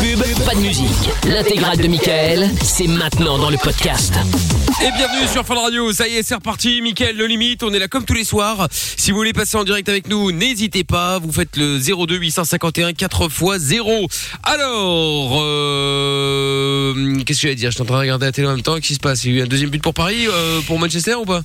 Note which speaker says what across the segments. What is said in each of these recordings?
Speaker 1: pub, pas de musique. L'intégrale de Michael, c'est maintenant dans le podcast.
Speaker 2: Et bienvenue sur Fun Radio, ça y est c'est reparti, Mickaël Le Limite, on est là comme tous les soirs. Si vous voulez passer en direct avec nous, n'hésitez pas, vous faites le 02 851 4 x 0. Alors, euh, qu'est-ce que j'allais dire Je suis en train de regarder la télé en même temps, qu'est-ce qui se passe Il y a eu un deuxième but pour Paris, euh, pour Manchester ou pas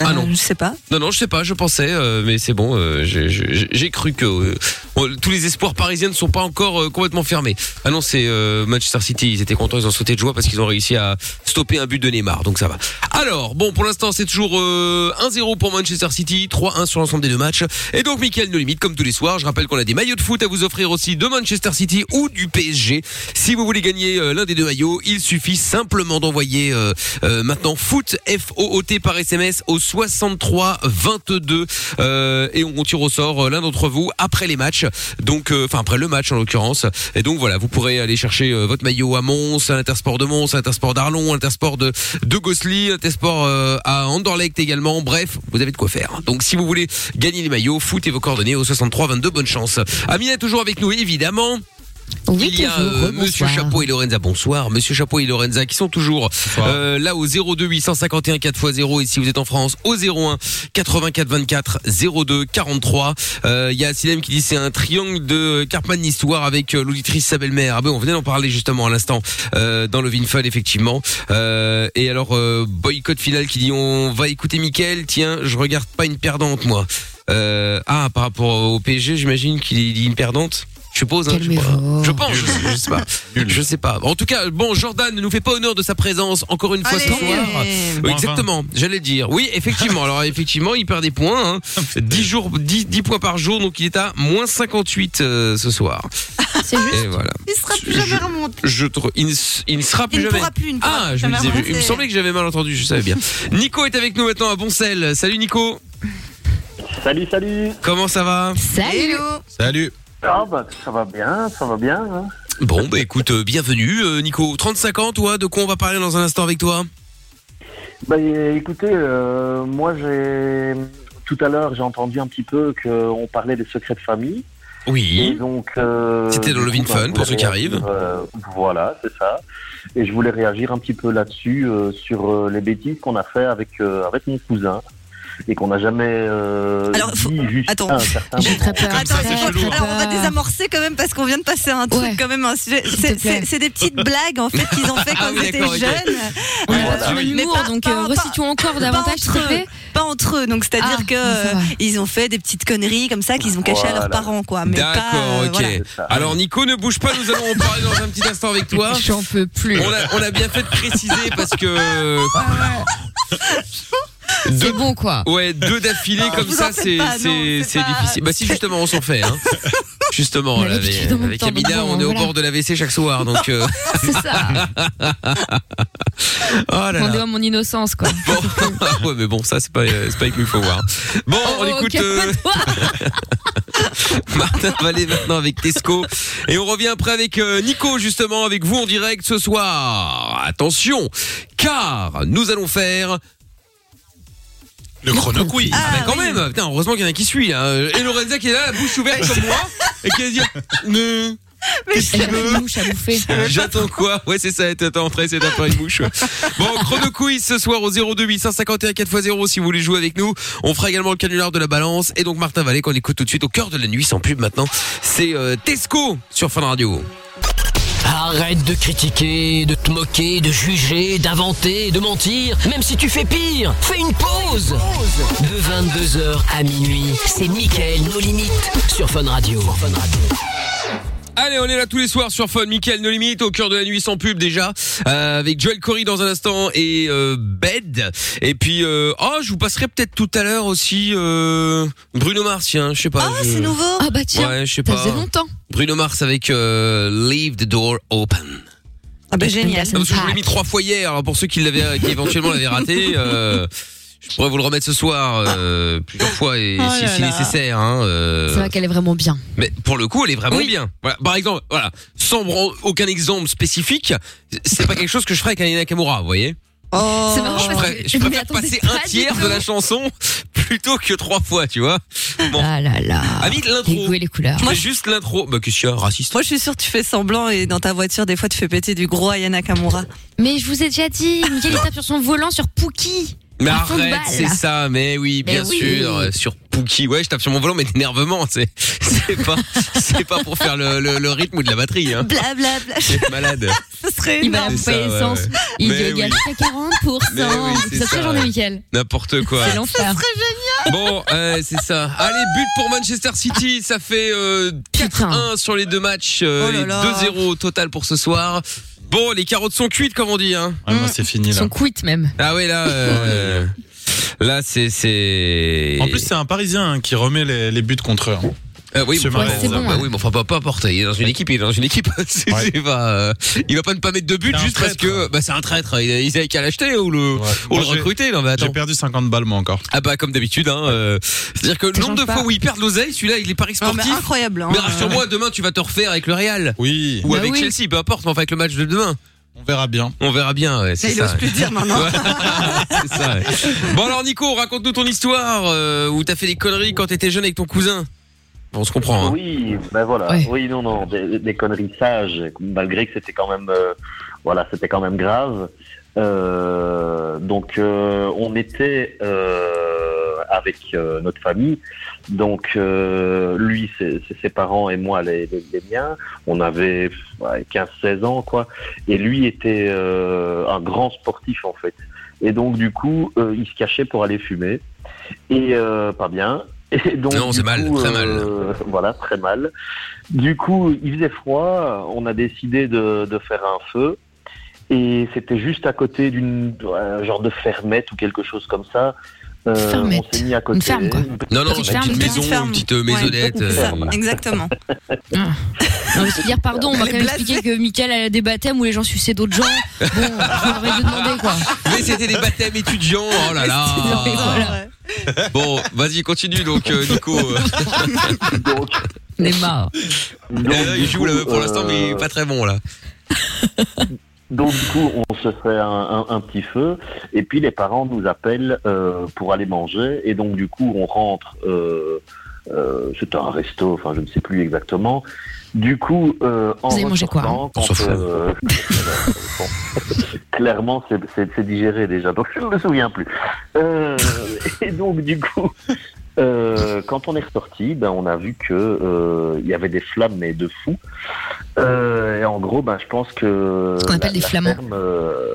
Speaker 2: Ah non.
Speaker 3: Euh, Je sais pas.
Speaker 2: Non, non, je sais pas, je pensais, euh, mais c'est bon, euh, j'ai- j'ai j'ai cru que euh, on- tous les espoirs parisiens ne sont pas encore euh, complètement fermés. Ah non, c'est euh, Manchester City, ils étaient contents, ils ont sauté de joie parce qu'ils ont réussi à stopper un but de Neymar, donc ça va. Alors, bon, pour l'instant, c'est toujours euh, 1-0 pour Manchester City, 3-1 sur l'ensemble des deux matchs. Et donc, Michael nous limite, comme tous les soirs, je rappelle qu'on a des maillots de foot à vous offrir aussi de Manchester City ou du PSG. Si vous voulez gagner euh, l'un des deux maillots, il suffit simplement d'envoyer euh, euh, maintenant foot F-O-O-T par SMS au 63 22 euh, et on tire au sort euh, l'un d'entre vous après les matchs. Donc, euh, enfin après le match en l'occurrence. Et donc voilà, vous pourrez aller chercher euh, votre maillot à Mons, à l'Intersport de Mons, à l'Intersport d'Arlon, à l'Intersport de de Gosselies, à l'Intersport euh, à Anderlecht également. Bref, vous avez de quoi faire. Donc si vous voulez gagner les maillots, foot et vos coordonnées au 63 22. Bonne chance. Amina est toujours avec nous évidemment. Il y a euh, Monsieur Chapeau et Lorenza, bonsoir. Monsieur Chapeau et Lorenza qui sont toujours euh, là au 02 851 4x0 et si vous êtes en France au 01 84 24 02 43. Euh, Il y a Sinem qui dit c'est un triangle de Cartman histoire avec euh, l'auditrice sa belle-mère. Ah ben on venait d'en parler justement à l'instant euh, dans le Vinfun effectivement. Euh, et alors euh, boycott final qui dit on va écouter Mickaël. Tiens, je regarde pas une perdante moi. Euh, ah par rapport au PSG j'imagine qu'il dit une perdante. Je suppose. hein, je sais pas. Je pense, je, sais- je sais pas. Je sais pas. En tout cas, bon, Jordan ne nous fait pas honneur de sa présence encore une fois ce
Speaker 4: Allez.
Speaker 2: soir. Oui,
Speaker 4: Moins
Speaker 2: exactement, j'allais dire. Oui, effectivement. Alors, effectivement, il perd des points. hein. 10, jours, 10, 10 points par jour, donc il est à moins 58 euh, ce soir.
Speaker 5: C'est Ah, juste.
Speaker 2: Et voilà.
Speaker 5: Il sera plus
Speaker 2: Je-
Speaker 5: jamais remonté.
Speaker 2: Je te- il, ne s- il ne sera plus
Speaker 5: Il ne
Speaker 2: jamais.
Speaker 5: pourra plus, il ne pourra plus
Speaker 2: ah, je me
Speaker 5: jamais
Speaker 2: disais, il me
Speaker 5: remonter.
Speaker 2: semblait que j'avais mal entendu, je savais bien. Nico est avec nous maintenant à Boncel. Salut Nico.
Speaker 6: Salut, salut.
Speaker 2: Comment ça va
Speaker 5: Salut.
Speaker 2: Salut.
Speaker 6: Ah bah ça va bien, ça va bien. hein.
Speaker 2: Bon, bah écoute, euh, bienvenue euh, Nico. 35 ans, toi, de quoi on va parler dans un instant avec toi
Speaker 6: Bah é- écoutez, euh, moi j'ai tout à l'heure j'ai entendu un petit peu qu'on parlait des secrets de famille.
Speaker 2: Oui.
Speaker 6: Et donc euh,
Speaker 2: C'était dans le
Speaker 6: du coup,
Speaker 2: Vinfun,
Speaker 6: bah,
Speaker 2: pour
Speaker 6: je voulais
Speaker 2: ceux qui
Speaker 6: réagir,
Speaker 2: arrivent.
Speaker 6: euh, voilà, c'est ça. Et je voulais réagir un petit peu là-dessus euh, sur euh, les bêtises qu'on a fait avec euh, avec mon cousin et qu'on n'a jamais euh,
Speaker 3: Alors, faut-
Speaker 6: dit juste
Speaker 3: attends.
Speaker 6: à
Speaker 7: Ah,
Speaker 6: un certain moment.
Speaker 3: Attends,
Speaker 5: Attends,
Speaker 3: attends,
Speaker 5: alors
Speaker 2: hein.
Speaker 5: on va
Speaker 3: attends.
Speaker 5: désamorcer quand même parce qu'on vient de passer un truc
Speaker 3: Ouais.
Speaker 5: quand même. un sujet.
Speaker 3: S'il te
Speaker 5: C'est-
Speaker 3: plaît.
Speaker 5: C'est c'est des petites blagues en fait qu'ils ont fait
Speaker 2: Ah
Speaker 5: quand
Speaker 2: oui,
Speaker 5: ils étaient
Speaker 2: d'accord, ok.
Speaker 5: jeunes.
Speaker 2: Oui,
Speaker 5: Euh,
Speaker 2: voilà, oui.
Speaker 5: mais
Speaker 7: L'humour,
Speaker 5: pas-
Speaker 7: donc
Speaker 5: pas-
Speaker 7: euh,
Speaker 5: pas-
Speaker 7: resituons encore
Speaker 5: Pas
Speaker 7: davantage, s'il
Speaker 5: entre,
Speaker 7: te
Speaker 5: eux,
Speaker 7: plaît.
Speaker 5: pas entre eux, donc c'est-à-dire
Speaker 7: Ah,
Speaker 5: que
Speaker 7: bon, ça
Speaker 5: euh,
Speaker 7: va.
Speaker 5: ils ont fait des petites conneries comme ça qu'ils ont cachées à leurs
Speaker 6: Voilà.
Speaker 5: parents, quoi. Mais pas,
Speaker 2: D'accord,
Speaker 5: euh,
Speaker 2: ok.
Speaker 5: voilà.
Speaker 6: ça.
Speaker 2: Alors Nico, ne bouge pas, nous allons en parler dans un petit instant avec toi.
Speaker 7: J'en peux plus.
Speaker 2: On a, on a bien fait de préciser parce que
Speaker 7: C'est bon, quoi.
Speaker 2: ouais deux d'affilée comme
Speaker 5: Ah, vous
Speaker 2: ça
Speaker 5: en faites
Speaker 2: c'est
Speaker 5: pas, non,
Speaker 2: c'est
Speaker 5: c'est
Speaker 2: c'est
Speaker 5: pas-
Speaker 2: difficile. Bah si justement on s'en fait hein. Justement
Speaker 7: On a
Speaker 2: là,
Speaker 7: l'habitude
Speaker 2: avec,
Speaker 7: en même
Speaker 2: avec
Speaker 7: temps,
Speaker 2: Amina,
Speaker 7: donc bon,
Speaker 2: on est au
Speaker 7: voilà.
Speaker 2: bord de la WC chaque soir donc euh,
Speaker 7: C'est ça.
Speaker 2: oh là
Speaker 7: Rendez-moi
Speaker 2: là.
Speaker 7: mon innocence, quoi.
Speaker 2: Bon ouais mais bon ça c'est pas euh, c'est pas avec nous faut voir. Bon
Speaker 7: Oh,
Speaker 2: on écoute euh,
Speaker 7: calme-toi.
Speaker 2: Martin Vallée maintenant avec Tesco. Et on revient après avec euh, Nico, justement, avec vous en direct ce soir. Attention, car nous allons faire... Le chrono quiz. Ah, bah, quand
Speaker 5: oui.
Speaker 2: même. Putain, heureusement qu'il y en a qui suit. hein. Et Lorenza qui est là, la bouche ouverte comme moi, et qui va dire... Ne- Qu'est-ce
Speaker 7: Elle
Speaker 2: qu'il
Speaker 7: a pas
Speaker 2: veut
Speaker 7: de mouche à bouffer.
Speaker 2: J'attends quoi Ouais, c'est ça, t'es en train d'essayer d'en faire une mouche. Bon, chrono quiz ce soir au 02 851 4x0 si vous voulez jouer avec nous. On fera également le canular de la balance. Et donc Martin Vallée qu'on écoute tout de suite au cœur de la nuit sans pub maintenant. C'est euh, Tesco sur Fun Radio.
Speaker 1: Arrête de critiquer, de te moquer, de juger, d'inventer, de mentir. Même si tu fais pire, fais une pause. De 22h à minuit, c'est Mickaël nos limites sur Fun Radio.
Speaker 2: Allez, on est là tous les soirs sur Fun. Michael No Limite au cœur de la nuit sans pub déjà. Euh, avec Joel Corey dans un instant et euh, Bed. Et puis, euh, oh, je vous passerai peut-être tout à l'heure aussi euh, Bruno Mars, tiens, je sais pas.
Speaker 5: Ah,
Speaker 2: je-
Speaker 5: c'est nouveau.
Speaker 7: Ah, bah tiens,
Speaker 2: Ouais, je sais
Speaker 7: ça
Speaker 2: pas.
Speaker 7: faisait longtemps.
Speaker 2: Bruno Mars avec euh, Leave the Door Open.
Speaker 5: Ah bah génial.
Speaker 2: Non, parce que je vous l'ai mis
Speaker 7: Pack.
Speaker 2: trois fois hier. alors pour ceux qui l'avaient, qui éventuellement l'avaient raté, euh, je pourrais vous le remettre ce soir euh, plusieurs fois et
Speaker 5: Oh
Speaker 2: si,
Speaker 5: là
Speaker 2: si
Speaker 5: là.
Speaker 2: nécessaire. Hein, euh,
Speaker 7: C'est vrai qu'elle est vraiment bien.
Speaker 2: mais pour le coup, elle est vraiment
Speaker 5: Oui.
Speaker 2: bien. Voilà. Par exemple, voilà, sans bran- aucun exemple spécifique, c'est pas quelque chose que je ferais avec Alina Nakamura, vous voyez.
Speaker 5: Oh.
Speaker 7: C'est marrant
Speaker 2: Je
Speaker 7: parce
Speaker 2: ferais-
Speaker 7: que-
Speaker 2: je
Speaker 7: mais
Speaker 2: préfère
Speaker 7: attendez,
Speaker 2: passer
Speaker 7: pas
Speaker 2: un
Speaker 7: du
Speaker 2: tiers de
Speaker 7: tout.
Speaker 2: la chanson plutôt que trois fois, tu vois. Bon.
Speaker 7: Ah là là.
Speaker 2: Amine, l'intro.
Speaker 7: Les goûts et les couleurs.
Speaker 2: Je fais juste l'intro. Bah, qu'est-ce qu'il y a, raciste
Speaker 5: Moi, je suis sûre que tu fais semblant et dans ta voiture, des fois, tu fais péter du gros Ayana Kamura.
Speaker 7: Mais je vous ai déjà dit, Miguel il tape sur son volant sur Pookie.
Speaker 2: Mais
Speaker 7: Un fond de
Speaker 2: arrête,
Speaker 7: balle.
Speaker 2: c'est ça, mais oui,
Speaker 7: Mais
Speaker 2: bien
Speaker 7: oui.
Speaker 2: sûr, euh, sur Pookie. Ouais, je tape sur mon volant, mais d'énervement, c'est, c'est pas, c'est pas pour faire le, le- le rythme ou de la batterie, hein.
Speaker 5: Bla bla bla.
Speaker 2: C'est malade.
Speaker 5: Ce serait
Speaker 7: Il va
Speaker 5: énorme.
Speaker 7: la
Speaker 2: C'est ça,
Speaker 7: pomper
Speaker 2: ouais,
Speaker 7: essence.
Speaker 2: ouais.
Speaker 7: Il
Speaker 2: Mais
Speaker 7: dégage jusqu'à 40%.
Speaker 2: Mais oui, c'est
Speaker 7: ça
Speaker 2: ça,
Speaker 7: serait j'en ai
Speaker 2: ouais.
Speaker 7: Miguel.
Speaker 2: N'importe quoi.
Speaker 7: C'est l'enfer.
Speaker 2: Bon, euh, c'est ça. Allez, but pour Manchester City. Ça fait euh, 4-1 sur les deux matchs. euh,
Speaker 5: Oh là
Speaker 2: et
Speaker 5: là.
Speaker 2: 2-0 au total pour ce soir. Bon, les carottes sont cuites, comme on dit. Hein.
Speaker 3: Ah, moi, c'est fini
Speaker 7: Mmh. Ils
Speaker 3: là.
Speaker 7: sont quittes même.
Speaker 2: Ah oui, là... euh, là, c'est... c'est...
Speaker 3: En plus, c'est un Parisien hein, qui remet les, les buts contre eux. hein.
Speaker 2: Euh, oui,
Speaker 3: C'est
Speaker 2: bon,
Speaker 3: marrant,
Speaker 2: bah,
Speaker 7: c'est
Speaker 2: bah,
Speaker 7: bon,
Speaker 2: bah
Speaker 7: hein.
Speaker 2: oui, mais enfin, pas, pas hein. importe. Il est dans une équipe, il est dans une équipe. C'est-
Speaker 3: Ouais.
Speaker 2: c'est pas, euh, il va pas ne pas mettre de but
Speaker 3: C'est un
Speaker 2: juste parce
Speaker 3: traître. hein.
Speaker 2: que bah, c'est un traître. Il, il avait qu'à l'acheter ou le,
Speaker 3: Ouais.
Speaker 2: ou
Speaker 3: Moi,
Speaker 2: le
Speaker 3: j'ai-
Speaker 2: recruter. Non, mais
Speaker 3: J'ai
Speaker 2: attends.
Speaker 3: perdu 50 balles, moi encore.
Speaker 2: Ah bah comme d'habitude. Hein, euh, C'est-à-dire que le nombre de
Speaker 7: change
Speaker 2: fois
Speaker 7: pas.
Speaker 2: où ils perdent l'oseille, celui-là, il est paris
Speaker 5: Non, mais
Speaker 2: sportif.
Speaker 5: incroyable. hein.
Speaker 2: Mais rassure-moi, demain tu vas te refaire avec le Real
Speaker 3: Oui,
Speaker 2: ou
Speaker 7: Bah
Speaker 2: avec
Speaker 7: oui.
Speaker 2: Chelsea, peu importe, mais enfin avec le match de demain.
Speaker 3: on verra bien.
Speaker 2: On verra bien, ouais,
Speaker 5: Là,
Speaker 2: c'est
Speaker 5: il
Speaker 2: ça.
Speaker 5: ose plus dire maintenant.
Speaker 2: Ouais, c'est ça, ouais. Bon alors Nico, raconte-nous ton histoire euh, où t'as fait des conneries quand t'étais jeune avec ton cousin. Bon, on se comprend. Hein.
Speaker 6: Oui, ben voilà.
Speaker 7: Ouais.
Speaker 6: Oui, non, non, des, des conneries sages, malgré que c'était quand même, euh, voilà, c'était quand même grave. Euh, donc, euh, on était euh, avec euh, notre famille. Donc, euh, lui, ses, ses- ses parents et moi, les, les- les miens, on avait ouais, 15-16 ans, quoi. Et lui était euh, un grand sportif, en fait. Et donc, du coup, euh, il se cachait pour aller fumer. Et euh, pas bien. Et donc,
Speaker 2: Non,
Speaker 6: du
Speaker 2: c'est mal,
Speaker 6: coup,
Speaker 2: très mal.
Speaker 6: euh, voilà, très mal. Du coup, il faisait froid. On a décidé de, de faire un feu. Et c'était juste à côté d'une un genre de fermette ou quelque chose comme ça. Euh,
Speaker 7: Fermette.
Speaker 6: on s'est mis à côté.
Speaker 7: Une ferme, quoi.
Speaker 2: Non, non,
Speaker 7: Petite
Speaker 2: une
Speaker 7: ferme,
Speaker 2: petite
Speaker 7: petite
Speaker 2: maison,
Speaker 5: ferme.
Speaker 2: une petite euh,
Speaker 5: Ouais,
Speaker 2: maisonnette.
Speaker 5: C'est ça,
Speaker 2: euh,
Speaker 5: Exactement.
Speaker 7: Non, mais hier, pardon, on m'a
Speaker 5: Elle
Speaker 7: quand
Speaker 5: est
Speaker 7: même
Speaker 5: blasée.
Speaker 7: expliqué que Mickaël allait à des baptêmes où les gens suçaient d'autres gens. Bon, je vais demander quoi.
Speaker 2: Mais c'était des baptêmes étudiants, oh là
Speaker 7: Et
Speaker 2: là.
Speaker 7: voilà.
Speaker 5: Ouais.
Speaker 2: Bon, vas-y, continue donc euh, Nico. Euh,
Speaker 6: Donc,
Speaker 7: On est marre.
Speaker 6: donc,
Speaker 2: il
Speaker 6: du
Speaker 2: joue là,
Speaker 6: coup,
Speaker 2: pour l'instant, mais
Speaker 6: euh,
Speaker 2: pas très bon là.
Speaker 6: Donc du coup, on se fait un, un- un petit feu et puis les parents nous appellent euh, pour aller manger et donc du coup, on rentre. Euh, euh, c'était un resto, enfin je ne sais plus exactement. Du coup, euh, en
Speaker 7: Vous avez mangé quoi, hein
Speaker 6: ressortant,
Speaker 2: On s'en
Speaker 6: quand,
Speaker 2: fout.
Speaker 6: euh, bon, clairement, c'est- c'est c'est digéré déjà, donc je ne me souviens plus. Euh, et donc du coup, euh, quand on est ressorti, ben, on a vu que euh, il y avait des flammes mais de fou. Euh, et en gros, ben, je pense que
Speaker 7: Ce qu'on appelle
Speaker 6: la-
Speaker 7: des
Speaker 6: la
Speaker 7: flamands.
Speaker 6: ferme, euh,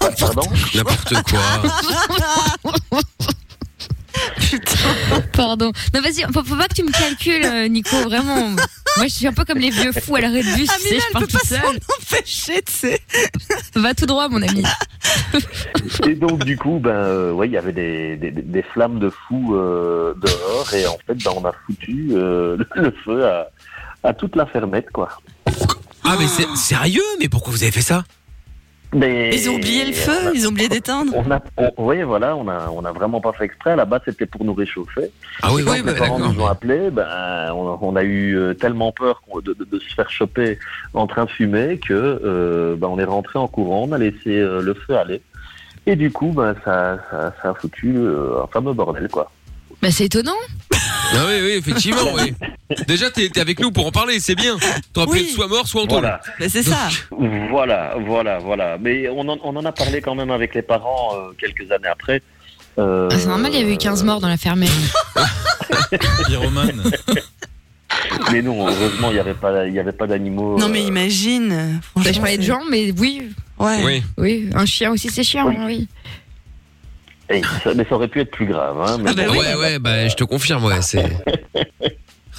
Speaker 6: Ah, Pardon
Speaker 2: N'importe quoi.
Speaker 7: Pardon. Non, vas-y, faut, faut pas que tu me calcules, euh, Nico, vraiment. Moi, je suis un peu comme les vieux fous à l'arrêt de bus,
Speaker 5: Ah,
Speaker 7: tu
Speaker 5: mais
Speaker 7: sais,
Speaker 5: là,
Speaker 7: je
Speaker 5: elle
Speaker 7: parle
Speaker 5: peut pas
Speaker 7: tout seul.
Speaker 5: Empêché, tu sais.
Speaker 7: Va tout droit, mon ami.
Speaker 6: Et donc du coup, ben euh, ouais, il y avait des, des, des flammes de fou euh, dehors et en fait, ben on a foutu euh, le feu à, à toute la fermette quoi.
Speaker 2: Ah mais c'est sérieux Mais pourquoi vous avez fait ça
Speaker 6: Mais
Speaker 5: Ils ont oublié le feu, ils ont oublié d'éteindre.
Speaker 6: On a, on, oui, voilà, on a, on a vraiment pas fait exprès. Là-bas, c'était pour nous réchauffer.
Speaker 2: Ah oui,
Speaker 6: Quand
Speaker 2: oui,
Speaker 6: les
Speaker 2: bah,
Speaker 6: parents nous ont
Speaker 2: d'accord.
Speaker 6: appelés, ben, on, a- on a eu euh, tellement peur qu'on- de, de- de se faire choper en train de fumer que euh, ben, on est rentré en courant, on a laissé euh, le feu aller. Et du coup, ben, ça, ça, ça a foutu euh, un fameux bordel, quoi.
Speaker 7: Bah, c'est étonnant.
Speaker 2: Ah oui, oui, effectivement, oui. Déjà, t'es t'es avec nous pour en parler, c'est bien. T'aurais pu
Speaker 5: Oui.
Speaker 2: être soit mort, soit en tombe.
Speaker 6: Voilà,
Speaker 5: Mais c'est ça.
Speaker 6: voilà, voilà, voilà. Mais on en, on en a parlé quand même avec les parents euh, quelques années après. Euh,
Speaker 7: Ah, c'est normal, il y avait eu 15 morts dans la ferme.
Speaker 3: Pyromane.
Speaker 6: Mais non, heureusement, il n'y avait pas, il y avait pas d'animaux.
Speaker 5: Non, mais
Speaker 6: euh,
Speaker 5: imagine.
Speaker 7: Bah,
Speaker 5: franchement,
Speaker 7: je parlais de
Speaker 5: c'est-
Speaker 7: gens, mais oui,
Speaker 5: Ouais.
Speaker 2: Oui.
Speaker 7: oui, un chien aussi, c'est chiant, hein, oui.
Speaker 6: Eh, ça- mais ça aurait pu être plus grave. Hein, mais
Speaker 5: Ah bah
Speaker 6: bon,
Speaker 5: oui.
Speaker 2: Ouais, ouais, bah je te confirme, ouais, c'est.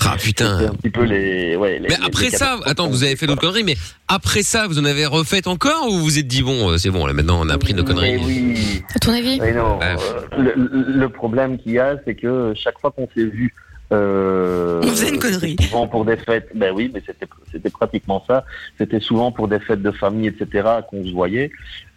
Speaker 2: Ah
Speaker 6: C'est
Speaker 2: putain.
Speaker 6: un petit peu les. Ouais, les-
Speaker 2: Mais
Speaker 6: les-
Speaker 2: après
Speaker 6: les
Speaker 2: ça,
Speaker 6: catastrophes.
Speaker 2: attends, vous avez fait d'autres conneries, mais après ça, vous en avez refait encore ou vous vous êtes dit bon, euh, c'est bon, là maintenant on a pris nos conneries.
Speaker 6: Mais oui.
Speaker 7: À ton avis
Speaker 6: Mais non.
Speaker 5: Ah.
Speaker 2: Ouais.
Speaker 6: euh, le, le- le problème qu'il y a, c'est que chaque fois qu'on s'est vu. Euh,
Speaker 5: On faisait une connerie.
Speaker 6: c'était Souvent pour des fêtes, ben oui, mais c'était c'était pratiquement ça. C'était souvent pour des fêtes de famille, etc. qu'on se voyait.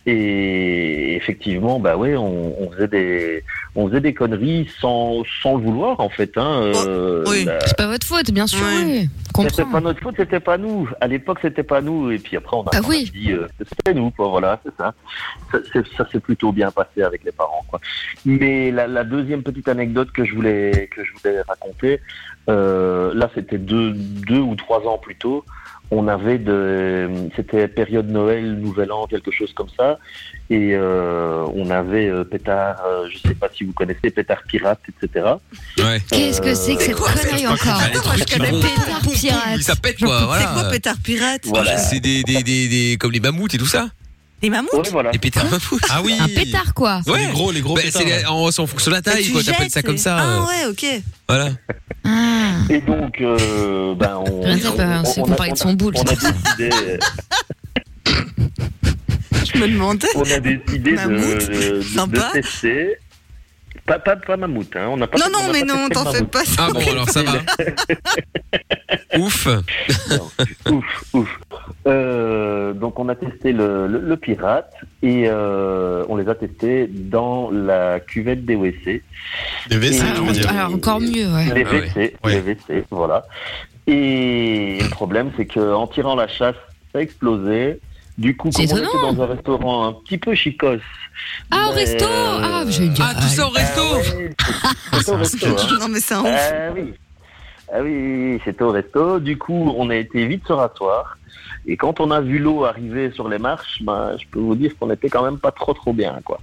Speaker 6: Et effectivement, bah ouais, on, on faisait des, on faisait des conneries sans, sans le vouloir en fait. Hein. Euh,
Speaker 5: Oh, oui.
Speaker 6: la-
Speaker 7: C'est pas votre faute, bien sûr.
Speaker 5: Ouais.
Speaker 7: oui.
Speaker 6: c'était
Speaker 7: Comprends.
Speaker 6: pas notre faute, c'était pas nous. À l'époque, c'était pas nous. Et puis après, on a,
Speaker 7: Ah
Speaker 6: on a
Speaker 7: oui.
Speaker 6: dit, euh, c'était nous, quoi. Voilà, c'est ça. Ça, c'est- ça s'est plutôt bien passé avec les parents, quoi. Mais la, la deuxième petite anecdote que je voulais que je voulais raconter, euh, là, c'était deux, deux ou trois ans plus tôt. On avait de, c'était période Noël, Nouvel An, quelque chose comme ça, et euh, on avait euh, pétard. euh, je sais pas si vous connaissez pétard pirate, etc.
Speaker 2: Ouais.
Speaker 7: Qu'est-ce que c'est que cette
Speaker 5: quoi,
Speaker 7: connerie encore
Speaker 2: Ah, les
Speaker 5: Moi, je
Speaker 2: trucs qui
Speaker 5: connais
Speaker 2: vont-
Speaker 7: Pétard
Speaker 5: Poum, poum,
Speaker 7: pirate.
Speaker 2: Ça pète quoi,
Speaker 5: C'est quoi
Speaker 2: voilà. Ah,
Speaker 5: pétard pirate
Speaker 6: Voilà.
Speaker 2: C'est des, des, des, des- comme les mammouths et tout ça.
Speaker 5: Les mammouths Hein
Speaker 6: Ouais, voilà.
Speaker 2: Les pétards mammouths.
Speaker 3: Ah oui.
Speaker 7: Un pétard, quoi.
Speaker 3: Ouais. Les gros, les gros
Speaker 2: Bah,
Speaker 3: pétards,
Speaker 2: c'est les-
Speaker 3: ouais.
Speaker 2: en, en fonction de la
Speaker 5: Et
Speaker 2: taille,
Speaker 5: Bah, tu
Speaker 2: quoi. T'appelles
Speaker 5: jettes,
Speaker 2: ça comme
Speaker 5: c'est-
Speaker 2: ça. euh,
Speaker 5: Ah ouais, ok.
Speaker 2: Voilà.
Speaker 7: Ah.
Speaker 6: Et donc, euh, ben, on,
Speaker 7: Rien de ça, pas- c'est qu'on
Speaker 6: a-
Speaker 7: parlait de
Speaker 6: a-
Speaker 7: son boule,
Speaker 6: On a
Speaker 7: c'est pour
Speaker 6: décidé, euh,
Speaker 5: Je me demandais.
Speaker 6: on a décidé de,
Speaker 5: Mammouth,
Speaker 6: de- de
Speaker 5: sympa.
Speaker 6: tester. Pas, pas, pas mammouth, hein. On n'a pas.
Speaker 5: Non,
Speaker 6: on
Speaker 5: non,
Speaker 6: n'a
Speaker 5: mais
Speaker 6: pas
Speaker 5: non,
Speaker 6: testé
Speaker 5: t'en fais
Speaker 6: mammouth.
Speaker 5: pas.
Speaker 2: Ah bon, alors ça va. Ouf.
Speaker 6: Ouf, ouf. Euh, donc, on a testé le, le- le pirate et euh, on les a testés dans la cuvette des WC.
Speaker 3: Des WC,
Speaker 6: Ah,
Speaker 3: tu veux
Speaker 7: Alors,
Speaker 3: dire.
Speaker 7: alors, encore mieux, ouais.
Speaker 6: Les
Speaker 2: Ah ouais.
Speaker 6: WC,
Speaker 3: Ouais.
Speaker 6: les WC, voilà. Et le problème, c'est qu'en tirant la chasse, ça a explosé. Du coup, comme
Speaker 7: C'est
Speaker 6: on était
Speaker 7: étonnant.
Speaker 6: dans un restaurant un petit peu chicos.
Speaker 7: Ah, au
Speaker 6: mais-
Speaker 7: resto Ah, j'ai une
Speaker 2: Ah, tout ça au
Speaker 6: Ah
Speaker 2: resto.
Speaker 6: ouais,
Speaker 7: Ah,
Speaker 6: C'était au resto. hein.
Speaker 5: Non, mais c'est un ouf.
Speaker 2: Euh,
Speaker 6: Ah oui. Ah oui, oui, oui, c'était au resto. Du coup, on a été vite sur rasoir. Et quand on a vu l'eau arriver sur les marches, bah, je peux vous dire qu'on était quand même pas trop trop bien, quoi.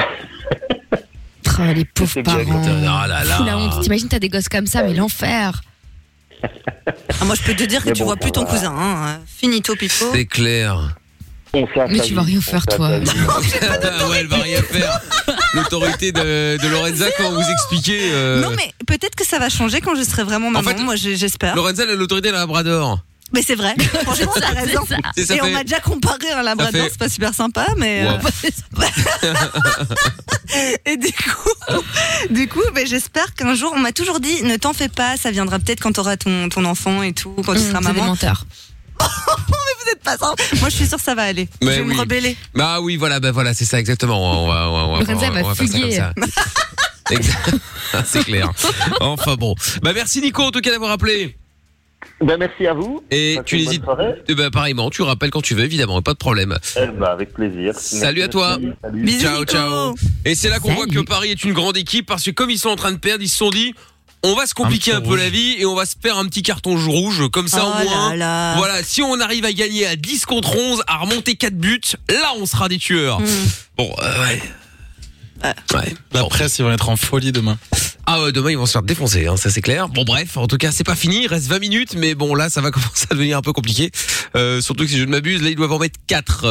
Speaker 7: Oh, les pauvres
Speaker 6: C'est bien,
Speaker 7: parents.
Speaker 2: Ah là là.
Speaker 7: Fou la honte. T'imagines, t'as des gosses comme ça, mais l'enfer.
Speaker 5: Ah, moi, je peux te dire que
Speaker 6: Mais
Speaker 5: tu
Speaker 6: bon,
Speaker 5: vois plus
Speaker 6: ça
Speaker 5: ton
Speaker 6: va.
Speaker 5: cousin. hein. Finito pipo.
Speaker 2: C'est clair.
Speaker 6: On s'est
Speaker 7: Mais tu
Speaker 6: assagi,
Speaker 7: vas rien
Speaker 6: on
Speaker 7: faire,
Speaker 6: s'est
Speaker 7: toi.
Speaker 6: assagi.
Speaker 2: Ah ouais, elle va rien faire. L'autorité de, de Lorenza, comment vous expliquer euh,
Speaker 5: Non, mais peut-être que ça va changer quand je serai vraiment maman.
Speaker 2: fait-
Speaker 5: moi, j'ai- j'espère.
Speaker 2: Lorenza, elle a l'autorité d'un labrador.
Speaker 5: Mais c'est vrai. Franchement, t'as raison.
Speaker 7: C'est ça.
Speaker 2: C'est ça
Speaker 5: Et on
Speaker 2: fait-
Speaker 5: m'a déjà comparé à un labrador,
Speaker 2: fait-
Speaker 5: c'est pas super sympa, mais. euh,
Speaker 2: Wow.
Speaker 5: Et du coup, du coup, ben, j'espère qu'un jour, on m'a toujours dit, ne t'en fais pas, ça viendra peut-être quand t'auras ton, ton enfant et tout, quand tu seras
Speaker 7: Hum, C'est des
Speaker 5: maman. Oh,
Speaker 7: menteurs.
Speaker 5: Vous êtes pas sympa. Moi, je suis sûre que ça va aller.
Speaker 2: Mais
Speaker 5: je vais
Speaker 2: oui.
Speaker 5: me rebeller.
Speaker 2: Bah oui, voilà, bah voilà, c'est ça exactement. On va, on va, on va,
Speaker 7: Lorenza
Speaker 2: on va-
Speaker 7: va
Speaker 2: on va faire ça comme
Speaker 7: fuguer.
Speaker 2: ça. Exact. c'est clair. Enfin bon. Bah merci Nico en tout cas d'avoir appelé.
Speaker 6: Ben, merci à vous.
Speaker 2: Et
Speaker 6: Passez
Speaker 2: tu
Speaker 6: une bonne
Speaker 2: hésites-
Speaker 6: soirée.
Speaker 2: Eh ben, pareillement, tu rappelles quand tu veux évidemment, pas de problème.
Speaker 6: Eh ben, avec plaisir.
Speaker 2: Salut
Speaker 6: Merci,
Speaker 2: à toi.
Speaker 6: merci. Salut.
Speaker 5: Bisous,
Speaker 2: Ciao,
Speaker 5: Nico.
Speaker 2: ciao. Et c'est là qu'on voit
Speaker 7: Salut.
Speaker 2: que Paris est une grande équipe parce que comme ils sont en train de perdre, ils se sont dit on va se compliquer
Speaker 3: Un
Speaker 2: un,
Speaker 3: petit
Speaker 2: peu
Speaker 3: rouge.
Speaker 2: la vie et on va se faire un petit carton rouge comme ça
Speaker 5: oh
Speaker 2: au moins.
Speaker 5: là là.
Speaker 2: Voilà, si on arrive à gagner à 10 contre 11, à remonter 4 buts, là on sera des tueurs.
Speaker 5: Hum.
Speaker 2: Bon, euh, ouais. Ouais.
Speaker 3: La
Speaker 2: Bon.
Speaker 3: presse, ils vont être en folie demain.
Speaker 2: Ah ouais, demain ils vont se faire défoncer, hein, ça c'est clair. Bon bref, en tout cas c'est pas fini, il reste 20 minutes, mais bon là ça va commencer à devenir un peu compliqué. Euh, surtout que si je ne m'abuse, là ils doivent en mettre 4,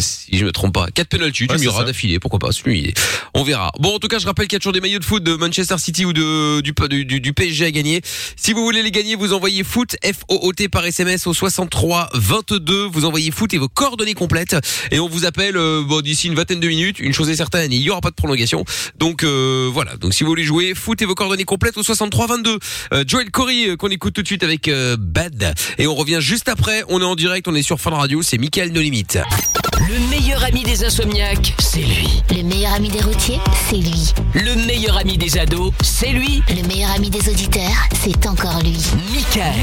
Speaker 2: si je me trompe pas. 4 penalties,
Speaker 3: Ouais,
Speaker 2: tu me
Speaker 3: c'est
Speaker 2: diras
Speaker 3: ça.
Speaker 2: d'affilée, pourquoi pas, c'est une idée. On verra. Bon en tout cas je rappelle qu'il y a toujours des maillots de foot de Manchester City ou de du, du, du- du PSG à gagner. Si vous voulez les gagner, vous envoyez foot, F-O-O-T par SMS au 63 22, vous envoyez foot et vos coordonnées complètes. Et on vous appelle euh, bon, d'ici une vingtaine de minutes. Une chose est certaine, il n'y aura pas de prolongation. Donc euh, voilà. Donc si vous voulez jouer, foot et vos coordonnées complètes au 63 22. Euh, Joel Corey euh, qu'on écoute tout de suite avec euh, Bad. Et on revient juste après. On est en direct, on est sur Fun Radio. C'est Michael No Limite.
Speaker 1: Le meilleur ami des insomniaques, c'est lui.
Speaker 4: Le meilleur ami des routiers, c'est lui.
Speaker 1: Le meilleur ami des ados, c'est lui.
Speaker 4: Le meilleur ami des auditeurs, c'est encore lui.
Speaker 1: Michael.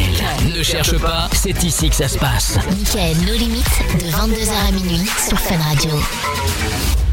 Speaker 1: Ne cherche pas, c'est ici que ça se passe.
Speaker 4: Michael, nos limites, de 22h à minuit sur Fun Radio.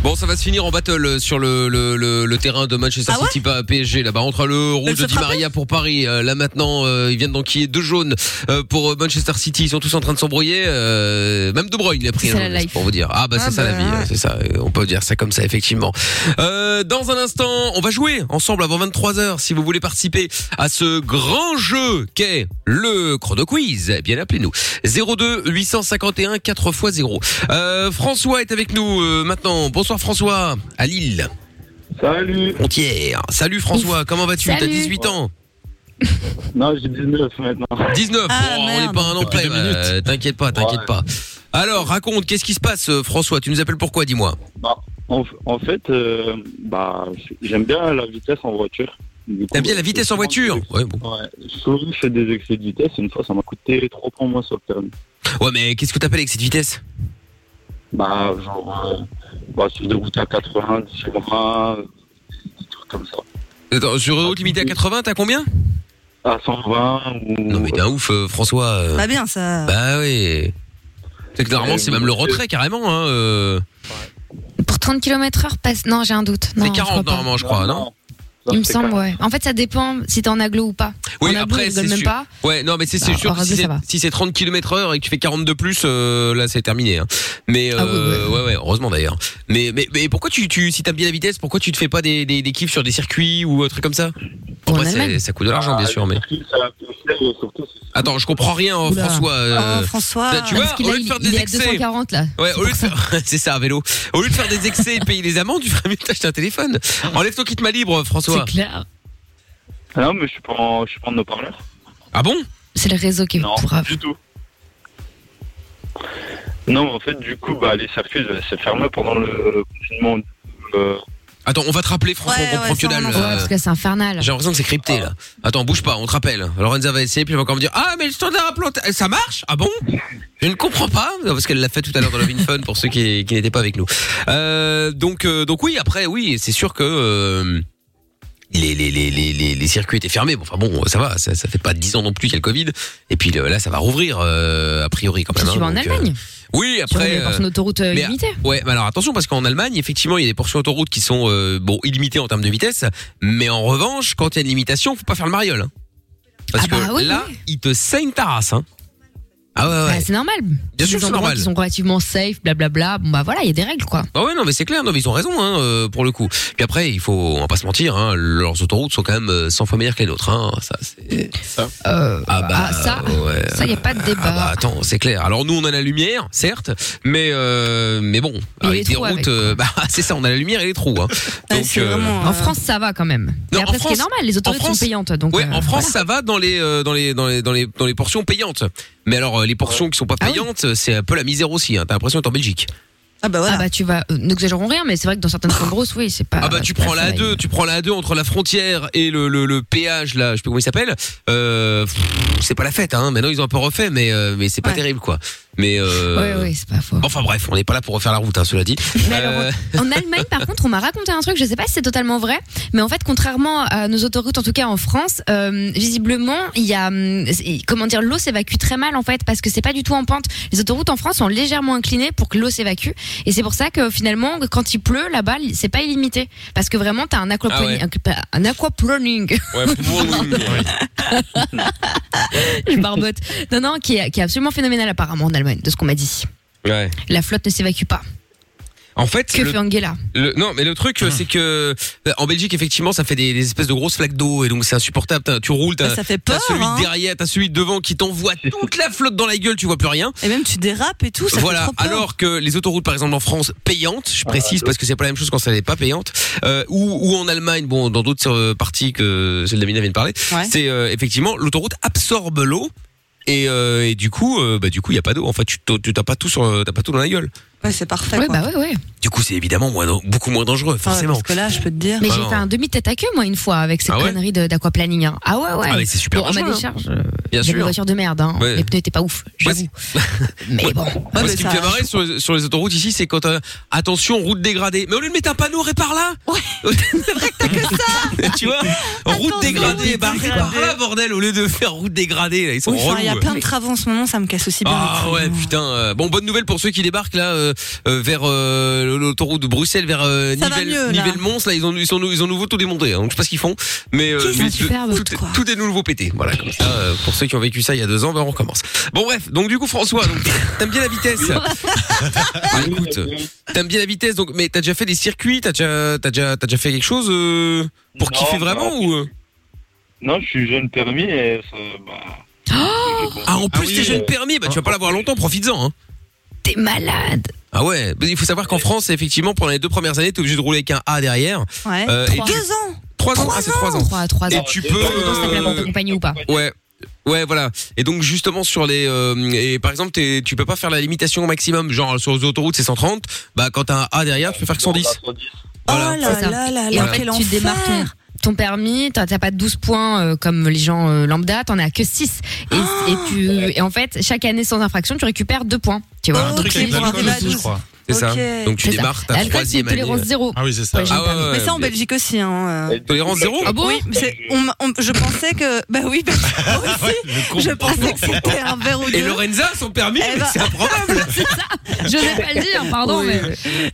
Speaker 2: Bon, ça va se finir en battle euh, sur le, le, le, le terrain de Manchester
Speaker 5: Ah ouais
Speaker 2: City pas PSG là-bas entre le rouge
Speaker 5: Ils se
Speaker 2: de Di
Speaker 5: frappent
Speaker 2: Maria pour Paris. euh, là maintenant, euh, ils viennent d'enquiller deux jaunes euh, pour euh, Manchester City. Ils sont tous en train de s'embrouiller. euh, même De Bruyne il a pris
Speaker 7: C'est
Speaker 2: un
Speaker 7: la
Speaker 2: geste,
Speaker 7: life.
Speaker 2: pour vous dire. Ah bah
Speaker 5: Ah
Speaker 2: c'est ça la
Speaker 5: bah,
Speaker 2: vie,
Speaker 5: ouais.
Speaker 2: hein, c'est ça. euh, On peut dire ça comme ça effectivement. Euh, dans un instant, on va jouer ensemble avant 23 h Si vous voulez participer à ce grand jeu qu'est le chrono quiz, eh bien appelez-nous 02 851 4 x 0. Euh, François est avec nous euh, maintenant. Bonsoir François, à Lille,
Speaker 8: Salut
Speaker 2: frontière. Salut François, comment vas-tu T'as
Speaker 7: Salut.
Speaker 2: 18 ans
Speaker 8: Non, j'ai 19 maintenant.
Speaker 2: 19
Speaker 5: Ah,
Speaker 2: Oh, On
Speaker 5: merde.
Speaker 2: n'est pas un an
Speaker 3: Depuis
Speaker 2: près,
Speaker 3: deux minutes.
Speaker 2: euh, t'inquiète pas, t'inquiète
Speaker 8: Ouais.
Speaker 2: pas. Alors, raconte, qu'est-ce qui se passe euh, François Tu nous appelles pourquoi, dis-moi
Speaker 8: Bah, en, en fait, euh, bah, j'aime bien la vitesse en voiture. Du coup,
Speaker 2: T'aimes bien la
Speaker 8: euh,
Speaker 2: vitesse en
Speaker 8: souvent,
Speaker 2: voiture ouais, bon.
Speaker 8: je- Ouais, souvent je fais des excès de vitesse. Une fois, ça m'a coûté 3 points moins sur le permis.
Speaker 2: ouais, mais qu'est-ce que t'appelles avec cette vitesse
Speaker 8: Bah, genre, euh, bah, sur des routes à 80, 120, des trucs comme ça.
Speaker 2: Attends, sur une route limitée à 80, t'as combien
Speaker 8: À 120 ou.
Speaker 2: Non, mais d'un ouf, euh, François. euh.
Speaker 5: Bah bien ça.
Speaker 2: Bah oui. C'est que normalement, c'est même le retrait carrément. Hein, euh.
Speaker 7: Pour 30 km heure passe. Non, j'ai un doute. Non,
Speaker 2: C'est
Speaker 7: je crois
Speaker 2: 40
Speaker 7: pas.
Speaker 2: normalement, je crois, non,
Speaker 7: Il me semble, ouais. En fait, ça dépend si t'es en aglo ou pas.
Speaker 2: Oui,
Speaker 7: en aglo,
Speaker 2: après,
Speaker 7: ils rigolent
Speaker 2: c'est
Speaker 7: même
Speaker 2: sûr.
Speaker 7: pas.
Speaker 2: Ouais, non, mais c'est c'est
Speaker 7: Bah,
Speaker 2: sûr
Speaker 7: en
Speaker 2: que si
Speaker 7: radio,
Speaker 2: c'est
Speaker 7: ça va.
Speaker 2: si c'est 30 km heure et que tu fais 42 plus, euh, là, c'est terminé. hein. Mais,
Speaker 7: Ah oui,
Speaker 2: euh, ouais, ouais, heureusement d'ailleurs. Mais, mais, mais pourquoi tu, tu, si t'aimes bien la vitesse, pourquoi tu te fais pas des, des, des kiffs sur des circuits ou un truc comme ça
Speaker 7: Ou en
Speaker 2: Après, c'est-
Speaker 7: Allemagne.
Speaker 2: ça coûte de l'argent,
Speaker 8: Ah,
Speaker 2: bien sûr, mais. Attends, je comprends rien, hein,
Speaker 7: Oula.
Speaker 2: François. euh,
Speaker 5: Oh, François.
Speaker 2: Là, tu vois,
Speaker 7: Parce qu'il
Speaker 2: au
Speaker 7: a-
Speaker 2: lieu de faire
Speaker 7: il
Speaker 2: des
Speaker 7: est à
Speaker 2: excès.
Speaker 7: 240 là.
Speaker 2: Ouais, au lieu de faire, c'est ça, un vélo. Au lieu de faire des excès et de payer les amendes, tu ferais mieux de t'acheter un téléphone. Enlève ton kit ma libre,
Speaker 7: C'est
Speaker 2: François.
Speaker 7: clair.
Speaker 8: Ah non, mais je suis pas en, je suis pas en haut-parleur.
Speaker 2: Ah bon
Speaker 7: C'est le réseau qui est
Speaker 8: Non,
Speaker 7: brave.
Speaker 8: du tout. Non, en fait, du coup, bah, les circuits, euh, c'est fermé pendant le confinement. Euh,
Speaker 2: Attends, on va te rappeler, François,
Speaker 5: Ouais,
Speaker 2: on comprend
Speaker 5: ouais,
Speaker 2: que
Speaker 5: ça,
Speaker 2: dalle.
Speaker 5: on en
Speaker 7: Ouais,
Speaker 5: parle.
Speaker 2: euh,
Speaker 7: parce que c'est infernal.
Speaker 2: J'ai l'impression que c'est crypté là. Attends, bouge pas, on te rappelle. Lorenza va essayer, puis elle va encore me dire Ah, mais le standard à planter, ça marche Ah bon Je ne comprends pas, Non, parce qu'elle l'a fait tout à l'heure dans Love in Fun pour ceux qui, qui n'étaient pas avec nous. Euh, donc, euh, donc oui, après, oui, c'est sûr que euh, les, les, les, les, les, les circuits étaient fermés. Bon, enfin bon, ça va, ça, ça fait pas 10 ans non plus qu'il y a le Covid. Et puis le- là, ça va rouvrir, euh, a priori quand
Speaker 7: Si
Speaker 2: même.
Speaker 7: tu
Speaker 2: hein.
Speaker 7: vas en
Speaker 2: Donc, euh,
Speaker 7: Allemagne,
Speaker 2: Oui,
Speaker 7: tu vas
Speaker 2: après.
Speaker 7: aller par
Speaker 2: euh,
Speaker 7: une autoroute euh,
Speaker 2: mais-
Speaker 7: limitée.
Speaker 2: Ouais, mais alors attention parce qu'en Allemagne, effectivement, il y a des portions autoroutes qui sont euh, bon illimitées en termes de vitesse, mais en revanche, quand il y a une limitation, faut pas faire le mariole. hein. Parce
Speaker 7: Ah bah
Speaker 2: que
Speaker 7: oui,
Speaker 2: là,
Speaker 7: oui.
Speaker 2: il te saigne ta race. Hein. Ah ouais, ouais.
Speaker 7: Bah, c'est normal. Des
Speaker 2: sûr que c'est
Speaker 7: endroits
Speaker 2: normal.
Speaker 7: qui sont relativement safe, blablabla. Bon, bah voilà, il y a des règles quoi.
Speaker 2: Bah ouais, non, mais c'est clair, non, mais ils ont raison, hein, euh, pour le coup. Puis après, il faut, on va pas se mentir, hein, leurs autoroutes sont quand même euh, 100 fois meilleures que les nôtres. Hein, ça, c'est.
Speaker 7: Euh,
Speaker 2: Ah bah.
Speaker 7: ah, ça,
Speaker 2: ouais.
Speaker 7: ça, y a pas de débat.
Speaker 2: Ah bah attends, c'est clair. Alors nous on a la lumière, certes, mais euh, mais bon,
Speaker 7: Et les
Speaker 2: avec des
Speaker 7: trous
Speaker 2: routes,
Speaker 7: avec, Ah,
Speaker 2: euh, bah c'est ça, on a la lumière et les trous. Hein.
Speaker 5: Ouais,
Speaker 2: Donc
Speaker 5: c'est
Speaker 2: euh,
Speaker 5: vraiment, euh,
Speaker 7: En France, ça va quand même.
Speaker 2: Non,
Speaker 7: Mais
Speaker 2: en
Speaker 7: après, ce qui est
Speaker 2: France-
Speaker 7: normal, les autoroutes
Speaker 2: France-
Speaker 7: sont payantes. Donc,
Speaker 2: Ouais,
Speaker 7: euh,
Speaker 2: en France,
Speaker 7: voilà.
Speaker 2: ça va dans les, euh, dans les dans les dans les dans les portions payantes. Mais alors euh, les portions qui sont pas
Speaker 7: Ah oui.
Speaker 2: payantes, euh, c'est un peu la misère aussi. Hein. T'as l'impression d'être en Belgique.
Speaker 5: Ah bah
Speaker 7: Ah
Speaker 5: voilà.
Speaker 7: bah tu vas, euh, n'exagérons rien, mais c'est vrai que dans certaines grandes grosses, oui, c'est pas.
Speaker 2: Ah bah tu
Speaker 7: c'est pas
Speaker 2: prends la
Speaker 7: ça,
Speaker 2: A2, tu prends la A2 entre la frontière et le le, le péage là, je sais plus comment il s'appelle. Euh, pff, c'est pas la fête. Hein. Maintenant ils ont un peu refait, mais euh, mais c'est pas
Speaker 5: Ouais.
Speaker 2: terrible quoi. Mais euh,
Speaker 7: Ouais, ouais, c'est pas faux.
Speaker 2: Enfin bref, on n'est pas là pour refaire la route, hein, cela dit.
Speaker 7: Mais alors,
Speaker 2: Euh,
Speaker 7: En Allemagne, par contre, on m'a raconté un truc, je sais pas si c'est totalement vrai, mais en fait, contrairement à nos autoroutes, en tout cas en France, euh, visiblement, il y a, hum, c'est- comment dire, l'eau s'évacue très mal en fait, parce que c'est pas du tout en pente. Les autoroutes en France sont légèrement inclinées pour que l'eau s'évacue, et c'est pour ça que finalement, quand il pleut là-bas, c'est pas illimité, parce que vraiment, t'as un aquaplaning, un, un aquaplaning, je barbote, non non, qui est, qui est absolument phénoménal apparemment en Allemagne, de ce qu'on m'a dit.
Speaker 2: Ouais.
Speaker 7: La flotte ne s'évacue pas.
Speaker 2: En fait,
Speaker 7: Que
Speaker 2: le-
Speaker 7: fait Angela
Speaker 2: Le- non, mais le truc, euh, c'est que euh, en Belgique, effectivement, ça fait des, des espèces de grosses flaques d'eau et donc c'est insupportable. T'as- Tu roules,
Speaker 5: Bah,
Speaker 2: t'as
Speaker 5: ça fait
Speaker 2: t'as
Speaker 5: peur.
Speaker 2: celui
Speaker 5: hein.
Speaker 2: de derrière, t'as celui de devant qui t'envoie toute la flotte dans la gueule, tu vois plus rien.
Speaker 5: Et même tu dérapes et tout. Ça fait
Speaker 2: voilà.
Speaker 5: trop peur.
Speaker 2: Alors que les autoroutes, par exemple, en France, payantes, je précise parce que c'est pas la même chose quand ça n'est pas payante, euh, ou, ou en Allemagne, bon, dans d'autres euh, parties que celle d'Amina vient de parler,
Speaker 5: Ouais.
Speaker 2: c'est euh, effectivement l'autoroute absorbe l'eau. Et, euh, et du coup, euh, bah du coup, il y a pas d'eau. En fait, tu t'as tu t'as pas tout sur, t'as pas tout dans la gueule.
Speaker 5: Ouais, c'est parfait.
Speaker 7: Ouais
Speaker 5: quoi.
Speaker 7: bah ouais ouais.
Speaker 2: Du coup, c'est évidemment moins, dan- beaucoup moins dangereux,
Speaker 5: Ah ouais,
Speaker 2: forcément.
Speaker 5: Parce que là, je peux te dire.
Speaker 7: Mais
Speaker 2: Ah
Speaker 7: j'ai
Speaker 2: non.
Speaker 7: fait un demi-tête à queue, moi, une fois, avec cette
Speaker 2: Ah ouais
Speaker 7: connerie de- d'aquaplaning. hein. Ah ouais, ouais.
Speaker 2: Ah mais c'est super
Speaker 7: Bon, à ma
Speaker 2: dangereux, hein.
Speaker 7: décharge, euh,
Speaker 2: Bien
Speaker 7: j'avais une
Speaker 2: sûr.
Speaker 7: voiture de merde. Hein.
Speaker 2: Ouais.
Speaker 7: Les pneus étaient pas ouf, j'avoue. Mais bon.
Speaker 2: Moi,
Speaker 5: Ouais,
Speaker 2: ce
Speaker 5: mais
Speaker 2: qui me
Speaker 5: ça-
Speaker 2: fait marrer sur, les- sur les autoroutes ici, c'est quand euh, attention route dégradée. Mais au lieu de mettre un panneau, répare là. Ouais. c'est vrai que t'as que ça. tu vois, route
Speaker 5: Attention,
Speaker 2: dégradée,
Speaker 5: route
Speaker 2: bah répare là bordel au lieu de faire route dégradée. Là, ils sont
Speaker 5: Oui, enfin,
Speaker 2: relous.
Speaker 5: il y a plein de travaux en ce moment, ça me casse aussi bien. les
Speaker 2: Ah
Speaker 5: couilles,
Speaker 2: ouais
Speaker 5: hein.
Speaker 2: putain euh, bon bonne nouvelle pour ceux qui débarquent là euh, euh, vers euh, l'autoroute de Bruxelles vers euh,
Speaker 5: Ça va
Speaker 2: Nivelles
Speaker 5: mieux, là.
Speaker 2: Nivelles Mons là ils ont ils sont ils ont nouveau tout démonté hein, donc je sais pas ce qu'ils font mais, euh,
Speaker 5: Qu'est-ce
Speaker 2: mais
Speaker 7: qu'ils foutent,
Speaker 2: tout,
Speaker 5: quoi.
Speaker 2: tout est nouveau pété voilà comme ça euh, pour ceux qui ont vécu ça il y a deux ans ben on recommence bon bref donc du coup François donc t'aimes bien la vitesse Bah, écoute t'aimes bien la vitesse donc mais t'as déjà fait des circuits t'as déjà t'as déjà t'as déjà fait quelque chose euh, pour
Speaker 8: Non,
Speaker 2: kiffer
Speaker 8: non.
Speaker 2: vraiment ou euh
Speaker 8: Non, je suis jeune permis et ça, bah.
Speaker 2: ah en plus
Speaker 8: oui,
Speaker 2: t'es jeune
Speaker 8: euh,
Speaker 2: permis bah tu vas pas l'avoir longtemps profites-en hein.
Speaker 7: T'es malade.
Speaker 2: Ah ouais, mais il faut savoir qu'en France, effectivement, pendant les deux premières années, t'es obligé de rouler avec un A derrière.
Speaker 5: Ouais.
Speaker 2: Euh, et
Speaker 7: Trois.
Speaker 2: tu-
Speaker 5: Deux ans.
Speaker 2: trois ans, ah, c'est trois ans.
Speaker 7: 3 à 3
Speaker 2: Et
Speaker 7: ans.
Speaker 2: tu peux.
Speaker 7: Dedans, ça s'appelle la porte compagnie ou pas
Speaker 2: Ouais. Ouais, voilà. Et donc justement sur les euh, et par exemple t'es- tu peux pas faire la limitation au maximum, genre sur les autoroutes c'est 130, bah quand t'as un A derrière tu peux faire que 110. Voilà.
Speaker 5: Oh là
Speaker 7: C'est ça.
Speaker 5: là là
Speaker 7: Et
Speaker 5: là.
Speaker 7: en fait,
Speaker 5: quel
Speaker 7: tu
Speaker 5: enfer.
Speaker 7: démarres ton, ton permis, t'as t'as pas 12 points euh, comme les gens
Speaker 5: Ah.
Speaker 7: euh, lambda, t'en as que 6. Et, et tu, et en fait, chaque année sans infraction, tu récupères 2 points. Tu
Speaker 2: Ah,
Speaker 7: vois.
Speaker 3: Un truc
Speaker 5: Ok,
Speaker 3: avec
Speaker 5: pour
Speaker 3: l'alcool
Speaker 5: arriver à
Speaker 3: aussi, je
Speaker 5: 12.
Speaker 3: crois.
Speaker 2: C'est ça.
Speaker 5: Ok.
Speaker 2: Donc tu
Speaker 7: C'est ça.
Speaker 2: démarres ta
Speaker 7: Alcool, c'est
Speaker 2: troisième année.
Speaker 7: tolérance zéro.
Speaker 3: Ah oui, c'est ça.
Speaker 7: Oh. Ouais, j'ai
Speaker 2: Ah
Speaker 7: pas mis.
Speaker 2: ouais,
Speaker 5: Mais
Speaker 2: ouais.
Speaker 5: ça en Belgique aussi. Hein, euh.
Speaker 2: Tolérance zéro
Speaker 7: Ah bon
Speaker 5: oui, c'est- on, m'a- on- je pensais que. Bah oui, bah, moi aussi, je pensais que c'était un verre ou deux.
Speaker 2: Et Lorenza, son permis,
Speaker 5: Eh ben-
Speaker 2: c'est improbable.
Speaker 7: Je vais pas le dire, pardon,
Speaker 5: Oui.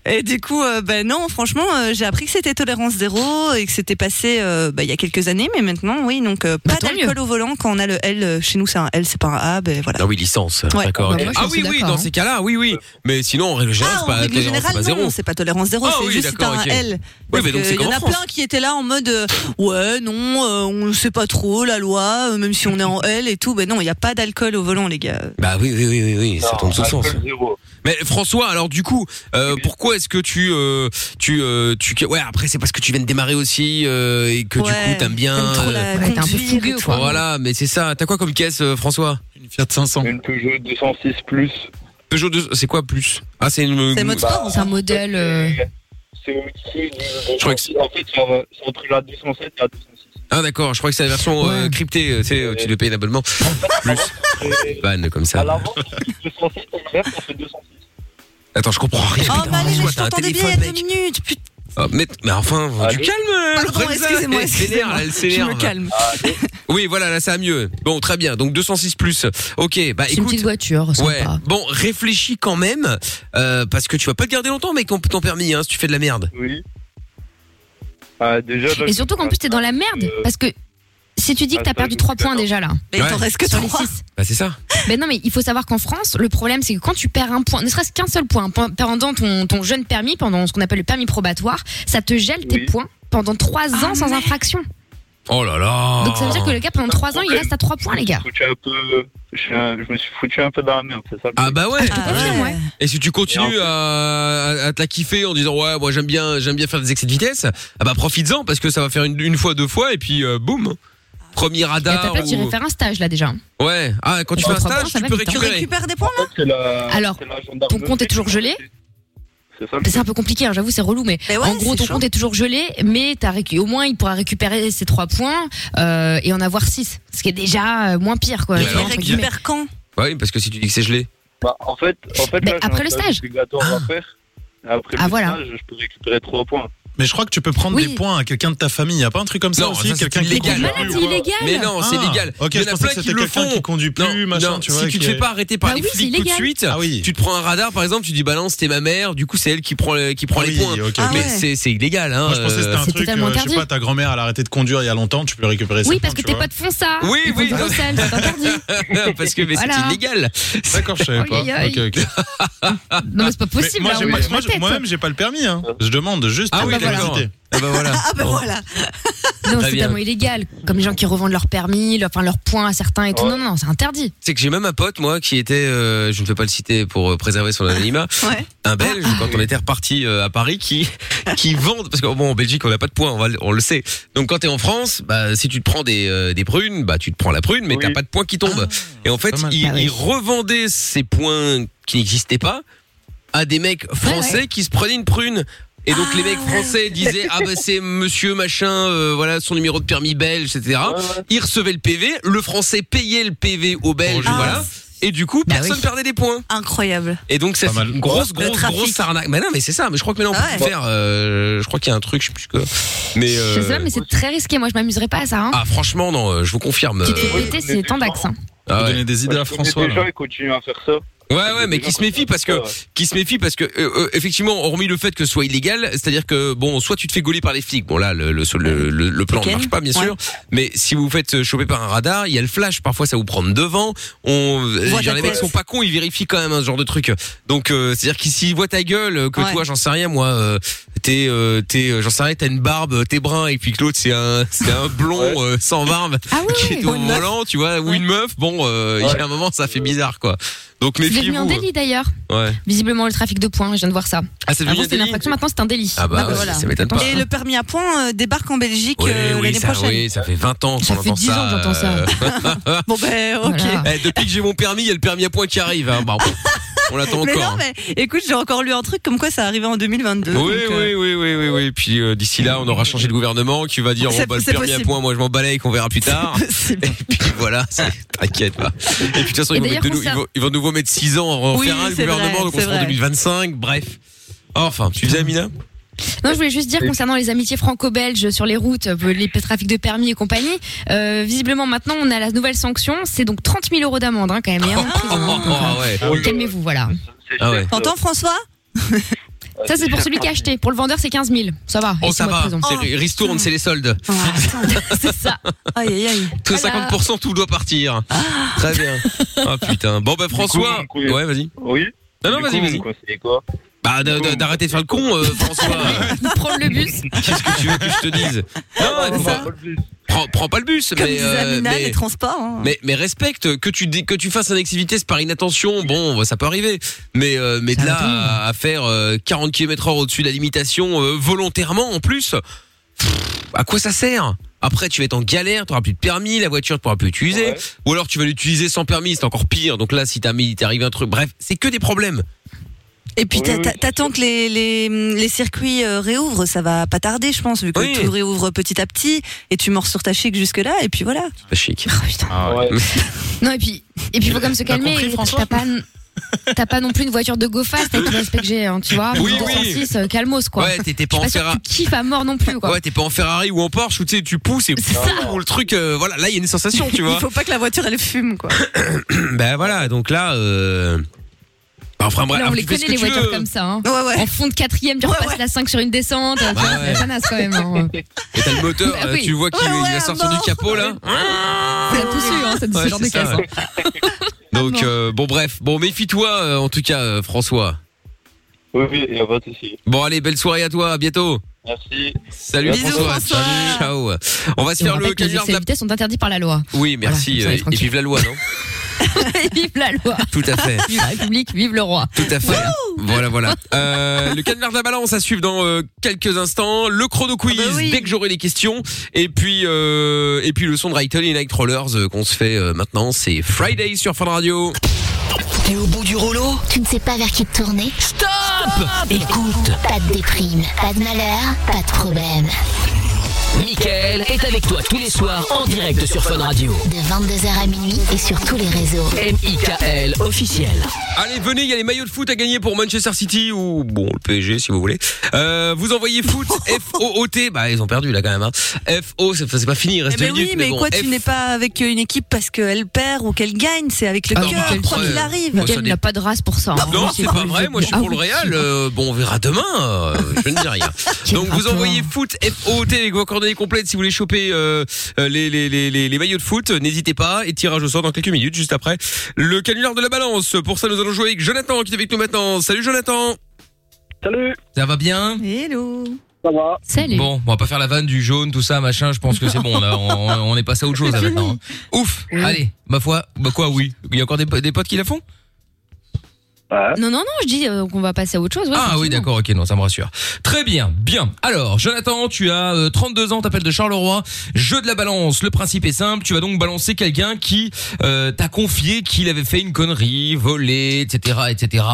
Speaker 7: mais.
Speaker 5: Et du coup, euh, bah non, franchement, euh, j'ai appris que c'était tolérance zéro et que c'était passé euh, bah, il y a quelques années, mais maintenant, oui, donc euh,
Speaker 7: Bah,
Speaker 5: pas
Speaker 7: tant
Speaker 5: d'alcool au volant quand on a le L. euh, Chez nous, c'est un L, c'est pas un A, ben voilà.
Speaker 2: oui, licence.
Speaker 5: Ouais.
Speaker 2: D'accord.
Speaker 7: Bah,
Speaker 2: ok.
Speaker 7: moi, je
Speaker 2: ah
Speaker 7: suis
Speaker 2: oui, oui,
Speaker 7: d'accord,
Speaker 2: dans
Speaker 7: hein.
Speaker 2: ces cas-là, oui, oui. Mais sinon, en règle générale,
Speaker 5: Ah,
Speaker 2: c'est
Speaker 5: en
Speaker 2: pas
Speaker 5: règle
Speaker 2: tolérance,
Speaker 5: générale,
Speaker 2: c'est pas zéro.
Speaker 5: non, c'est pas tolérance zéro,
Speaker 2: Ah
Speaker 5: c'est
Speaker 2: oui,
Speaker 5: juste si t'as
Speaker 2: d'accord,
Speaker 5: un
Speaker 2: ok.
Speaker 5: L.
Speaker 2: Oui,
Speaker 5: Parce
Speaker 2: mais donc
Speaker 5: que
Speaker 2: c'est
Speaker 5: y en
Speaker 2: qu'en
Speaker 5: a
Speaker 2: France.
Speaker 5: plein qui étaient là en mode euh, ouais non euh, on sait pas trop la loi euh, même si on est en L et tout ben non il y a pas d'alcool au volant les gars
Speaker 2: Bah oui, oui, oui, oui, oui, ça tombe sous le sens.
Speaker 8: Alcool zéro.
Speaker 2: Mais François, alors du coup, euh, pourquoi est-ce que tu, euh, tu, euh, tu, ouais, après c'est parce que tu viens de démarrer aussi euh, et que du
Speaker 5: Ouais,
Speaker 2: coup t'aimes bien.
Speaker 5: Comme trop
Speaker 2: euh,
Speaker 5: la
Speaker 7: ouais, t'es un peu
Speaker 5: conduire et
Speaker 7: fougueux,
Speaker 5: tout.
Speaker 7: quoi.
Speaker 2: Voilà, mais c'est ça. T'as quoi comme caisse, euh, François
Speaker 3: Une Fiat 500.
Speaker 8: Une Peugeot 206 plus.
Speaker 2: Peugeot 2, c'est quoi plus Ah, c'est une.
Speaker 5: c'est mode sport
Speaker 7: C'est un modèle. euh,
Speaker 8: C'est au-dessus du. Je
Speaker 2: crois que c'est-
Speaker 8: En fait, c'est en- c'est entre la 207 et la 206.
Speaker 2: Ah d'accord, je crois que c'est la version euh,
Speaker 7: Ouais.
Speaker 2: cryptée. euh, Tu sais, euh, tu dois payer un abonnement.
Speaker 8: Et
Speaker 2: Vanne comme
Speaker 8: À
Speaker 2: ça.
Speaker 8: l'avant, c'est 207, et à l'inverse, ça fait 206.
Speaker 2: Attends, je comprends rien.
Speaker 5: oh
Speaker 2: putain,
Speaker 5: bah allez mais
Speaker 2: François,
Speaker 5: je
Speaker 2: t'as un
Speaker 5: t'entendais bien
Speaker 2: téléphone,
Speaker 5: il y a
Speaker 2: mec.
Speaker 5: deux minutes putain
Speaker 2: Ah, mais, mais enfin,
Speaker 8: Allô
Speaker 2: du calme. euh,
Speaker 5: pardon
Speaker 2: Lorenza.
Speaker 5: excusez-moi
Speaker 2: Elle
Speaker 5: excusez-moi
Speaker 2: s'énerve, elle
Speaker 5: je
Speaker 2: s'énerve.
Speaker 5: me calme
Speaker 2: Oui, voilà, là ça a mieux. Bon, très bien. Donc 206 plus. Ok, bah
Speaker 7: C'est une
Speaker 2: écoute.
Speaker 7: petite voiture,
Speaker 2: Ouais.
Speaker 7: sympa.
Speaker 2: Bon, réfléchis quand même, euh, parce que tu vas pas te garder longtemps, mec, ton, ton permis, hein, si tu fais de la merde.
Speaker 8: Oui. Ah, déjà, Euh, Ah, là,
Speaker 7: Et surtout qu'en plus, t'es dans la merde. Parce que si tu dis que t'as perdu 3 points déjà là,
Speaker 5: mais il
Speaker 2: Ouais.
Speaker 5: t'en reste que
Speaker 7: sur les
Speaker 5: trois
Speaker 7: 6.
Speaker 2: Bah c'est ça.
Speaker 7: Ben non, mais il faut savoir qu'en France, le problème, c'est que quand tu perds un point, ne serait-ce qu'un seul point, un point pendant ton, ton jeune permis, pendant ce qu'on appelle le permis probatoire, ça te gèle tes
Speaker 8: Oui.
Speaker 7: points pendant 3
Speaker 5: Ah,
Speaker 7: ans sans infraction.
Speaker 2: Oh là là.
Speaker 7: Donc ça veut dire que le gars,
Speaker 8: Ah,
Speaker 7: pendant 3 ans, il reste à 3 points, les gars.
Speaker 8: Je me suis foutu un peu, je, suis un- je me suis foutu un peu dans la merde, c'est ça. le
Speaker 2: Ah
Speaker 8: truc.
Speaker 2: bah ouais.
Speaker 5: Ah
Speaker 7: confirme, ouais.
Speaker 2: Et si
Speaker 8: Et
Speaker 2: tu
Speaker 8: en
Speaker 2: continues
Speaker 8: plus-
Speaker 2: à, à- à te la kiffer en disant ouais, moi j'aime bien, j'aime bien faire des excès de vitesse, ah bah profites-en parce que ça va faire une, une fois, deux fois et puis euh, boum, premier
Speaker 7: Et à ta
Speaker 2: radar.
Speaker 7: place, j'irais
Speaker 2: ou-
Speaker 7: faire un stage là déjà.
Speaker 2: Ouais. Ah quand tu
Speaker 7: Pour
Speaker 2: fais un
Speaker 7: trois points,
Speaker 2: stage,
Speaker 7: ça
Speaker 2: tu
Speaker 7: va
Speaker 2: peux
Speaker 7: vite, hein.
Speaker 5: tu
Speaker 2: récupérer.
Speaker 5: récupères des points
Speaker 8: En fait, c'est la,
Speaker 7: Alors,
Speaker 8: c'est la gendarmerie
Speaker 7: compte est toujours
Speaker 8: qui
Speaker 7: gelé
Speaker 8: m'a fait- C'est ça. le
Speaker 7: C'est un peu compliqué, hein, j'avoue, c'est relou, mais
Speaker 5: Mais ouais,
Speaker 7: en gros,
Speaker 5: c'est
Speaker 7: ton
Speaker 5: chaud.
Speaker 7: compte est toujours gelé, mais t'as récu- au moins, il pourra récupérer ses 3 points euh, et en avoir 6. Ce qui est déjà euh, moins pire, quoi.
Speaker 2: Mais
Speaker 7: tu
Speaker 5: tu
Speaker 7: vois,
Speaker 5: les
Speaker 2: alors,
Speaker 7: entre guillemets.
Speaker 5: récupères quand
Speaker 2: Ouais, parce que si tu dis que c'est gelé.
Speaker 8: Bah, en fait, en fait
Speaker 7: Mais
Speaker 8: là, j'ai
Speaker 7: après
Speaker 8: un
Speaker 7: le stage.
Speaker 8: obligatoire à faire. Et Après
Speaker 7: Ah,
Speaker 8: le
Speaker 7: voilà.
Speaker 8: stage, je peux récupérer 3 points.
Speaker 3: Mais je crois que tu peux prendre
Speaker 7: Oui.
Speaker 3: des points à quelqu'un de ta famille. Y a pas un truc comme ça
Speaker 2: Non,
Speaker 3: aussi
Speaker 2: ça, c'est
Speaker 3: Quelqu'un qui
Speaker 7: Mais t'es
Speaker 2: illégal.
Speaker 3: conduit
Speaker 7: malade,
Speaker 3: plus,
Speaker 7: c'est
Speaker 3: ou quoi
Speaker 7: illégal.
Speaker 2: Mais non, c'est
Speaker 3: Ah,
Speaker 2: légal.
Speaker 3: Ok,
Speaker 2: Il
Speaker 3: je
Speaker 2: y en a
Speaker 3: pensais
Speaker 2: plein
Speaker 3: que
Speaker 2: qui
Speaker 3: c'était
Speaker 2: le
Speaker 3: quelqu'un
Speaker 2: font.
Speaker 3: qui conduit plus,
Speaker 2: Non,
Speaker 3: machin,
Speaker 2: non,
Speaker 3: tu
Speaker 2: si
Speaker 3: vois.
Speaker 2: tu
Speaker 3: qui
Speaker 2: te fais
Speaker 3: est-
Speaker 2: pas arrêter par
Speaker 7: Bah
Speaker 2: les
Speaker 7: oui,
Speaker 2: flics tout
Speaker 7: c'est
Speaker 2: de
Speaker 7: illégal.
Speaker 2: suite,
Speaker 3: Ah oui.
Speaker 2: tu te prends un radar par exemple, tu dis bah non, c'était ma mère, du coup c'est elle qui prend les, qui prend les
Speaker 3: Ah
Speaker 2: points.
Speaker 3: oui, ok,
Speaker 5: Ah
Speaker 2: Mais
Speaker 5: ouais.
Speaker 2: c'est c'est illégal hein.
Speaker 3: Moi, je pensais que c'était
Speaker 2: euh.
Speaker 3: un
Speaker 7: C'est
Speaker 3: truc,
Speaker 7: Ah, totalement
Speaker 3: euh, je sais
Speaker 7: interdit.
Speaker 3: pas, ta grand-mère, elle a arrêté de conduire il y a longtemps, tu peux récupérer ses
Speaker 7: Oui,
Speaker 3: points,
Speaker 7: parce que
Speaker 3: tu
Speaker 7: tes
Speaker 3: vois.
Speaker 7: potes font ça.
Speaker 2: Oui,
Speaker 7: Ils font
Speaker 2: oui,
Speaker 7: du
Speaker 2: non.
Speaker 7: recel, c'est interdit.
Speaker 2: parce que mais c'est
Speaker 7: Voilà.
Speaker 2: illégal.
Speaker 3: D'accord, je savais
Speaker 7: Aïe,
Speaker 3: pas.
Speaker 7: aïe, aïe.
Speaker 3: Ok, ok.
Speaker 7: Non, mais c'est pas
Speaker 3: Mais
Speaker 7: possible.
Speaker 3: moi,
Speaker 7: là,
Speaker 3: j'ai
Speaker 7: on
Speaker 3: pas- hein,
Speaker 7: est sur
Speaker 3: moi,
Speaker 7: la
Speaker 3: je-
Speaker 7: tête.
Speaker 3: moi-même, j'ai pas le permis. Hein. Je demande juste
Speaker 2: Ah
Speaker 3: pour
Speaker 2: oui,
Speaker 3: la
Speaker 2: d'accord.
Speaker 3: curiosité.
Speaker 2: Ah bah voilà.
Speaker 5: ah ben
Speaker 2: Bon.
Speaker 5: voilà
Speaker 7: Non,
Speaker 2: Très
Speaker 7: c'est
Speaker 2: bien.
Speaker 7: totalement illégal. Comme les gens qui revendent leur permis, leur- enfin leurs points à certains et tout.
Speaker 8: Ouais.
Speaker 7: Non, non, non, c'est interdit.
Speaker 2: C'est que j'ai même un pote moi qui était, euh, je ne peux pas le citer pour euh, préserver son anonymat,
Speaker 5: ouais
Speaker 2: un Belge
Speaker 7: Ah.
Speaker 2: quand on était reparti euh, à Paris qui qui vend parce que bon en Belgique on n'a pas de points, on, va le- on le sait. Donc quand t'es en France, bah si tu te prends des euh, des prunes, bah tu te prends la prune mais
Speaker 8: Oui.
Speaker 2: t'as pas de points qui tombent. Et en fait,
Speaker 3: Pas mal.
Speaker 2: il,
Speaker 7: Ah. Bah oui.
Speaker 2: il revendait ces points qui n'existaient pas à des mecs français qui se prenaient une prune. Et donc les mecs français disaient ah bah c'est monsieur machin euh, voilà son numéro de permis belge etc.
Speaker 8: Ouais, ouais.
Speaker 2: Il recevait le PV, le français payait le PV au belge
Speaker 3: Ah.
Speaker 2: voilà. Et du coup,
Speaker 7: Bah
Speaker 2: personne
Speaker 7: oui.
Speaker 2: perdait des points.
Speaker 5: incroyable
Speaker 2: Et donc, ça,
Speaker 3: Pas
Speaker 2: c'est
Speaker 3: mal.
Speaker 2: une grosse,
Speaker 5: Le
Speaker 2: grosse,
Speaker 5: trafic.
Speaker 2: grosse arnaque. Mais non, mais c'est ça. Mais je crois que maintenant, on peut
Speaker 5: Ah
Speaker 2: tout
Speaker 5: ouais.
Speaker 2: faire. euh, je crois qu'il y a un truc, je sais plus que. Mais, euh,
Speaker 7: Je sais pas, mais c'est très risqué. Moi, je m'amuserais pas à ça. Hein.
Speaker 2: ah, franchement, non, euh, je vous confirme.
Speaker 7: Tu te
Speaker 2: euh,
Speaker 7: fais
Speaker 8: oui,
Speaker 7: péter,
Speaker 8: mais
Speaker 7: c'est tant
Speaker 8: des
Speaker 7: d'axe. hein.
Speaker 2: ah
Speaker 3: Faut
Speaker 2: ouais.
Speaker 3: donner des idées à François.
Speaker 8: Les gens,
Speaker 3: là.
Speaker 8: ils continuent à faire ça.
Speaker 2: ouais, ouais, mais qui se méfie parce que qui se méfie parce que euh, euh, effectivement hormis le fait que ce soit illégal c'est-à-dire que bon soit tu te fais gauler par les flics bon là le le, le, le- le plan ne
Speaker 5: Week-end.
Speaker 2: marche pas bien
Speaker 5: Ouais.
Speaker 2: sûr mais si vous vous faites euh, choper par un radar il y a le flash parfois ça vous prend de devant on
Speaker 5: Voit
Speaker 2: Euh, genre,
Speaker 5: ta
Speaker 2: les mecs
Speaker 5: tête.
Speaker 2: sont pas cons ils vérifient quand même hein, ce genre de truc donc euh, c'est-à-dire qu'ils s'ils voient ta gueule euh, que
Speaker 5: Ouais.
Speaker 2: toi j'en sais rien moi euh, t'es euh, t'es euh, j'en sais rien t'as une barbe euh, t'es brun et puis que l'autre c'est un c'est un blond euh, sans barbe
Speaker 7: Ah
Speaker 2: qui
Speaker 7: oui,
Speaker 2: est au
Speaker 7: oui.
Speaker 2: volant tu vois ou une meuf bon euh, il y a un moment ça fait bizarre quoi donc
Speaker 7: C'est devenu un
Speaker 2: méfiez-vous euh,
Speaker 7: délit d'ailleurs.
Speaker 2: ouais
Speaker 7: Visiblement, le trafic de points, je viens de voir ça.
Speaker 2: ah c'est devenu
Speaker 7: Avant,
Speaker 2: un
Speaker 7: c'était une
Speaker 2: délit
Speaker 7: infraction, maintenant, c'est un délit.
Speaker 2: ah bah,
Speaker 5: bah, voilà.
Speaker 2: ça m'étonne pas.
Speaker 5: et le permis à points euh, débarque en Belgique
Speaker 2: Oui,
Speaker 5: euh,
Speaker 2: Eh oui,
Speaker 5: l'année
Speaker 2: ça,
Speaker 5: prochaine
Speaker 2: oui, ça fait 20 ans qu'on
Speaker 7: Ça fait
Speaker 2: entend
Speaker 7: 10 ans que
Speaker 2: ça.
Speaker 7: j'entends ça.
Speaker 2: euh.
Speaker 5: bon ben ok
Speaker 7: Voilà.
Speaker 2: Eh, depuis que j'ai mon permis, il y a le permis à points qui arrive. hein. Bon. On l'attend
Speaker 5: Mais
Speaker 2: encore.
Speaker 5: non, mais écoute, j'ai encore lu un truc comme quoi ça arrivait en 2022.
Speaker 2: Oui,
Speaker 5: donc, euh,
Speaker 2: oui, oui, oui, oui, oui. Et puis euh, d'ici là, on aura changé de gouvernement qui va dire on
Speaker 5: C'est-
Speaker 2: bat le
Speaker 5: c'est
Speaker 2: permis à
Speaker 5: possible.
Speaker 2: point, moi je m'en balaye qu'on verra plus tard.
Speaker 5: possible.
Speaker 2: Et puis voilà, c'est- t'inquiète pas. Et puis de toute façon,
Speaker 7: Et
Speaker 2: ils vont,
Speaker 7: d'ailleurs,
Speaker 2: mettre de nou-
Speaker 7: qu'on s'a-
Speaker 2: ils vont- ils vont de nouveau mettre 6 ans, en
Speaker 5: Oui,
Speaker 2: faire un le
Speaker 5: c'est
Speaker 2: gouvernement,
Speaker 5: vrai,
Speaker 2: donc on
Speaker 5: c'est
Speaker 2: sera en
Speaker 5: vrai.
Speaker 2: 2025, bref. Enfin, tu disais Amina
Speaker 7: Non, je voulais juste dire concernant les amitiés franco-belges sur les routes, euh, les trafics de permis et compagnie, euh, visiblement maintenant on a la nouvelle sanction, c'est donc 30 000 euros d'amende hein, quand même. et un an de
Speaker 2: Oh,
Speaker 7: prison.
Speaker 2: oh, oh, ouais.
Speaker 7: Calmez-vous, voilà.
Speaker 2: Ah ouais.
Speaker 5: T'entends, François
Speaker 7: Ça c'est pour celui qui a acheté, pour le vendeur c'est 15 000, ça va.
Speaker 2: Oh,
Speaker 7: et six
Speaker 2: ça
Speaker 7: mois de
Speaker 2: va,
Speaker 7: prison.
Speaker 2: c'est ri-
Speaker 5: Ah.
Speaker 2: ristourne, c'est les soldes.
Speaker 7: C'est ça.
Speaker 5: Aïe, aïe, aïe.
Speaker 2: Que
Speaker 7: Voilà.
Speaker 2: 50% tout doit partir. Très bien. Ah putain. Bon, bah François.
Speaker 8: Du coup, oui.
Speaker 2: Ouais, vas-y.
Speaker 8: Oui.
Speaker 2: Non, non,
Speaker 8: Du
Speaker 2: vas-y,
Speaker 8: coup, vous
Speaker 2: vas-y.
Speaker 8: me conseillez quoi
Speaker 2: Bah, d- d- d'arrêter de faire le con, euh, François.
Speaker 7: Prendre le bus.
Speaker 2: Qu'est-ce que tu veux que je te dise Non, faut
Speaker 5: ça.
Speaker 2: pas- prends, prends pas le bus,
Speaker 5: Comme
Speaker 2: mais,
Speaker 5: disait
Speaker 2: euh,
Speaker 5: Amina,
Speaker 2: mais-
Speaker 5: les transports. hein.
Speaker 2: mais, mais respecte que tu dis- que tu fasses un activité c'est par inattention. Bon, ça peut arriver, mais euh, mais de là à, à faire euh, 40 km/h au-dessus de la limitation euh, volontairement en plus, pff, à quoi ça sert Après, tu vas être en galère, tu plus de permis, la voiture tu pourras plus utiliser,
Speaker 8: Ouais.
Speaker 2: ou alors tu vas l'utiliser sans permis, c'est encore pire. Donc là, si t'as mis, t'es arrivé un truc, bref, c'est que des problèmes.
Speaker 5: Et puis
Speaker 8: Oui,
Speaker 5: t'a-
Speaker 8: oui.
Speaker 5: t'a- t'attends que les, les, les circuits euh, réouvrent, ça va pas tarder, je pense, vu que
Speaker 2: Oui.
Speaker 5: tout réouvre petit à petit, et tu mords sur ta chic jusque-là, et puis voilà.
Speaker 2: C'est pas chic.
Speaker 7: Oh, putain.
Speaker 3: Ah ouais.
Speaker 8: Ouais.
Speaker 7: Non et puis et puis faut comme se
Speaker 3: T'as
Speaker 7: calmer.
Speaker 3: compris, François
Speaker 7: T'as pas t'as pas non plus une voiture de go fast avec tout le respect que j'ai, hein, tu vois.
Speaker 2: Oui, oui.
Speaker 7: 206, euh, calmos quoi.
Speaker 2: Ouais, t'es- t'es pas en
Speaker 7: Je suis pas sûr
Speaker 2: Ferrari.
Speaker 7: que tu kiffes à mort non plus quoi.
Speaker 2: Ouais, t'es pas en Ferrari ou en Porsche où tu sais, tu pousses et
Speaker 7: C'est ça.
Speaker 2: ou le truc, euh, voilà, là il y a une sensation, tu vois.
Speaker 5: Il faut pas que la voiture elle fume, quoi.
Speaker 2: Ben voilà, donc là. Euh... Enfin bref,
Speaker 7: Là, on
Speaker 2: après,
Speaker 7: les
Speaker 2: tu fais ce
Speaker 7: connaît
Speaker 2: que
Speaker 7: les
Speaker 2: tu
Speaker 7: voitures
Speaker 2: veux.
Speaker 7: comme ça. hein.
Speaker 5: Ouais, ouais.
Speaker 7: En fond de quatrième, tu
Speaker 5: Ouais,
Speaker 7: repasses la 5 sur une descente. tu vois,
Speaker 2: Ah ouais.
Speaker 7: C'est pas naze quand même. hein.
Speaker 2: Et t'as le moteur,
Speaker 7: Ah
Speaker 2: euh,
Speaker 7: oui.
Speaker 2: tu vois qu'il
Speaker 5: Ouais,
Speaker 2: il
Speaker 5: ouais,
Speaker 2: va
Speaker 5: à
Speaker 2: sortir du
Speaker 5: mort.
Speaker 2: capot là.
Speaker 7: C'est tout su, hein, c'est
Speaker 2: Ouais,
Speaker 7: ce genre
Speaker 2: c'est
Speaker 7: de
Speaker 2: ça,
Speaker 7: casse.
Speaker 2: ouais. Donc euh, bon bref, bon méfie-toi euh, en tout cas euh, François.
Speaker 8: Oui, oui, il n'y a pas de souci.
Speaker 2: Bon allez, belle soirée à toi, à bientôt.
Speaker 8: Merci.
Speaker 2: Salut
Speaker 5: Bisous,
Speaker 2: François.
Speaker 5: François.
Speaker 2: Salut, Ciao. On va se
Speaker 7: Et
Speaker 2: faire
Speaker 7: on
Speaker 2: le
Speaker 7: rappelle que les
Speaker 2: canular
Speaker 7: excès
Speaker 2: de la...
Speaker 7: de vitesse sont interdits par la loi.
Speaker 2: Oui, merci.
Speaker 7: Voilà, ça va
Speaker 2: euh,
Speaker 7: être
Speaker 2: et
Speaker 7: tranquille.
Speaker 2: vive la loi, non
Speaker 7: vive la loi,
Speaker 2: Tout à fait.
Speaker 7: vive la République, vive le roi.
Speaker 2: Tout à fait. Voilà, voilà. Euh, le cadenas de la balance à suivre dans euh, quelques instants. Le chrono quiz
Speaker 5: Ah bah oui.
Speaker 2: dès que j'aurai les questions. Et puis, euh, et puis le son de Righton et Night Rollers euh, qu'on se fait euh, maintenant. C'est Friday sur Fun Radio.
Speaker 1: T'es au bout du rouleau
Speaker 4: Tu ne sais pas vers qui te tourner
Speaker 1: Écoute,
Speaker 4: Pas de déprime, pas de malheur, pas de problème.
Speaker 1: Mickaël est avec toi tous les soirs en direct sur Fun Radio.
Speaker 4: De 22h à minuit et sur tous les réseaux.
Speaker 1: M.I.K.L. officiel.
Speaker 2: Allez, venez, il y a les maillots de foot à gagner pour Manchester City ou bon le PSG si vous voulez. Euh, vous envoyez foot F O O T. Bah ils ont perdu là quand même. Hein. F O, c'est c'est pas fini, il
Speaker 5: Eh
Speaker 2: reste deux
Speaker 5: ben oui,
Speaker 2: minutes.
Speaker 5: mais,
Speaker 2: bon,
Speaker 5: quoi,
Speaker 2: F-
Speaker 5: tu n'es pas avec euh, une équipe parce qu'elle perd ou qu'elle gagne, c'est avec le
Speaker 2: Ah non, mais
Speaker 5: cœur,
Speaker 2: quel-
Speaker 5: quoi qu'il
Speaker 2: euh,
Speaker 5: arrive.
Speaker 2: Bon, ça
Speaker 7: Miguel, il n'a pas de race pour ça. hein.
Speaker 2: Non, c'est pas
Speaker 7: cool,
Speaker 2: vrai.
Speaker 7: je-
Speaker 2: Moi, je suis
Speaker 7: Ah
Speaker 2: pour le
Speaker 7: oui.
Speaker 2: Real. Euh, bon, on verra demain. Euh, je ne dis rien.
Speaker 7: Quel
Speaker 2: Donc, vous
Speaker 7: rapport.
Speaker 2: envoyez foot FOT avec vos coordonnées complètes si vous voulez choper euh, euh, les, les, les, les, les maillots de foot. N'hésitez pas. Et tirage au sort dans quelques minutes, juste après le canular de la balance. Pour ça, nous allons jouer avec Jonathan qui est avec nous maintenant. Salut, Jonathan.
Speaker 8: Salut.
Speaker 9: Ça va bien
Speaker 5: Hello.
Speaker 8: Ça va
Speaker 7: Salut.
Speaker 9: Bon, on va pas faire la vanne du jaune, tout ça, machin. Je pense que c'est bon. On, a- on, on est passé à autre chose là, maintenant. hein. Ouf. Allez, ma foi, bah quoi, oui. Il y a encore des, des potes qui la font
Speaker 7: Non, non, non, je dis euh, qu'on va passer à autre chose. ouais,
Speaker 9: Ah oui,
Speaker 7: effectivement.
Speaker 9: d'accord, ok, non, ça me rassure. Très bien, bien. Alors, Jonathan, tu as euh, 32 ans, t'appelles de Charleroi. Jeu de la balance. Le principe est simple. Tu vas donc balancer quelqu'un qui euh, t'a confié qu'il avait fait une connerie, volé, etc., etc.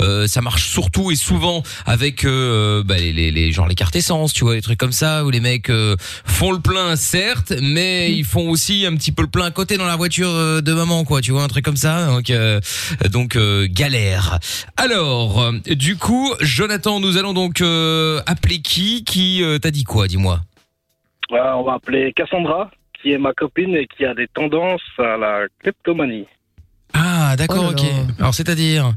Speaker 9: Euh, ça marche surtout et souvent avec euh, bah, les, les, les genre les cartes essence, tu vois, les trucs comme ça où les mecs euh, font le plein, certes, mais ils font aussi un petit peu le plein à côté dans la voiture euh, de maman, quoi. Tu vois, un truc comme ça. Donc, euh, donc euh, galère. Alors, euh, du coup, Jonathan, nous allons donc euh, appeler qui Qui euh, t'a dit quoi Dis-moi.
Speaker 8: Euh, on va appeler Cassandra, qui est ma copine et qui a des tendances à la kleptomanie.
Speaker 9: Ah, d'accord,
Speaker 7: Oh
Speaker 9: ok.
Speaker 7: là là.
Speaker 9: Alors, c'est-à-dire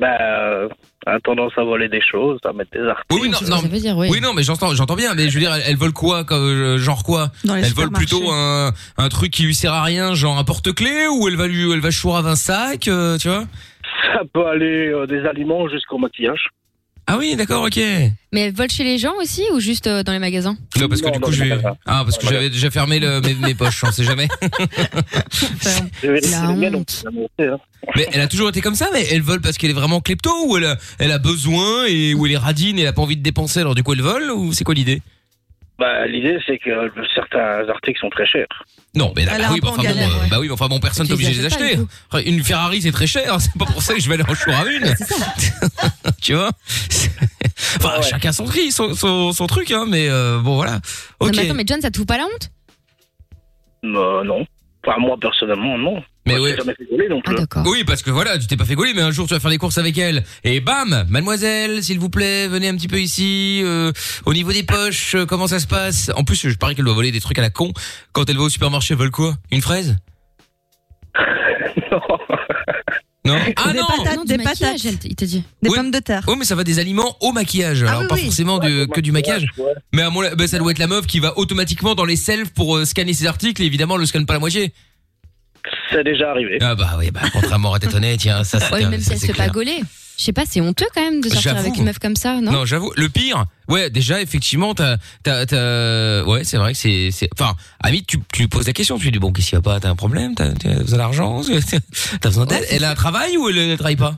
Speaker 8: Ben, euh, elle a tendance à voler des choses, à mettre des articles.
Speaker 9: Oui, oui, non,
Speaker 7: C'est ce que
Speaker 9: non.
Speaker 7: Ça veut dire, oui.
Speaker 9: Oui, non, mais j'entends, j'entends bien. Mais je veux dire, elles, elles veulent quoi, comme, euh, genre quoi
Speaker 5: Dans les
Speaker 9: Elles veulent
Speaker 5: supermarchés.
Speaker 9: plutôt un, un truc qui lui sert à rien, genre un porte-clé, ou elle va lui, elle va chourave un sac, euh, tu vois
Speaker 8: Ça peut aller euh, des aliments jusqu'au maquillage.
Speaker 9: Ah oui, d'accord, ok.
Speaker 7: Mais elles volent chez les gens aussi ou juste euh, dans les magasins
Speaker 9: Non, parce que
Speaker 8: Non,
Speaker 9: du
Speaker 8: dans
Speaker 9: coup,
Speaker 8: le
Speaker 9: je vais.
Speaker 8: magasin.
Speaker 9: Ah, parce que
Speaker 8: Dans le
Speaker 9: j'avais déjà fermé le, mes, mes poches, on sait jamais.
Speaker 8: Je vais
Speaker 7: La
Speaker 8: les miennes, on
Speaker 7: honte.
Speaker 8: peut les annoncer, hein.
Speaker 9: Mais elle a toujours été comme ça, mais elle vole parce qu'elle est vraiment klepto ou elle a, elle a besoin et ou elle est radine et elle a pas envie de dépenser, alors du coup elle vole ou c'est quoi l'idée
Speaker 10: Bah, l'idée, c'est que euh, certains articles sont très chers.
Speaker 9: Non, mais là,
Speaker 5: Ah,
Speaker 10: Elle
Speaker 9: bah
Speaker 10: est
Speaker 9: oui,
Speaker 10: un peu
Speaker 9: bah,
Speaker 10: en
Speaker 9: enfin,
Speaker 10: galère,
Speaker 9: bon, euh,
Speaker 10: ouais.
Speaker 9: bah oui, mais enfin bon, personne
Speaker 10: Tu
Speaker 9: n'est obligé de
Speaker 10: les
Speaker 9: les
Speaker 10: achètes pas,
Speaker 9: acheter.
Speaker 10: du
Speaker 9: Enfin, Une Ferrari, c'est très cher, c'est pas pour ça que je vais aller en chour à une. tu vois Enfin, chacun son tri, son, son, son truc, hein, mais euh, bon, voilà.
Speaker 7: Non,
Speaker 9: Ok.
Speaker 7: mais attends, mais John, ça te fout pas la honte
Speaker 10: Euh, non. Enfin, moi, personnellement, non.
Speaker 9: Mais
Speaker 10: Moi, je l'ai jamais fait voler non
Speaker 11: Ah,
Speaker 10: plus.
Speaker 9: Oui, parce que voilà, tu t'es pas fait gauler, mais un jour tu vas faire des courses avec elle. Et bam, mademoiselle, s'il vous plaît, venez un petit peu ici. euh, au niveau des poches, euh, comment ça se passe En plus, je parie qu'elle doit voler des trucs à la con. Quand elle va au supermarché, elle vole quoi Une fraise Non. Ah
Speaker 5: des
Speaker 9: non
Speaker 5: patates, des patates.
Speaker 7: Il t'a dit.
Speaker 5: Des pommes de terre. Ah
Speaker 9: Oui, mais ça va des aliments au maquillage. Alors,
Speaker 5: oui,
Speaker 9: pas
Speaker 5: oui.
Speaker 9: forcément du- que du maquillage. Mais à mon, bah, ça doit être la meuf qui va automatiquement dans les selfs pour euh, scanner ses articles. Et évidemment, elle le scanne pas la moitié.
Speaker 10: C'est déjà arrivé.
Speaker 9: Ah bah oui, bah, contrairement à tête honnête, tiens, ça c'est.
Speaker 7: Ouais, mais même si
Speaker 9: ça,
Speaker 7: elle se
Speaker 9: c'est
Speaker 7: fait pas
Speaker 9: clair.
Speaker 7: gauler. Je sais pas, c'est honteux quand même de sortir
Speaker 9: hein. J'avoue.
Speaker 7: avec une meuf comme ça, non
Speaker 9: Non, j'avoue. Le pire, ouais, déjà, effectivement, t'as, t'as, t'as- ouais, c'est vrai que c'est, c'est, enfin, Amit, tu, tu lui poses la question, tu lui dis, bon, qu'est-ce qu'il y a pas, t'as un problème, t'as, t'as besoin
Speaker 7: Oh.
Speaker 9: d'argent, t'as besoin d'aide, elle a un travail ou elle ne travaille pas?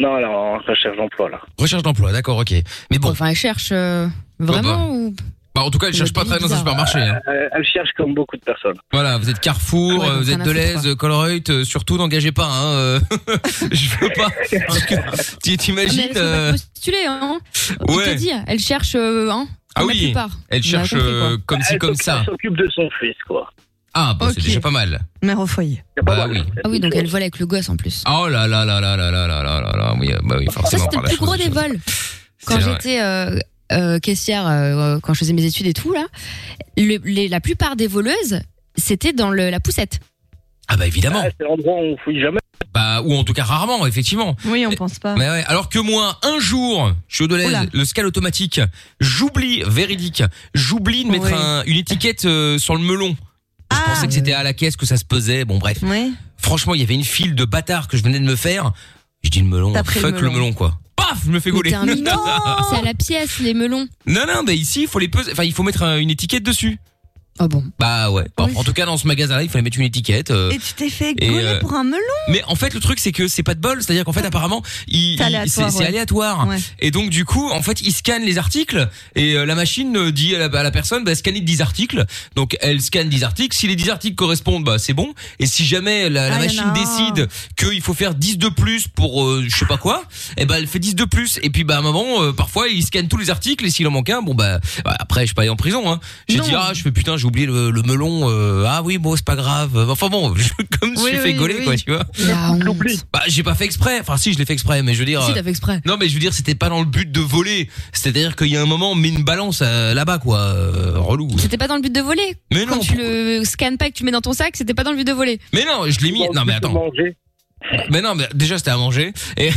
Speaker 10: Non, elle est en recherche d'emploi, là.
Speaker 9: Recherche d'emploi, d'accord, ok. Mais bon. Oh,
Speaker 7: Enfin, elle cherche euh, vraiment ou.
Speaker 9: Bah, en tout cas, elle cherche pas à travailler dans un supermarché, hein.
Speaker 10: Euh, Elle cherche comme beaucoup de personnes.
Speaker 9: Voilà, vous êtes Carrefour,
Speaker 7: Ah
Speaker 9: euh, vous
Speaker 10: rien
Speaker 9: êtes
Speaker 10: à foutre,
Speaker 9: Deleuze, euh, Colruyt, euh, surtout n'engagez pas, hein, euh, je veux pas, parce que, tu-
Speaker 7: Mais
Speaker 9: t'imagines,
Speaker 7: elle s'est
Speaker 9: euh,
Speaker 7: pas postulée, hein On
Speaker 9: ouais.
Speaker 7: t'a dit, elle cherche, euh, hein
Speaker 9: Ah
Speaker 7: comme la
Speaker 9: oui,
Speaker 7: plupart.
Speaker 9: elle
Speaker 7: On a
Speaker 9: cherche
Speaker 7: compris, quoi.
Speaker 9: euh, comme ci, comme ça.
Speaker 10: Elle s'occupe de son fils, quoi.
Speaker 9: Ah, bah, c'est
Speaker 7: Ok.
Speaker 9: déjà pas mal.
Speaker 5: Mère au foyer.
Speaker 9: Bah oui.
Speaker 7: Ah oui, donc elle vole avec le gosse en plus.
Speaker 9: Oh là là là là là là là là là là, oui, euh, bah oui,
Speaker 7: Ça,
Speaker 9: forcément.
Speaker 7: c'était
Speaker 9: par
Speaker 7: le
Speaker 9: la
Speaker 7: plus
Speaker 9: chose.
Speaker 7: gros des vols. Quand
Speaker 9: C'est vrai.
Speaker 7: j'étais euh, euh, caissière, euh, quand je faisais mes études et tout, là, le- les- la plupart des voleuses, c'était dans le- la poussette.
Speaker 9: Ah bah évidemment.
Speaker 10: c'est l'endroit où on fouille jamais.
Speaker 9: Bah, ou en tout cas rarement, effectivement.
Speaker 5: Oui, on pense pas.
Speaker 9: Mais ouais, alors que moi, un jour, je suis au Deleuze,
Speaker 5: Oula.
Speaker 9: le scan automatique, j'oublie, véridique, j'oublie de mettre
Speaker 5: Oui.
Speaker 9: un- une étiquette euh, sur le melon. Je pensais que c'était à la caisse que ça se pesait, bon bref.
Speaker 5: Oui.
Speaker 9: Franchement, il y avait une file de bâtards que je venais de me faire. Je dis le melon,
Speaker 7: T'as pris le
Speaker 9: fuck le
Speaker 7: melon.
Speaker 9: melon quoi. Paf, je me fais gauler.
Speaker 7: C'était un minot. C'est à la pièce, les melons.
Speaker 9: Non, non, mais ici, il faut les peser. Enfin, il faut mettre un- une étiquette dessus.
Speaker 7: Ah bon
Speaker 9: Bah ouais. Bon, En tout cas, dans ce magasin-là, il fallait mettre une étiquette. euh,
Speaker 5: Et tu t'es fait
Speaker 9: et,
Speaker 5: gauler
Speaker 9: euh,
Speaker 5: pour un melon.
Speaker 9: Mais en fait, le truc, c'est que c'est pas de bol. C'est-à-dire qu'en fait, apparemment, il- il-
Speaker 5: C'est aléatoire,
Speaker 9: c'est c'est
Speaker 5: ouais.
Speaker 9: aléatoire.
Speaker 5: Ouais.
Speaker 9: Et donc, du coup, en fait, il scanne les articles et euh, la machine euh, dit à la, à la personne, bah, scanner 10 articles. Donc, elle scanne 10 articles. Si les 10 articles correspondent, bah, c'est bon. Et si jamais la, la
Speaker 2: Ah, y en
Speaker 9: machine
Speaker 2: a un.
Speaker 9: décide qu'il faut faire 10 de plus pour euh, je sais pas quoi, et ben elle fait 10 de plus. Et puis, bah, à un moment, euh, parfois, il scanne tous les articles et s'il en manque un, bon, bah, bah, après, je suis pas allé en prison. Hein. J'ai
Speaker 2: Non.
Speaker 9: dit, ah, je fais putain, j'ai oublié le, le melon. euh, ah oui, bon, c'est pas grave. Enfin bon, je, comme je
Speaker 2: Oui,
Speaker 9: me suis fait
Speaker 2: oui,
Speaker 9: gauler,
Speaker 2: oui.
Speaker 9: quoi, tu vois. Bah, j'ai pas fait exprès. Enfin, si, je l'ai fait exprès, mais je veux dire.
Speaker 7: Si,
Speaker 9: euh,
Speaker 7: t'as fait exprès.
Speaker 9: Non, mais je veux dire, c'était pas dans le but de voler. C'est-à-dire qu'il y a un moment, on met une balance euh, là-bas, quoi. euh, relou.
Speaker 7: C'était pas dans le but de voler.
Speaker 9: Mais non,
Speaker 7: Quand tu le scannes pas et que tu le mets dans ton sac, c'était pas dans le but de voler.
Speaker 9: Mais non, je l'ai mis. Non, mais attends. Mais non, mais déjà, c'était à manger. Et.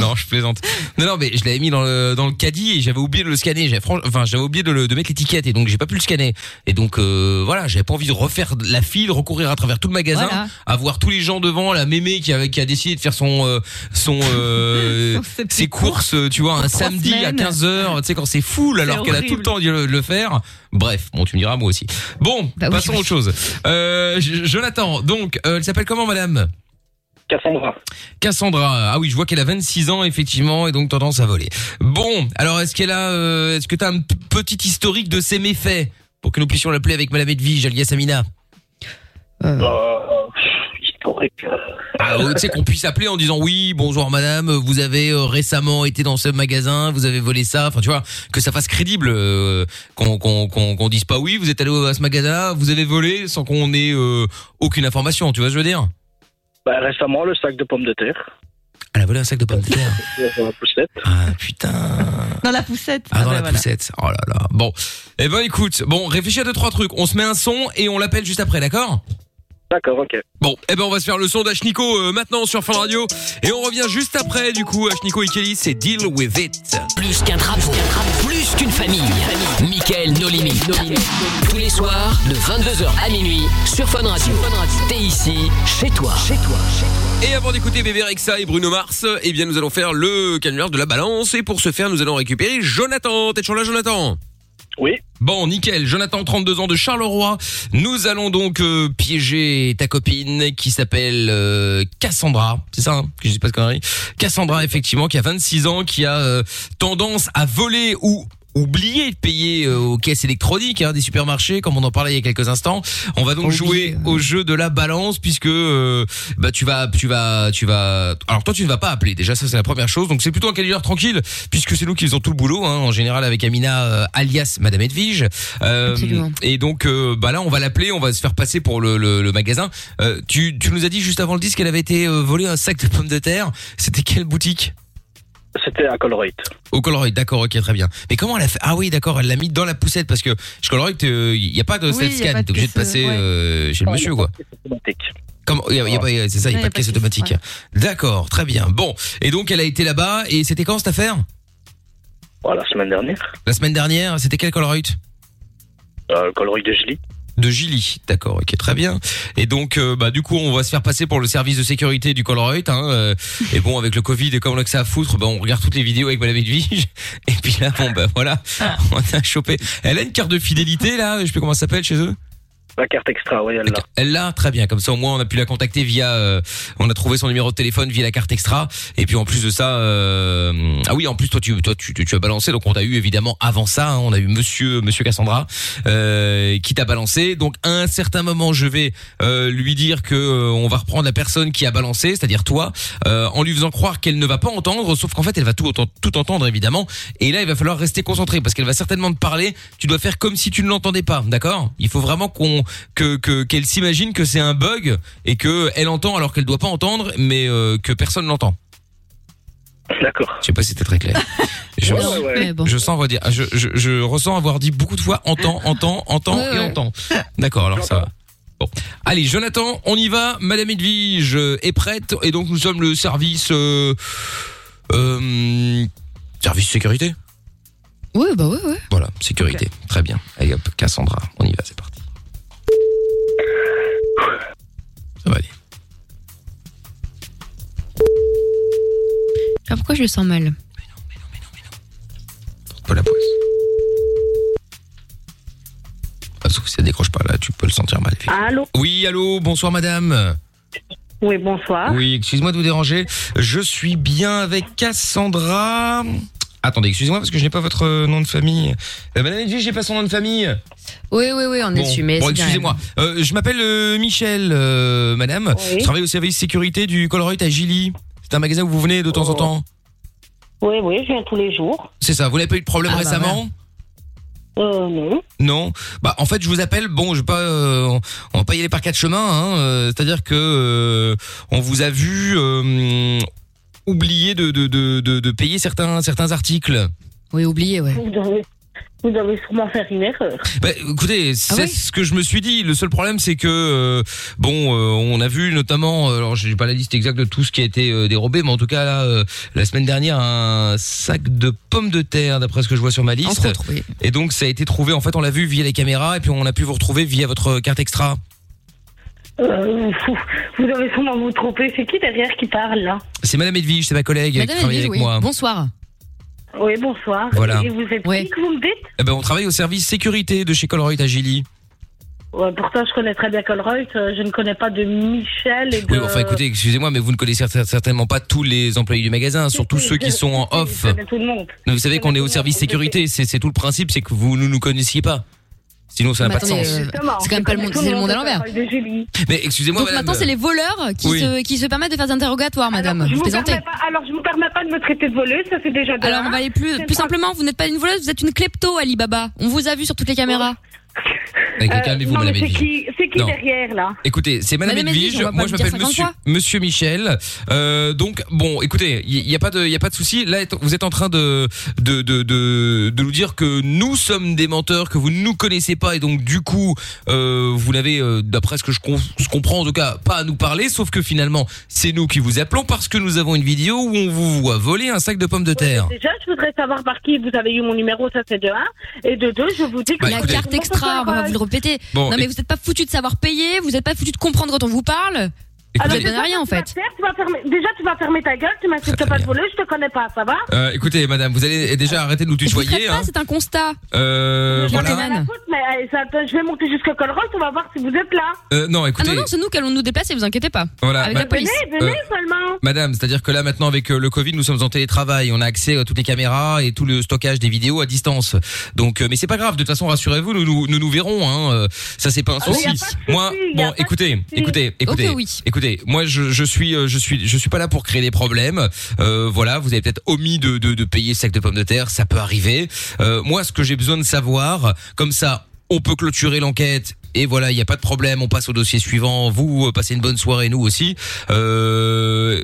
Speaker 9: non, je plaisante. Non, non, mais je l'avais mis dans le, dans le caddie et j'avais oublié de le scanner. J'avais franch- Enfin, j'avais oublié de, le- de mettre l'étiquette et donc j'ai pas pu le scanner. Et donc, euh, voilà, j'avais pas envie de refaire la file, recourir à travers tout le magasin,
Speaker 2: Voilà.
Speaker 9: avoir tous les gens devant, la mémé qui a, qui a décidé de faire son, euh, son, euh, ses courses, tu vois, un
Speaker 2: Trois
Speaker 9: samedi
Speaker 2: semaines.
Speaker 9: à 15h, tu sais, quand c'est full alors qu'elle a tout le
Speaker 2: horrible.
Speaker 9: temps dû le, le faire. Bref, bon, tu me diras, moi aussi. Bon,
Speaker 2: oui,
Speaker 9: passons à
Speaker 2: oui.
Speaker 9: autre chose. Euh, J- Jonathan, donc, euh, elle s'appelle comment, madame
Speaker 10: Cassandra.
Speaker 9: Cassandra, ah oui, je vois qu'elle a 26 ans effectivement et donc tendance à voler. Bon, alors est-ce qu'elle a, euh, est-ce que t'as un p- petit historique de ses méfaits pour que nous puissions l'appeler avec Madame Edwige, alias Amina
Speaker 10: Euh, pff, historique.
Speaker 9: Ah, euh, tu sais qu'on puisse appeler en disant oui, bonjour Madame, vous avez euh, récemment été dans ce magasin, vous avez volé ça, enfin tu vois, que ça fasse crédible, euh, qu'on qu'on qu'on qu'on dise pas oui, vous êtes allé au- à ce magasin, vous avez volé sans qu'on ait euh, aucune information, tu vois ce que je veux dire
Speaker 10: Bah, récemment, le sac de pommes de terre.
Speaker 9: Elle a volé un sac de pommes de terre.
Speaker 10: Dans la poussette.
Speaker 5: Dans la poussette.
Speaker 9: Ah, dans
Speaker 5: ben
Speaker 9: la
Speaker 5: voilà.
Speaker 9: poussette. Oh là là. Bon. Eh ben, écoute. Bon, réfléchis à deux, trois trucs. On se met un son et on l'appelle juste après, d'accord?
Speaker 10: D'accord, ok.
Speaker 9: Bon, eh ben, on va se faire le son d'Achnico euh, maintenant sur Fin Radio. Et on revient juste après, du coup. Achnico et Kelly, c'est Deal With It.
Speaker 1: Plus qu'un drapeau, plus qu'une famille. Michael No Limit. Tous les soirs de 22h à minuit sur Fun Radio. T'es ici, chez toi. Chez toi.
Speaker 9: Et avant d'écouter Bébé Rexa et Bruno Mars, eh bien, nous allons faire le canular de la balance. Et pour ce faire, nous allons récupérer Jonathan. T'es toujours là, Jonathan?
Speaker 10: Oui.
Speaker 9: Bon, nickel. Jonathan, 32 ans de Charleroi. Nous allons donc euh, piéger ta copine qui s'appelle euh, Cassandra. C'est ça, hein que je dis pas de conneries. Cassandra, effectivement, qui a 26 ans, qui a euh, tendance à voler ou oublié de payer euh, aux caisses électroniques hein, des supermarchés, comme on en parlait il y a quelques instants. On va donc jouer au jeu de la balance puisque euh, bah tu vas tu vas tu vas alors toi tu ne vas pas appeler déjà ça c'est la première chose donc c'est plutôt un canular tranquille puisque c'est nous qui faisons tout le boulot hein, en général avec Amina euh, alias Madame Edwige Euh,
Speaker 7: Absolument.
Speaker 9: et donc euh, bah là on va l'appeler on va se faire passer pour le, le, le magasin Euh, tu tu nous as dit juste avant le disque qu'elle avait été euh, volée un sac de pommes de terre c'était quelle boutique
Speaker 10: C'était à Colruyt.
Speaker 9: au Colruyt, d'accord, ok, très bien. Mais comment elle a fait Ah oui, d'accord, elle l'a mis dans la poussette parce que chez Colruyt, il n'y Euh, a pas de
Speaker 10: Oui,
Speaker 9: self
Speaker 10: y a
Speaker 9: scan,
Speaker 10: pas de
Speaker 9: t'es obligé de
Speaker 10: caisse,
Speaker 9: passer
Speaker 10: ouais.
Speaker 9: euh, chez le
Speaker 10: Non, y a
Speaker 9: monsieur,
Speaker 10: pas
Speaker 9: quoi. Comme, y a- y a pas- y a- c'est ça, il n'y a pas de caisse automatique. D'accord, très bien. Bon, et donc elle a été là-bas, et c'était quand cette affaire
Speaker 10: Oh, la semaine dernière,
Speaker 9: La semaine dernière, c'était quel Colruyt
Speaker 10: euh, le Colruyt de Gilly.
Speaker 9: De Gilly, d'accord, ok, très bien. Et donc, euh, bah, du coup, on va se faire passer pour le service de sécurité du Colruyt. Hein, euh, et bon, avec le Covid et comme on a que ça à foutre, bah, on regarde toutes les vidéos avec Madame Edwige. Et puis là, bon, bah voilà, on a chopé. Elle a une carte de fidélité là, je sais plus comment ça s'appelle chez eux.
Speaker 10: La carte extra, oui, elle l'a.
Speaker 9: Elle l'a, très bien. Comme ça, au moins, on a pu la contacter via. euh, on a trouvé son numéro de téléphone via la carte extra. Et puis, en plus de ça, euh, ah oui, en plus, toi, tu, toi, tu, tu- tu as balancé. Donc, on t'a eu évidemment avant ça. hein, on a eu Monsieur, Monsieur Cassandra, euh, qui t'a balancé. Donc, à un certain moment, je vais euh, lui dire que euh, on va reprendre la personne qui a balancé, c'est-à-dire toi, euh, en lui faisant croire qu'elle ne va pas entendre. Sauf qu'en fait, elle va tout, entendre- tout entendre évidemment. Et là, il va falloir rester concentré parce qu'elle va certainement te parler. Tu dois faire comme si tu ne l'entendais pas, d'accord Il faut vraiment qu'on que que- qu'elle s'imagine que c'est un bug et que elle entend alors qu'elle doit pas entendre, mais euh, que personne l'entend.
Speaker 10: D'accord.
Speaker 9: Je sais pas si c'était très clair. Je,
Speaker 10: Ouais, ouais, ouais. Mais bon.
Speaker 9: je sens redire. Je, je, je ressens avoir dit beaucoup de fois entend, entend, entend
Speaker 10: Ouais,
Speaker 9: et
Speaker 10: ouais.
Speaker 9: entend. D'accord, alors ça va. Bon. Allez, Jonathan, on y va. Madame Edwige euh, est prête et donc nous sommes le service euh, euh, service sécurité.
Speaker 7: Oui, bah oui, oui.
Speaker 9: Voilà, sécurité. Très bien. Allez hop, Cassandra, on y va, c'est parti. Ça va aller.
Speaker 7: Je sais pas Ah, pourquoi je le sens mal.
Speaker 9: Pas la poisse. Ah, sauf que ça décroche pas là, tu peux le sentir mal.
Speaker 12: Allô
Speaker 9: Oui, allô, bonsoir madame.
Speaker 12: Oui, bonsoir.
Speaker 9: Oui, excuse-moi de vous déranger. Je suis bien avec Cassandra. Attendez, excusez-moi parce que je n'ai pas votre euh, nom de famille. Euh, madame Edwige, j'ai pas son nom de famille.
Speaker 7: Oui, oui, oui, on est
Speaker 9: Bon,
Speaker 7: dessus, mais
Speaker 9: bon,
Speaker 7: c'est bien.
Speaker 9: excusez-moi. Euh, je m'appelle euh, Michel, euh, madame.
Speaker 12: Oui.
Speaker 9: Je travaille au service sécurité du Colruyt à Gilly. C'est un magasin où vous venez de
Speaker 12: Oh.
Speaker 9: temps en temps.
Speaker 12: Oui, oui, je viens tous les jours.
Speaker 9: C'est ça, vous n'avez pas eu de problème
Speaker 12: Ah, bah,
Speaker 9: récemment
Speaker 12: Euh, non.
Speaker 9: Non. Bah en fait, je vous appelle. Bon, je vais pas, euh, on va pas y aller par quatre chemins. Hein, euh, C'est-à-dire que euh, on vous a vu euh, oublier de, de, de, de, de payer certains certains articles.
Speaker 7: Oui, oublié, ouais.
Speaker 12: Vous avez, vous avez sûrement fait une erreur.
Speaker 9: Bah, écoutez,
Speaker 7: Ah
Speaker 9: c'est ce que je me suis dit. Le seul problème, c'est que euh, bon, euh, on a vu notamment, euh, alors j'ai pas la liste exacte de tout ce qui a été euh, dérobé, mais en tout cas là, euh, la semaine dernière, un sac de pommes de terre, d'après ce que je vois sur ma liste.
Speaker 7: Entre autres, oui.
Speaker 9: Et donc ça a été trouvé. En fait, on l'a vu via les caméras, et puis on a pu vous retrouver via votre carte extra.
Speaker 12: Euh, vous- vous avez sûrement vous trompé. C'est qui derrière qui parle, là
Speaker 9: C'est Madame Edwige, c'est ma collègue
Speaker 12: Madame
Speaker 9: qui travaille
Speaker 12: Edwige,
Speaker 9: avec
Speaker 12: oui.
Speaker 9: moi.
Speaker 7: Bonsoir.
Speaker 12: Oui, bonsoir.
Speaker 9: Voilà.
Speaker 12: Et vous êtes qui que vous me dites
Speaker 9: Eh ben, on travaille au service sécurité de chez Colruyt à Gilly.
Speaker 12: Ouais, Pourtant, je connais très bien Colruyt. euh, Je ne connais pas de Michel et de...
Speaker 9: Oui, bon,
Speaker 7: Euh.
Speaker 9: enfin écoutez, excusez-moi, mais vous ne connaissez cer- certainement pas tous les employés du magasin, surtout ceux qui sont en off.
Speaker 12: Je connais tout le monde.
Speaker 9: Mais vous savez qu'on est au service sécurité, c'est c'est tout le principe, c'est que vous ne nous connaissiez pas. Sinon, ça n'a
Speaker 7: Mais
Speaker 9: pas de
Speaker 7: attendez,
Speaker 9: sens.
Speaker 7: euh, C'est quand même pas le monde, c'est le monde à l'envers.
Speaker 9: Mais excusez-moi,
Speaker 7: Donc
Speaker 9: madame.
Speaker 7: maintenant, c'est les voleurs qui,
Speaker 9: Oui.
Speaker 7: se, qui se permettent de faire des interrogatoires, madame.
Speaker 12: Je vous
Speaker 7: plaisantez.
Speaker 12: permets pas- alors, je ne vous permets pas de me traiter de voleuse, ça c'est déjà de
Speaker 7: Alors,
Speaker 12: un.
Speaker 7: on va aller plus, plus simplement. Vous n'êtes pas une voleuse, vous êtes une klepto, Alibaba. On vous a vu sur toutes les caméras.
Speaker 9: Écoutez,
Speaker 12: Euh,
Speaker 9: calmez-vous,
Speaker 12: non, mais
Speaker 9: madame
Speaker 12: c'est
Speaker 9: Edwige.
Speaker 12: qui, c'est qui
Speaker 9: Non.
Speaker 12: derrière, là
Speaker 9: Écoutez, c'est Madame,
Speaker 12: Madame
Speaker 9: Edwige.
Speaker 12: Edwige, on va pas
Speaker 9: Moi,
Speaker 12: le
Speaker 9: je
Speaker 12: dire
Speaker 9: m'appelle
Speaker 12: 50
Speaker 9: Monsieur,
Speaker 12: fois.
Speaker 9: Monsieur Michel. Euh, donc, bon, écoutez, il n'y a pas de, il y a pas de souci. Là, est- vous êtes en train de, de, de, de, de nous dire que nous sommes des menteurs, que vous ne nous connaissez pas, et donc du coup, euh, vous n'avez, euh, d'après ce que je, com- je comprends en tout cas, pas à nous parler. Sauf que finalement, c'est nous qui vous appelons parce que nous avons une vidéo où on vous voit voler un sac de pommes de terre.
Speaker 12: Déjà, je voudrais savoir par qui vous avez eu mon numéro, ça c'est de 1. Et de 2, je vous dis que...
Speaker 9: Bah, écoutez-
Speaker 7: Carte extra, on va pas vous le répéter.
Speaker 9: Bon,
Speaker 7: non, mais
Speaker 9: et-
Speaker 7: vous n'êtes pas foutu de savoir payer, vous n'êtes pas foutu de comprendre quand on vous parle.
Speaker 9: Écoutez,
Speaker 12: déjà, tu vas faire, tu vas fermer- déjà, tu vas fermer ta gueule, tu m'insultes pas de voler, je te connais pas, ça va
Speaker 9: Euh, écoutez, madame, vous allez déjà arrêter de nous tutoyer.
Speaker 12: traite pas,
Speaker 9: hein.
Speaker 12: c'est
Speaker 7: un constat.
Speaker 9: Euh,
Speaker 12: J'en ai
Speaker 9: voilà.
Speaker 12: rien à foutre, mais euh, ça te- je vais monter jusqu'au Colrol, on va voir si vous êtes là.
Speaker 9: Euh, non, écoutez.
Speaker 7: Ah non, non, c'est nous qui allons nous déplacer, vous inquiétez pas.
Speaker 9: Voilà,
Speaker 7: Avec
Speaker 9: bah-
Speaker 7: la police.
Speaker 9: Venez, venez Euh,
Speaker 12: seulement.
Speaker 9: Madame, c'est-à-dire que là maintenant avec euh, le Covid, nous sommes en télétravail, on a accès à toutes les caméras et tout le stockage des vidéos à distance. Donc, euh, mais c'est pas grave. De toute façon, rassurez-vous, nous nous, nous nous verrons. Hein, euh, ça c'est pas un
Speaker 2: Ah oui,
Speaker 9: souci.
Speaker 2: y a pas de souci,
Speaker 9: moi,
Speaker 2: y a
Speaker 9: bon,
Speaker 2: pas de
Speaker 9: écoutez,
Speaker 2: souci.
Speaker 9: écoutez, écoutez,
Speaker 2: Ok, oui.
Speaker 9: écoutez. Moi, je, je suis, euh, je suis, je suis pas là pour créer des problèmes. Euh, voilà, vous avez peut-être omis de, de de payer le sac de pommes de terre, ça peut arriver. Euh, moi, ce que j'ai besoin de savoir, comme ça, on peut clôturer l'enquête. Et voilà, il n'y a pas de problème, on passe au dossier suivant. Vous, euh, passez une bonne soirée, nous aussi. Euh,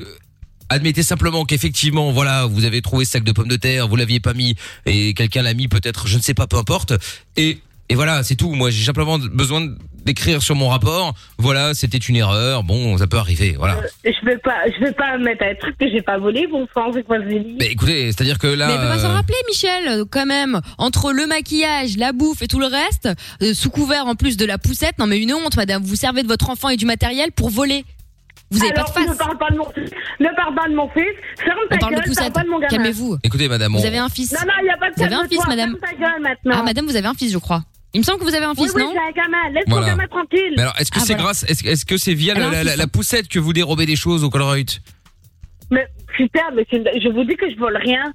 Speaker 9: Admettez simplement qu'effectivement, voilà, vous avez trouvé ce sac de pommes de terre, vous l'aviez pas mis, et quelqu'un l'a mis peut-être, je ne sais pas, peu importe. Et, et voilà, c'est tout. Moi, j'ai simplement besoin d'écrire sur mon rapport, voilà, c'était une erreur, bon, ça peut arriver, voilà.
Speaker 12: Je vais pas, je vais pas mettre un truc que j'ai pas volé, bon sang, c'est quoi ce délire
Speaker 9: Mais écoutez, c'est-à-dire que là...
Speaker 7: Mais elle peut pas s'en
Speaker 9: euh,
Speaker 7: rappeler, Michel, quand même. Entre le maquillage, la bouffe et tout le reste, euh, sous couvert en plus de la poussette, non mais une honte, madame. Vous servez de votre enfant et du matériel pour voler. Vous avez
Speaker 12: Alors,
Speaker 7: pas de face.
Speaker 12: Ne parle pas de mon fils, ne parle pas de mon fils, ferme
Speaker 7: On
Speaker 12: ta
Speaker 7: parle de
Speaker 12: gueule,
Speaker 7: poussette.
Speaker 12: parle pas de mon gamin.
Speaker 7: Calmez-vous.
Speaker 9: Écoutez, madame, on-
Speaker 7: Vous avez un fils.
Speaker 12: Non, non, il n'y a pas de
Speaker 7: Vous avez
Speaker 12: calme
Speaker 7: un fils,
Speaker 12: toi,
Speaker 7: madame.
Speaker 12: ferme ta gueule maintenant.
Speaker 7: Ah, madame, vous avez un fils, je crois. Il me semble que vous avez un fils,
Speaker 12: oui,
Speaker 7: non Ah,
Speaker 12: oui, j'ai un gamin, laisse
Speaker 9: Voilà.
Speaker 12: mon gamin tranquille.
Speaker 9: Mais alors, est-ce
Speaker 2: Ah,
Speaker 9: que c'est grâce, est-ce est-ce que c'est via
Speaker 2: Eh
Speaker 12: Elle
Speaker 9: la,
Speaker 12: a un
Speaker 9: la- la-
Speaker 12: fils.
Speaker 9: la poussette que vous dérobez des choses au Colruyt
Speaker 12: Mais putain, mais c'est une- je vous dis que je vole rien.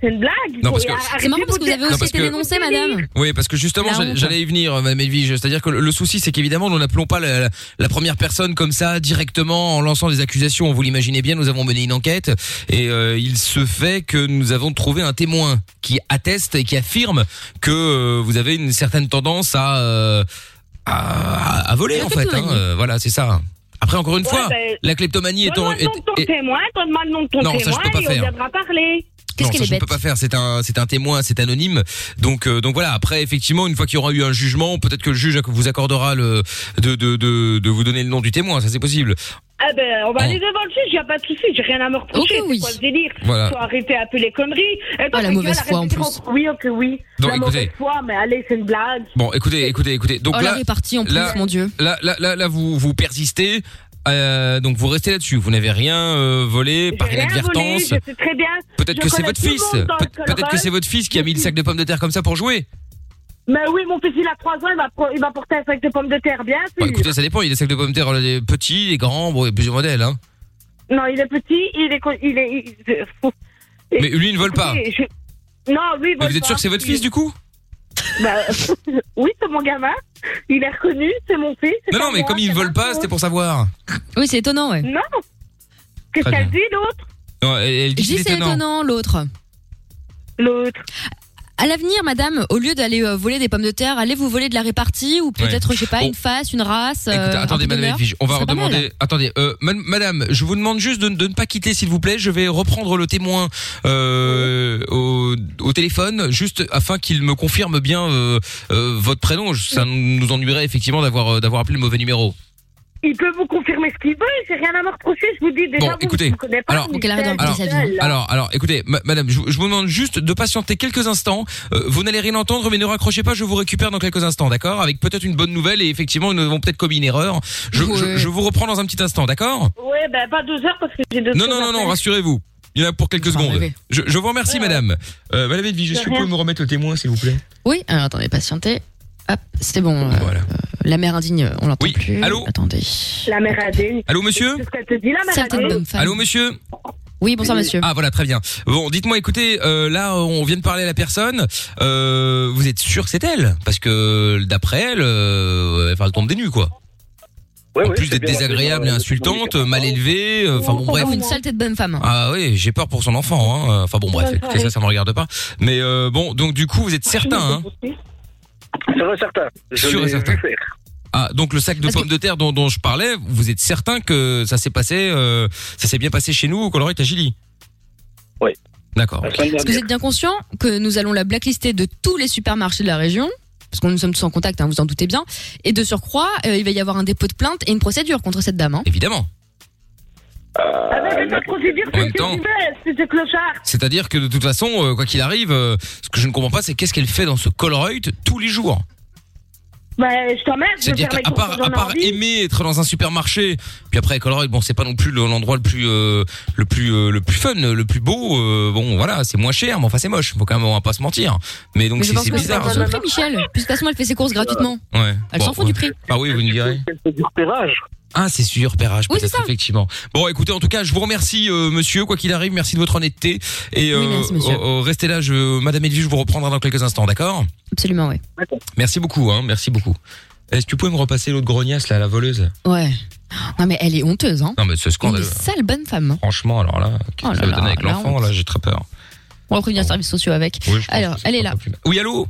Speaker 12: C'est une blague.
Speaker 9: Non, parce que-
Speaker 7: C'est marrant parce que vous avez aussi
Speaker 9: parce
Speaker 7: été
Speaker 9: que-
Speaker 7: dénoncé, madame.
Speaker 9: Oui, parce que justement,
Speaker 7: La
Speaker 9: j'allais-
Speaker 7: honte.
Speaker 9: j'allais y venir, Madame Edwige. C'est-à-dire que le le souci, c'est qu'évidemment, nous n'appelons pas la, la- la première personne comme ça directement en lançant des accusations. Vous l'imaginez bien, nous avons mené une enquête et euh, il se fait que nous avons trouvé un témoin qui atteste et qui affirme que euh, vous avez une certaine tendance à euh, à, à- à voler
Speaker 12: La
Speaker 9: en fait. hein.
Speaker 12: kleptomanie.
Speaker 9: Euh, voilà, c'est ça. Après, encore une
Speaker 12: Ouais,
Speaker 9: fois,
Speaker 12: ben,
Speaker 9: la kleptomanie est en-
Speaker 12: Donne-moi le nom de ton
Speaker 9: est- est-
Speaker 12: témoin, donne-moi le nom de ton
Speaker 9: Non, ça, je
Speaker 12: témoin
Speaker 9: peux pas
Speaker 12: et on
Speaker 9: faire.
Speaker 12: viendra parler.
Speaker 9: non, ça, je ne peux pas faire. C'est un, c'est un témoin, c'est anonyme. Donc, euh, donc voilà. Après, effectivement, une fois qu'il y aura eu un jugement, peut-être que le juge vous accordera le de de de, de vous donner le nom du témoin. Ça, c'est possible.
Speaker 12: Ah ben, on va aller devant le juge, y a pas de souci, j'ai rien à me reprocher. c'est quoi le délire
Speaker 9: Voilà.
Speaker 12: Faut arrêter un peu les conneries.
Speaker 7: Ah,
Speaker 12: Et toi,
Speaker 9: la
Speaker 12: ta
Speaker 9: mauvaise
Speaker 12: gueule,
Speaker 9: foi, en
Speaker 12: arrête de dire
Speaker 9: plus.
Speaker 12: entre Oui, ok, oui.
Speaker 9: Non,
Speaker 12: la mauvaise
Speaker 9: écoutez.
Speaker 12: foi, mais allez, c'est une blague.
Speaker 9: Bon, écoutez, écoutez, écoutez. Donc
Speaker 7: Oh, la
Speaker 9: là,
Speaker 7: répartie en plus,
Speaker 9: là-
Speaker 7: mon Dieu.
Speaker 9: Là, là, là, là, vous vous persistez. Euh, donc vous restez là-dessus. Vous n'avez rien euh, volé par
Speaker 12: Rien volé,
Speaker 9: inadvertance.
Speaker 12: je sais très bien.
Speaker 9: Peut-être
Speaker 12: Je
Speaker 9: que c'est
Speaker 12: connais
Speaker 9: votre
Speaker 12: tout le
Speaker 9: fils.
Speaker 12: monde dans le
Speaker 9: Peut- Peut-être que
Speaker 12: Colorado.
Speaker 9: c'est votre fils qui a mis le sac de pommes de terre comme ça pour jouer.
Speaker 12: Mais oui, mon fils, il a 3 ans, il va, pro- il va porter un sac de pommes de terre, bien sûr.
Speaker 9: Bah, écoutez, ça dépend. Il y a des sacs de pommes de terre euh, des petits, des grands, bon, il y a plusieurs modèles. Hein.
Speaker 12: Non, il est petit, il est. co- Il est il- je- fou.
Speaker 9: Mais lui, il ne vole pas.
Speaker 12: Écoutez, je- Non, lui, il
Speaker 9: Mais
Speaker 12: vole
Speaker 9: vous êtes
Speaker 12: pas.
Speaker 9: sûr que c'est votre fils du coup
Speaker 12: Bah, Oui, c'est mon gamin. Il est reconnu, c'est mon fils. c'est
Speaker 9: Non,
Speaker 12: à
Speaker 9: non, mais
Speaker 12: moi,
Speaker 9: comme ils
Speaker 12: c'est
Speaker 9: ne veulent pas, c'était pour savoir.
Speaker 7: Oui, c'est étonnant, ouais.
Speaker 12: Non. Qu'est-ce
Speaker 9: Très
Speaker 12: qu'elle
Speaker 9: bien.
Speaker 12: dit, l'autre
Speaker 9: Non, elle, elle dit
Speaker 7: J'ai
Speaker 9: que
Speaker 7: dit c'est étonnant, l'autre.
Speaker 12: L'autre.
Speaker 7: À l'avenir, madame, au lieu d'aller euh, voler des pommes de terre, allez vous voler de la répartie ou peut-être,
Speaker 9: Ouais.
Speaker 7: je sais pas,
Speaker 9: On-
Speaker 7: une face, une race. euh,
Speaker 9: Écoutez,
Speaker 7: un
Speaker 9: attendez,
Speaker 7: peu
Speaker 9: madame
Speaker 7: d'honneur.
Speaker 9: Edwige, on va
Speaker 7: Ce serait pas mal.
Speaker 9: redemander. Attendez, euh, man- madame, je vous demande juste de, de ne pas quitter, s'il vous plaît. Je vais reprendre le témoin euh, au, au téléphone, juste afin qu'il me confirme bien euh, euh, votre prénom. Je- Ça nous ennuierait effectivement d'avoir euh, d'avoir appelé le mauvais numéro.
Speaker 12: Il peut vous confirmer ce qu'il veut, j'ai rien à me reprocher, je vous dis déjà.
Speaker 9: Bon,
Speaker 12: vous,
Speaker 9: écoutez.
Speaker 12: Je vous connais pas,
Speaker 9: alors,
Speaker 12: mais c'est
Speaker 9: alors,
Speaker 12: elle,
Speaker 9: alors,
Speaker 12: là.
Speaker 9: alors, alors, écoutez, ma- madame, je, je vous demande juste de patienter quelques instants. Euh, vous n'allez rien entendre, mais ne raccrochez pas, je vous récupère dans quelques instants, d'accord Avec peut-être une bonne nouvelle et effectivement, nous avons peut-être commis une erreur. Je, je-
Speaker 12: Ouais.
Speaker 9: je vous reprends dans un petit instant, d'accord
Speaker 12: Ouais, ben pas deux heures parce que j'ai deux
Speaker 9: Non,
Speaker 12: choses
Speaker 9: non,
Speaker 12: à
Speaker 9: non, non,
Speaker 12: faire.
Speaker 9: rassurez-vous. Il y en a pour quelques secondes. Je, je vous remercie, madame. Euh, madame Edwige, est-ce que vous pouvez me remettre le témoin, s'il vous plaît
Speaker 7: Oui, alors attendez, patientez. Hop, c'est bon. euh, euh, la mère indigne, euh, on l'entend plus.
Speaker 9: allô
Speaker 7: Attendez.
Speaker 12: La mère indigne.
Speaker 9: Allô, monsieur
Speaker 12: C'est ce qu'elle te dit,
Speaker 2: Ah, bah,
Speaker 12: la mère
Speaker 7: Certaines
Speaker 12: indigne.
Speaker 7: bonnes femmes.
Speaker 9: Allô, monsieur
Speaker 7: Oui, bonsoir,
Speaker 12: Euh,
Speaker 7: monsieur.
Speaker 9: Ah, voilà, très bien. Bon, dites-moi, écoutez, euh, là, on vient de parler à la personne. Euh, vous êtes sûr que c'est elle Parce que, d'après elle, euh, enfin, elle tombe des nues, quoi. en plus d'être désagréable et insultante, mal élevée, euh,
Speaker 12: Oh,
Speaker 9: enfin, bon, bref.
Speaker 7: Une saleté de bonne femme.
Speaker 9: Ah oui, j'ai peur pour son enfant. Hein. Enfin bon, bref,
Speaker 7: Ouais,
Speaker 9: écoutez,
Speaker 7: ouais.
Speaker 9: ça, ça me regarde pas. Mais euh, bon, donc du coup, vous êtes certain, hein
Speaker 10: Sûr et certain. Je
Speaker 9: Sûr et
Speaker 10: l'ai
Speaker 9: certain.
Speaker 10: vu faire.
Speaker 9: Ah, donc le sac de pommes de terre dont, dont je parlais, vous êtes certain que ça s'est passé, euh, ça s'est bien passé chez nous au Colorado à Gilly
Speaker 10: Oui.
Speaker 9: D'accord.
Speaker 7: Est-ce que vous êtes bien conscient que nous allons la blacklister de tous les supermarchés de la région parce qu'on nous sommes tous en contact, hein, vous en doutez bien. Et de surcroît, euh, il va y avoir un dépôt de plainte et une procédure contre cette dame. hein.
Speaker 9: Évidemment.
Speaker 12: Ah, mais c'est pas de procédure,
Speaker 9: En
Speaker 12: c'est
Speaker 9: même
Speaker 12: ce
Speaker 9: temps-
Speaker 12: qu'il veut, c'est de clochard.
Speaker 9: C'est-à-dire que de toute façon, euh, quoi qu'il arrive, euh, ce que je ne comprends pas, c'est qu'est-ce qu'elle fait dans ce Colorado tous les jours
Speaker 12: Bah, je t'emmerde, je vais
Speaker 9: C'est-à-dire
Speaker 12: faire mes
Speaker 9: qu'à
Speaker 12: courses
Speaker 9: part, à
Speaker 12: aujourd'hui.
Speaker 9: part aimer être dans un supermarché, puis après Colorado, bon, c'est pas non plus le- l'endroit le plus euh, le plus euh, le plus fun, le plus beau. euh, bon, voilà, c'est moins cher, mais enfin c'est moche. Faut quand même on va pas se mentir. Mais donc
Speaker 7: Mais je
Speaker 9: c'est
Speaker 7: pense
Speaker 9: c'est
Speaker 7: que c'est
Speaker 9: bizarre.
Speaker 7: dans le prix, Michel. Puis, De toute façon, elle fait ses courses gratuitement.
Speaker 9: Ouais.
Speaker 7: Elle s'en fout du prix.
Speaker 9: Ah oui, vous me direz.
Speaker 10: C'est du repérage.
Speaker 9: Ah, c'est sur repérage,
Speaker 7: Oui,
Speaker 9: peut-être,
Speaker 7: c'est ça.
Speaker 9: effectivement. Bon, écoutez, en tout cas, je vous remercie, euh, monsieur, quoi qu'il arrive, merci de votre honnêteté. Et euh,
Speaker 7: merci, monsieur.
Speaker 9: oh, oh, restez là, je, Madame Edwige vous reprendra dans quelques instants, d'accord
Speaker 7: Absolument, ouais.
Speaker 9: Merci beaucoup, hein, merci beaucoup. Est-ce que tu pouvais me repasser l'autre grognasse, là, la voleuse
Speaker 7: Ouais. Non, mais elle est honteuse, hein.
Speaker 9: Non, mais c'est
Speaker 7: Une
Speaker 9: scandaleux.
Speaker 7: sale bonne femme. hein.
Speaker 9: Franchement, alors là, qu'est-ce
Speaker 7: Oh
Speaker 9: que
Speaker 7: là
Speaker 9: ça va
Speaker 7: là,
Speaker 9: donner avec
Speaker 7: la
Speaker 9: l'enfant,
Speaker 7: honte.
Speaker 9: là, j'ai très peur.
Speaker 7: On va prévenir les services sociaux avec.
Speaker 9: Oui, je pense
Speaker 7: Alors, elle est là.
Speaker 9: Oui, allô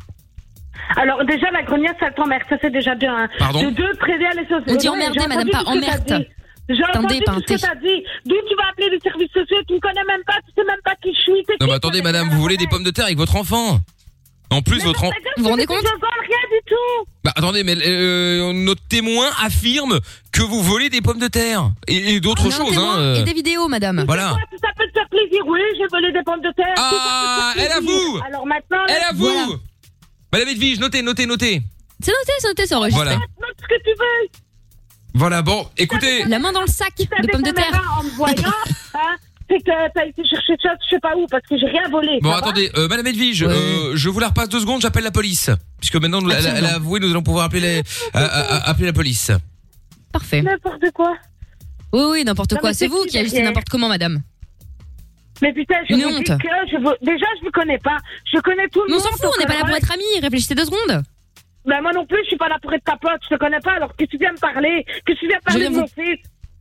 Speaker 12: Alors, déjà, la grognasse, ça t'emmerde, ça c'est déjà bien. hein.
Speaker 9: Pardon
Speaker 12: De deux, préviens les sociaux.
Speaker 7: On dit
Speaker 12: Non,
Speaker 7: emmerder,
Speaker 12: j'ai entendu
Speaker 7: madame, pas
Speaker 12: tout ce que t'as
Speaker 7: emmerde.
Speaker 12: dit. J'ai
Speaker 7: C'est un
Speaker 12: entendu
Speaker 7: dé, pas
Speaker 12: tout
Speaker 7: un
Speaker 12: ce que
Speaker 7: thé.
Speaker 12: t'as dit. D'où tu vas appeler les services sociaux Tu me connais même pas, tu sais même pas qui je suis. t'es qui,
Speaker 9: Non, mais attendez,
Speaker 12: toi,
Speaker 9: madame, vous voulez des pommes de terre avec votre enfant En plus, votre enfant.
Speaker 12: Vous vous rendez compte Je vole rien du tout.
Speaker 9: Bah attendez, mais euh, notre témoin affirme que vous volez des pommes de terre et, et d'autres
Speaker 7: On Ah, a un
Speaker 9: choses.
Speaker 7: témoin
Speaker 9: Hein, euh.
Speaker 7: Et des vidéos, madame.
Speaker 9: Voilà.
Speaker 12: Si ça peut te faire plaisir, oui, j'ai volé des pommes de terre. si ça peut te
Speaker 9: Ah,
Speaker 12: faire
Speaker 9: elle
Speaker 12: plaisir.
Speaker 9: avoue.
Speaker 12: Alors maintenant,
Speaker 9: Elle
Speaker 12: là,
Speaker 9: avoue Madame Edwige, notez, notez, notez.
Speaker 7: C'est noté, c'est noté, c'est enregistré.
Speaker 9: Voilà.
Speaker 12: Note ce que tu veux.
Speaker 9: Voilà, bon, écoutez.
Speaker 7: La main dans le sac
Speaker 12: T'as
Speaker 7: de
Speaker 12: des
Speaker 7: pommes de
Speaker 12: caméras
Speaker 7: terre.
Speaker 12: En me voyant, hein, c'est que t'as été chercher ça, je sais pas où, parce que j'ai rien volé.
Speaker 9: Bon,
Speaker 12: ça va
Speaker 9: attendez, euh, Madame Edwige, euh, je vous la repasse deux secondes, j'appelle la police. Puisque maintenant, elle, elle a avoué, nous allons pouvoir appeler, les, à- à- à- appeler la police.
Speaker 7: Parfait.
Speaker 12: N'importe quoi.
Speaker 7: Oui, oui, n'importe
Speaker 12: Non,
Speaker 7: quoi.
Speaker 12: mais
Speaker 7: C'est
Speaker 12: c'est
Speaker 7: vous
Speaker 12: qui
Speaker 7: qui agissez
Speaker 12: derrière
Speaker 7: n'importe comment, madame.
Speaker 12: Mais putain, je
Speaker 7: Une
Speaker 12: vous dis
Speaker 7: honte.
Speaker 12: que je vous- déjà je vous connais pas. Je connais tout le
Speaker 7: Mais on
Speaker 12: monde.
Speaker 7: s'en fout, on n'est pas là pour être amis. Réfléchissez deux secondes.
Speaker 12: Ben, moi non plus, je suis pas là pour être ta pote. Je te connais pas. Alors que tu viens me parler, que tu viens parler
Speaker 7: viens
Speaker 12: de
Speaker 7: vous-
Speaker 12: mon fils.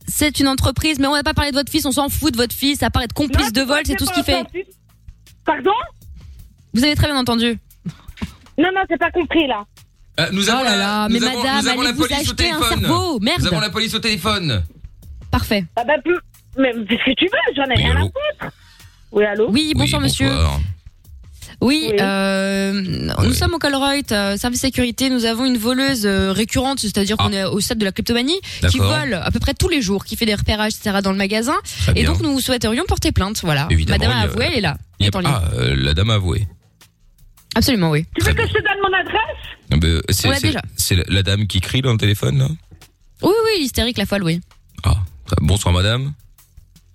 Speaker 7: C'est une entreprise, mais on va pas parler de votre fils, on s'en fout de votre fils, à part être complice de vol, c'est tout ce qu'il fait.
Speaker 12: Pardon
Speaker 7: Vous avez très bien entendu.
Speaker 12: Non, non, t'as pas compris là.
Speaker 9: Euh, nous avons
Speaker 7: Oh là
Speaker 9: la,
Speaker 7: là,
Speaker 9: nous
Speaker 7: mais
Speaker 9: avons-
Speaker 7: madame,
Speaker 9: nous avons la
Speaker 7: allez vous
Speaker 9: police au
Speaker 7: acheter un
Speaker 9: téléphone.
Speaker 7: cerveau, merde.
Speaker 9: Nous avons la police au téléphone.
Speaker 7: Parfait.
Speaker 12: Ah ben plus. Mais fais ce que tu veux, j'en ai rien à foutre. Oui, allô
Speaker 7: Oui, bonsoir, monsieur.
Speaker 9: bonsoir.
Speaker 7: Oui, euh, nous sommes au Colruyt, euh, service sécurité. Nous avons une voleuse euh, récurrente, c'est-à-dire qu'on est au stade de la kleptomanie, qui
Speaker 9: Ah. D'accord.
Speaker 7: vole à peu près tous les jours, qui fait des repérages, etc. dans le magasin.
Speaker 9: Très
Speaker 7: et
Speaker 9: bien.
Speaker 7: donc, nous vous souhaiterions porter plainte. Voilà.
Speaker 9: Évidemment,
Speaker 7: Madame a
Speaker 9: il y a-
Speaker 7: avoué, elle est là.
Speaker 9: Il y a-
Speaker 7: Attends,
Speaker 9: Ah, euh, la dame a avoué.
Speaker 7: Absolument, oui.
Speaker 12: Tu veux que je te donne mon adresse
Speaker 9: Ah, bah, c'est-
Speaker 7: On l'a
Speaker 9: c'est-
Speaker 7: déjà.
Speaker 9: C'est la, la dame qui crie dans le téléphone, là
Speaker 7: Oui, oui, hystérique, la folle, oui.
Speaker 9: Bonsoir, madame.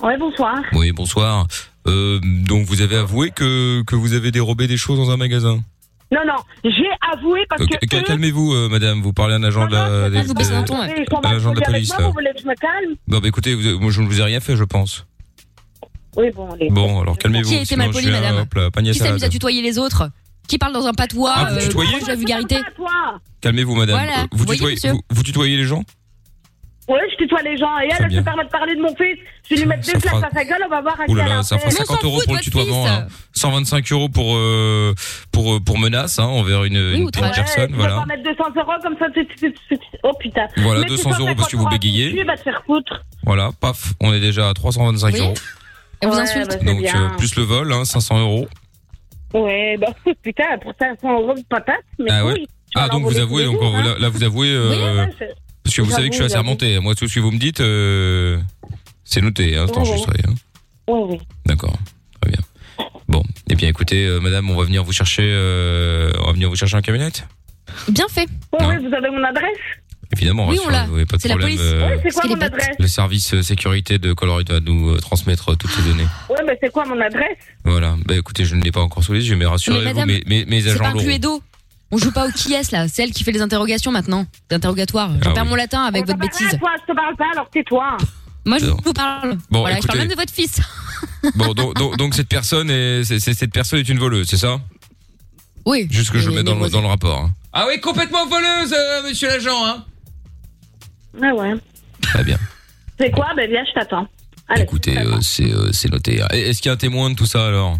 Speaker 12: Ouais, bonsoir.
Speaker 9: Oui, bonsoir. Euh, donc, vous avez avoué que, que vous avez dérobé des choses dans un magasin
Speaker 12: Non, non, j'ai avoué parce
Speaker 9: Euh,
Speaker 12: que.
Speaker 9: ca- Calmez-vous, euh, madame. Vous parlez à un agent de la, des-
Speaker 12: Ah, Vous
Speaker 9: de-
Speaker 12: baissez un ton,
Speaker 9: euh, un agent de la police. là.
Speaker 12: Vous voulez que je me calme
Speaker 9: Non, bah écoutez, vous- moi, je ne vous ai rien fait, je pense.
Speaker 12: Oui, bon, allez.
Speaker 9: Bon, alors calmez-vous.
Speaker 7: Qui a été
Speaker 9: sinon
Speaker 7: mal
Speaker 9: je
Speaker 7: poli,
Speaker 9: fais un,
Speaker 7: madame
Speaker 9: hop là, panier à
Speaker 7: Qui s'amuse à
Speaker 9: salade.
Speaker 7: tutoyer les autres Qui parle dans un patois euh,
Speaker 9: Ah, vous tutoyez
Speaker 7: proche de la vulgarité
Speaker 12: Toi
Speaker 9: Calmez-vous, madame.
Speaker 7: Voilà.
Speaker 9: Euh,
Speaker 7: Vous
Speaker 9: Vous,
Speaker 7: voyez,
Speaker 9: tutoyez,
Speaker 7: monsieur
Speaker 9: vous, vous tutoyez les gens
Speaker 12: Ouais, je tutoie les gens. Et elle, elle
Speaker 9: bien.
Speaker 12: se permet de parler de mon fils. Je vais lui mettre
Speaker 9: Ça
Speaker 12: deux claques
Speaker 9: fera-
Speaker 12: à sa gueule, on va voir à
Speaker 7: Ah,
Speaker 9: Ouh
Speaker 12: quel
Speaker 9: là là, ça fera 50 euros pour le tutoiement. hein. 125 euros pour, euh, pour, euh, pour menace hein, envers une, une, une personne.
Speaker 12: On
Speaker 9: Voilà.
Speaker 12: va mettre 200 euros comme ça. tu- tu- tu- tu- Oh putain.
Speaker 9: Voilà,
Speaker 12: Mais
Speaker 9: 200 euros parce que vous
Speaker 12: 253,
Speaker 9: bégayez.
Speaker 12: Tu vas te faire foutre.
Speaker 9: Voilà, paf, on est déjà à 325 euros.
Speaker 7: Elle vous
Speaker 12: Ouais,
Speaker 7: insulte.
Speaker 12: bah, c'est
Speaker 9: Donc,
Speaker 12: bien.
Speaker 9: euh, plus le vol, hein, 500 euros.
Speaker 12: Ouais, bah putain, pour 500 euros de patate. Mais
Speaker 9: Ah ouais
Speaker 12: oui.
Speaker 9: Ah, donc vous avouez, donc euh,
Speaker 7: hein.
Speaker 9: là, là, vous avouez. euh, Parce que vous savez que je suis
Speaker 12: J'avoue,
Speaker 9: assermenté. Moi, tout ce que vous me dites, euh, c'est noté, hein, c'est
Speaker 12: Ouais,
Speaker 7: Oh.
Speaker 9: enregistré. hein.
Speaker 12: Ouais, ouais.
Speaker 9: D'accord, très bien. Bon, eh bien, écoutez, euh, madame, on va venir vous chercher. euh, on va venir vous chercher en camionnette
Speaker 7: Bien fait.
Speaker 12: Ouais, ouais, Oh, vous avez mon adresse
Speaker 9: Évidemment,
Speaker 7: Oui, on
Speaker 9: rassurez-vous,
Speaker 7: l'a.
Speaker 9: vous n'avez pas de
Speaker 7: C'est la
Speaker 9: problème.
Speaker 7: police.
Speaker 9: euh,
Speaker 12: Ouais, c'est quoi
Speaker 7: Parce
Speaker 12: mon
Speaker 7: qu'elle est bête.
Speaker 12: adresse
Speaker 9: le service euh, sécurité de Colorado va nous euh, transmettre euh, toutes ces données.
Speaker 12: Ouais, mais c'est quoi mon adresse
Speaker 9: Voilà. Bah écoutez, je ne l'ai pas encore sous les yeux, mais rassurez-vous,
Speaker 7: madame,
Speaker 9: mes, mes, mes
Speaker 7: C'est pas
Speaker 9: agents
Speaker 7: un
Speaker 9: l'auront.
Speaker 7: cluedo. On joue pas au qui est là, celle qui fait les interrogations maintenant, d'interrogatoire. J'en
Speaker 9: Ah
Speaker 7: perds
Speaker 9: oui.
Speaker 7: mon latin avec votre bêtise.
Speaker 12: Toi, je te parle pas, alors tais-toi.
Speaker 7: Moi je
Speaker 9: Non.
Speaker 7: vous parle.
Speaker 9: Bon,
Speaker 7: voilà, je
Speaker 9: écoutez.
Speaker 7: parle même de votre fils.
Speaker 9: Bon, donc, donc- donc cette personne est, c'est- c'est- cette personne est une voleuse, c'est ça
Speaker 7: Oui.
Speaker 9: Juste que je
Speaker 7: Mais-
Speaker 9: mets dans,
Speaker 7: mais
Speaker 9: le- dans le rapport. hein.
Speaker 2: Ah oui, complètement voleuse, euh, monsieur l'agent, hein.
Speaker 12: Ah ouais.
Speaker 9: Très bien.
Speaker 12: C'est quoi Ben viens, je t'attends. Allez.
Speaker 9: Écoutez, euh, c'est euh, c'est noté. Et Est-ce qu'il y a un témoin de tout ça alors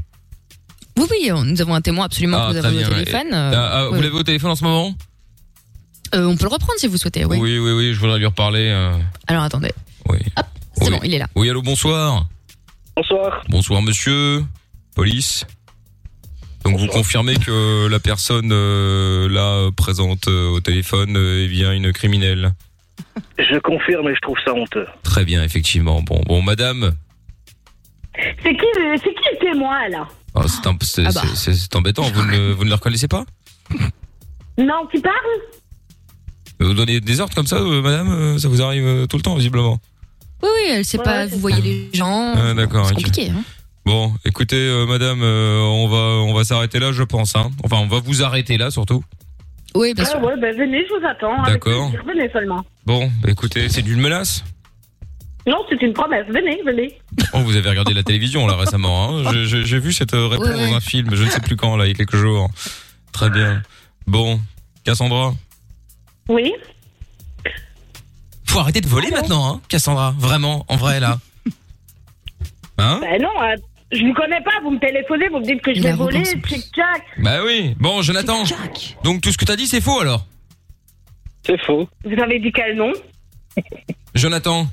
Speaker 7: Oui, oui, on- nous avons un témoin absolument
Speaker 9: Ah,
Speaker 7: que vous
Speaker 9: très
Speaker 7: avez au
Speaker 9: bien, ouais.
Speaker 7: téléphone. euh,
Speaker 9: Ah, ah,
Speaker 7: oui.
Speaker 9: Vous l'avez au téléphone en ce moment
Speaker 7: Euh, on peut le reprendre si vous souhaitez, oui.
Speaker 9: oui, oui, je voudrais lui reparler. euh.
Speaker 7: Alors attendez.
Speaker 9: Oui.
Speaker 7: Hop, c'est
Speaker 9: Oui.
Speaker 7: bon, il est là.
Speaker 9: Oui, allô, bonsoir.
Speaker 10: Bonsoir.
Speaker 9: Bonsoir, monsieur. Police. Donc vous confirmez que la personne euh, là présente euh, au téléphone euh, est bien une criminelle.
Speaker 10: Je confirme et je trouve ça honteux.
Speaker 9: Très bien, effectivement. Bon, bon, madame,
Speaker 12: C'est qui, le- c'est qui le témoin, là
Speaker 9: ah, c'est un- c'est-
Speaker 12: Ah bah.
Speaker 9: c'est- c'est- c'est embêtant. Vous ne, vous ne la reconnaissez pas
Speaker 12: Non, qui parle
Speaker 2: Mais Vous donnez des ordres comme ça, euh, madame euh, Ça vous arrive euh, tout le temps, visiblement.
Speaker 7: Oui, oui, elle sait pas, vous voyez les gens.
Speaker 2: Ah, d'accord,
Speaker 7: C'est
Speaker 2: ok.
Speaker 7: compliqué. hein.
Speaker 2: Bon, écoutez, euh, madame, euh, on va, on va s'arrêter là, je pense. Hein. Enfin, on va vous arrêter là, surtout.
Speaker 7: Oui,
Speaker 9: bien sûr. ouais, ben, venez, je vous attends. avec
Speaker 2: D'accord.
Speaker 9: plaisir. Venez seulement.
Speaker 2: Bon, bah, écoutez, c'est d'une menace.
Speaker 9: Non, c'est une promesse. Venez, venez.
Speaker 2: Oh, vous avez regardé la télévision là récemment. Hein. Je- je- J'ai vu cette euh, réponse
Speaker 9: Ouais, ouais.
Speaker 2: dans un film, je ne sais plus quand, là, il y a quelques jours. Très bien. Bon, Cassandra.
Speaker 9: Oui.
Speaker 2: Faut arrêter de voler maintenant, hein, Cassandra. Vraiment, en vrai, là. Hein
Speaker 9: Ben non, hein, je vous connais pas. Vous me téléphonez, vous me dites que je vais voler. Tic-tac.
Speaker 2: Bah oui. Bon, Jonathan. Donc tout ce que t'as dit, c'est faux alors. C'est faux.
Speaker 9: Vous avez dit quel nom
Speaker 2: Jonathan.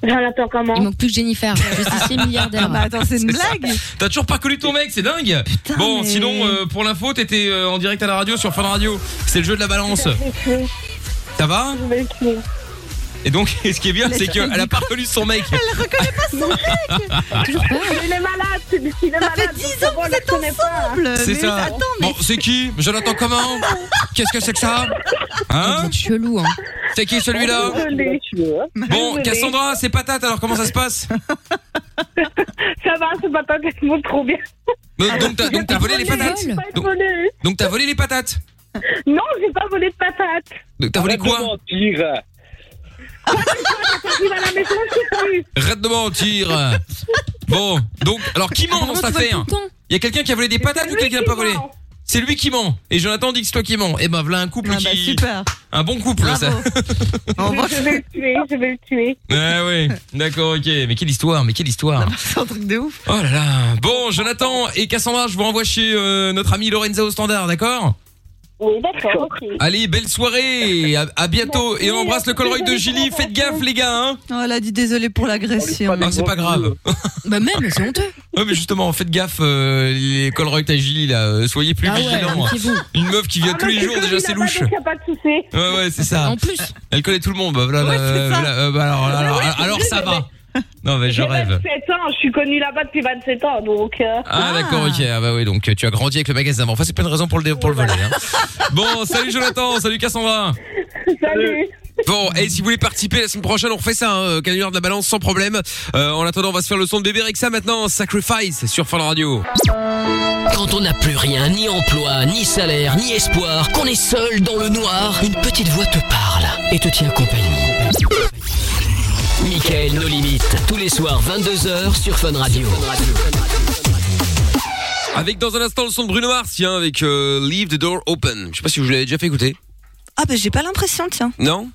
Speaker 9: Jonathan, comment
Speaker 7: Il manque plus que Jennifer, justicier milliardaire. Bah
Speaker 5: Ah attends, c'est une blague
Speaker 2: T'as toujours pas connu ton mec, c'est dingue. bon,
Speaker 7: mais-
Speaker 2: sinon, euh, pour l'info, t'étais euh, en direct à la radio sur Fun Radio. C'est le jeu de la balance. Ça va Et donc, ce qui est bien, c'est qu'elle a pas reconnu son mec.
Speaker 9: Elle reconnaît pas son mec Ah, Il est malade, celui-ci, il est malade. Ça fait 10 ans que vous êtes ensemble
Speaker 2: C'est ça. Bon, c'est qui Jonathan comment Qu'est-ce que c'est que ça Hein
Speaker 7: Chelou, hein.
Speaker 2: C'est qui
Speaker 9: Ah,
Speaker 2: celui-là Bon,
Speaker 9: Désolée.
Speaker 2: Cassandra, c'est patate, alors comment ça se passe
Speaker 9: Ça va, ce matin, je monte trop bien.
Speaker 2: Donc, donc t'as donc t'as volé les patates
Speaker 9: J'ai pas volé.
Speaker 2: Donc t'as volé les patates
Speaker 9: Non, j'ai
Speaker 12: Oh,
Speaker 9: pas volé de patates.
Speaker 2: Donc t'as volé quoi
Speaker 9: J'arrive à la maison, je sais plus.
Speaker 2: Arrête de mentir Bon, donc, alors qui ment dans cette
Speaker 9: Apparemment, tu voles
Speaker 2: affaire
Speaker 9: tout le temps.
Speaker 2: Il y a quelqu'un qui a volé des patates ou
Speaker 9: lui
Speaker 2: quelqu'un qui a
Speaker 9: qui
Speaker 2: pas volé
Speaker 9: ment.
Speaker 2: C'est lui qui ment Et Jonathan dit que c'est toi qui mens Eh ben voilà un couple
Speaker 9: Ah bah,
Speaker 2: qui...
Speaker 5: super.
Speaker 2: Un bon couple ça
Speaker 9: Je vais le tuer, je vais le tuer.
Speaker 2: Ah oui, d'accord, ok. Mais quelle histoire, mais quelle histoire
Speaker 5: C'est un truc de ouf.
Speaker 2: Oh là là Bon, Jonathan et Cassandra, je vous renvoie chez euh, notre ami Lorenza au standard, d'accord
Speaker 9: Oui, d'accord, ok.
Speaker 2: Allez, belle soirée À, à bientôt Et on embrasse le Colroy de Gilly, faites gaffe les gars, hein
Speaker 5: Oh, elle a dit désolé pour l'agression.
Speaker 2: Ah, c'est pas grave
Speaker 7: Bah même, c'est honteux.
Speaker 2: Ouais, mais justement, faites gaffe, euh, les Colroy à Gilly, là, euh, soyez plus
Speaker 7: Ah ouais,
Speaker 2: vigilants.
Speaker 7: méfiez-vous.
Speaker 2: Une meuf qui
Speaker 9: Ah,
Speaker 2: vient tous les jours, déjà, c'est louche.
Speaker 9: Il n'y a pas de souci.
Speaker 2: Ouais, ouais, c'est ça.
Speaker 9: En plus.
Speaker 2: Elle connaît tout le monde, bah voilà, là,
Speaker 9: Ouais, c'est ça.
Speaker 2: voilà, euh, bah, alors,
Speaker 9: Ouais,
Speaker 2: alors,
Speaker 9: ouais,
Speaker 2: alors,
Speaker 9: c'est
Speaker 2: alors, ça
Speaker 9: vrai, Eh ben, c'est
Speaker 2: va. Non, mais je
Speaker 9: J'ai
Speaker 2: rêve.
Speaker 9: 27 ans, je suis connue là-bas depuis 27 ans, donc... euh,
Speaker 2: Ah, d'accord, ok. Ah bah oui, donc euh, tu as grandi avec le magasin. Bon, enfin, c'est pas une raison pour le, dé- pour le voler. hein. Bon, salut Jonathan, salut Cassandra.
Speaker 9: Salut.
Speaker 2: Bon, et si vous voulez participer la semaine prochaine, on refait ça, hein, canular de la balance sans problème. Euh, en attendant, on va se faire le son de bébé Rexa maintenant, Sacrifice sur Fun Radio.
Speaker 1: Quand on n'a plus rien, ni emploi, ni salaire, ni espoir, qu'on est seul dans le noir, une petite voix te parle et te tient compagnie. Michael, nos limites, tous les soirs 22h sur Fun Radio.
Speaker 2: Avec dans un instant le son de Bruno Mars, tiens, avec euh, Leave the Door Open. Je sais pas si je vous l'avez déjà fait écouter.
Speaker 5: Ah, bah j'ai pas l'impression, tiens.
Speaker 2: Non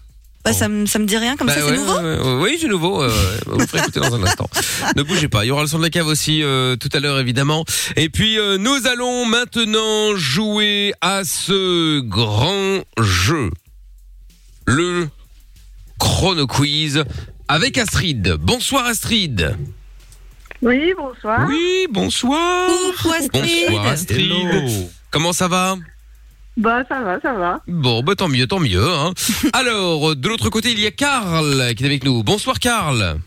Speaker 5: Bah, ça, me, ça me dit rien, comme
Speaker 2: Bah
Speaker 5: ça c'est
Speaker 2: ouais,
Speaker 5: nouveau.
Speaker 2: ouais, ouais. Oui, c'est nouveau. euh, ouais. Bah, vous le ferez écouter dans un instant. Ne bougez pas. Il y aura le son de la cave aussi euh, tout à l'heure, évidemment. Et puis, euh, nous allons maintenant jouer à ce grand jeu. Le Chrono Quiz avec Astrid. Bonsoir Astrid.
Speaker 9: Oui, bonsoir.
Speaker 2: Oui, bonsoir. Bonsoir Astrid. Comment ça va
Speaker 9: Bah, ça va, ça va.
Speaker 2: Bon, bah tant mieux, tant mieux. hein. Alors, euh, de l'autre côté, il y a Karl qui est avec nous. Bonsoir Karl.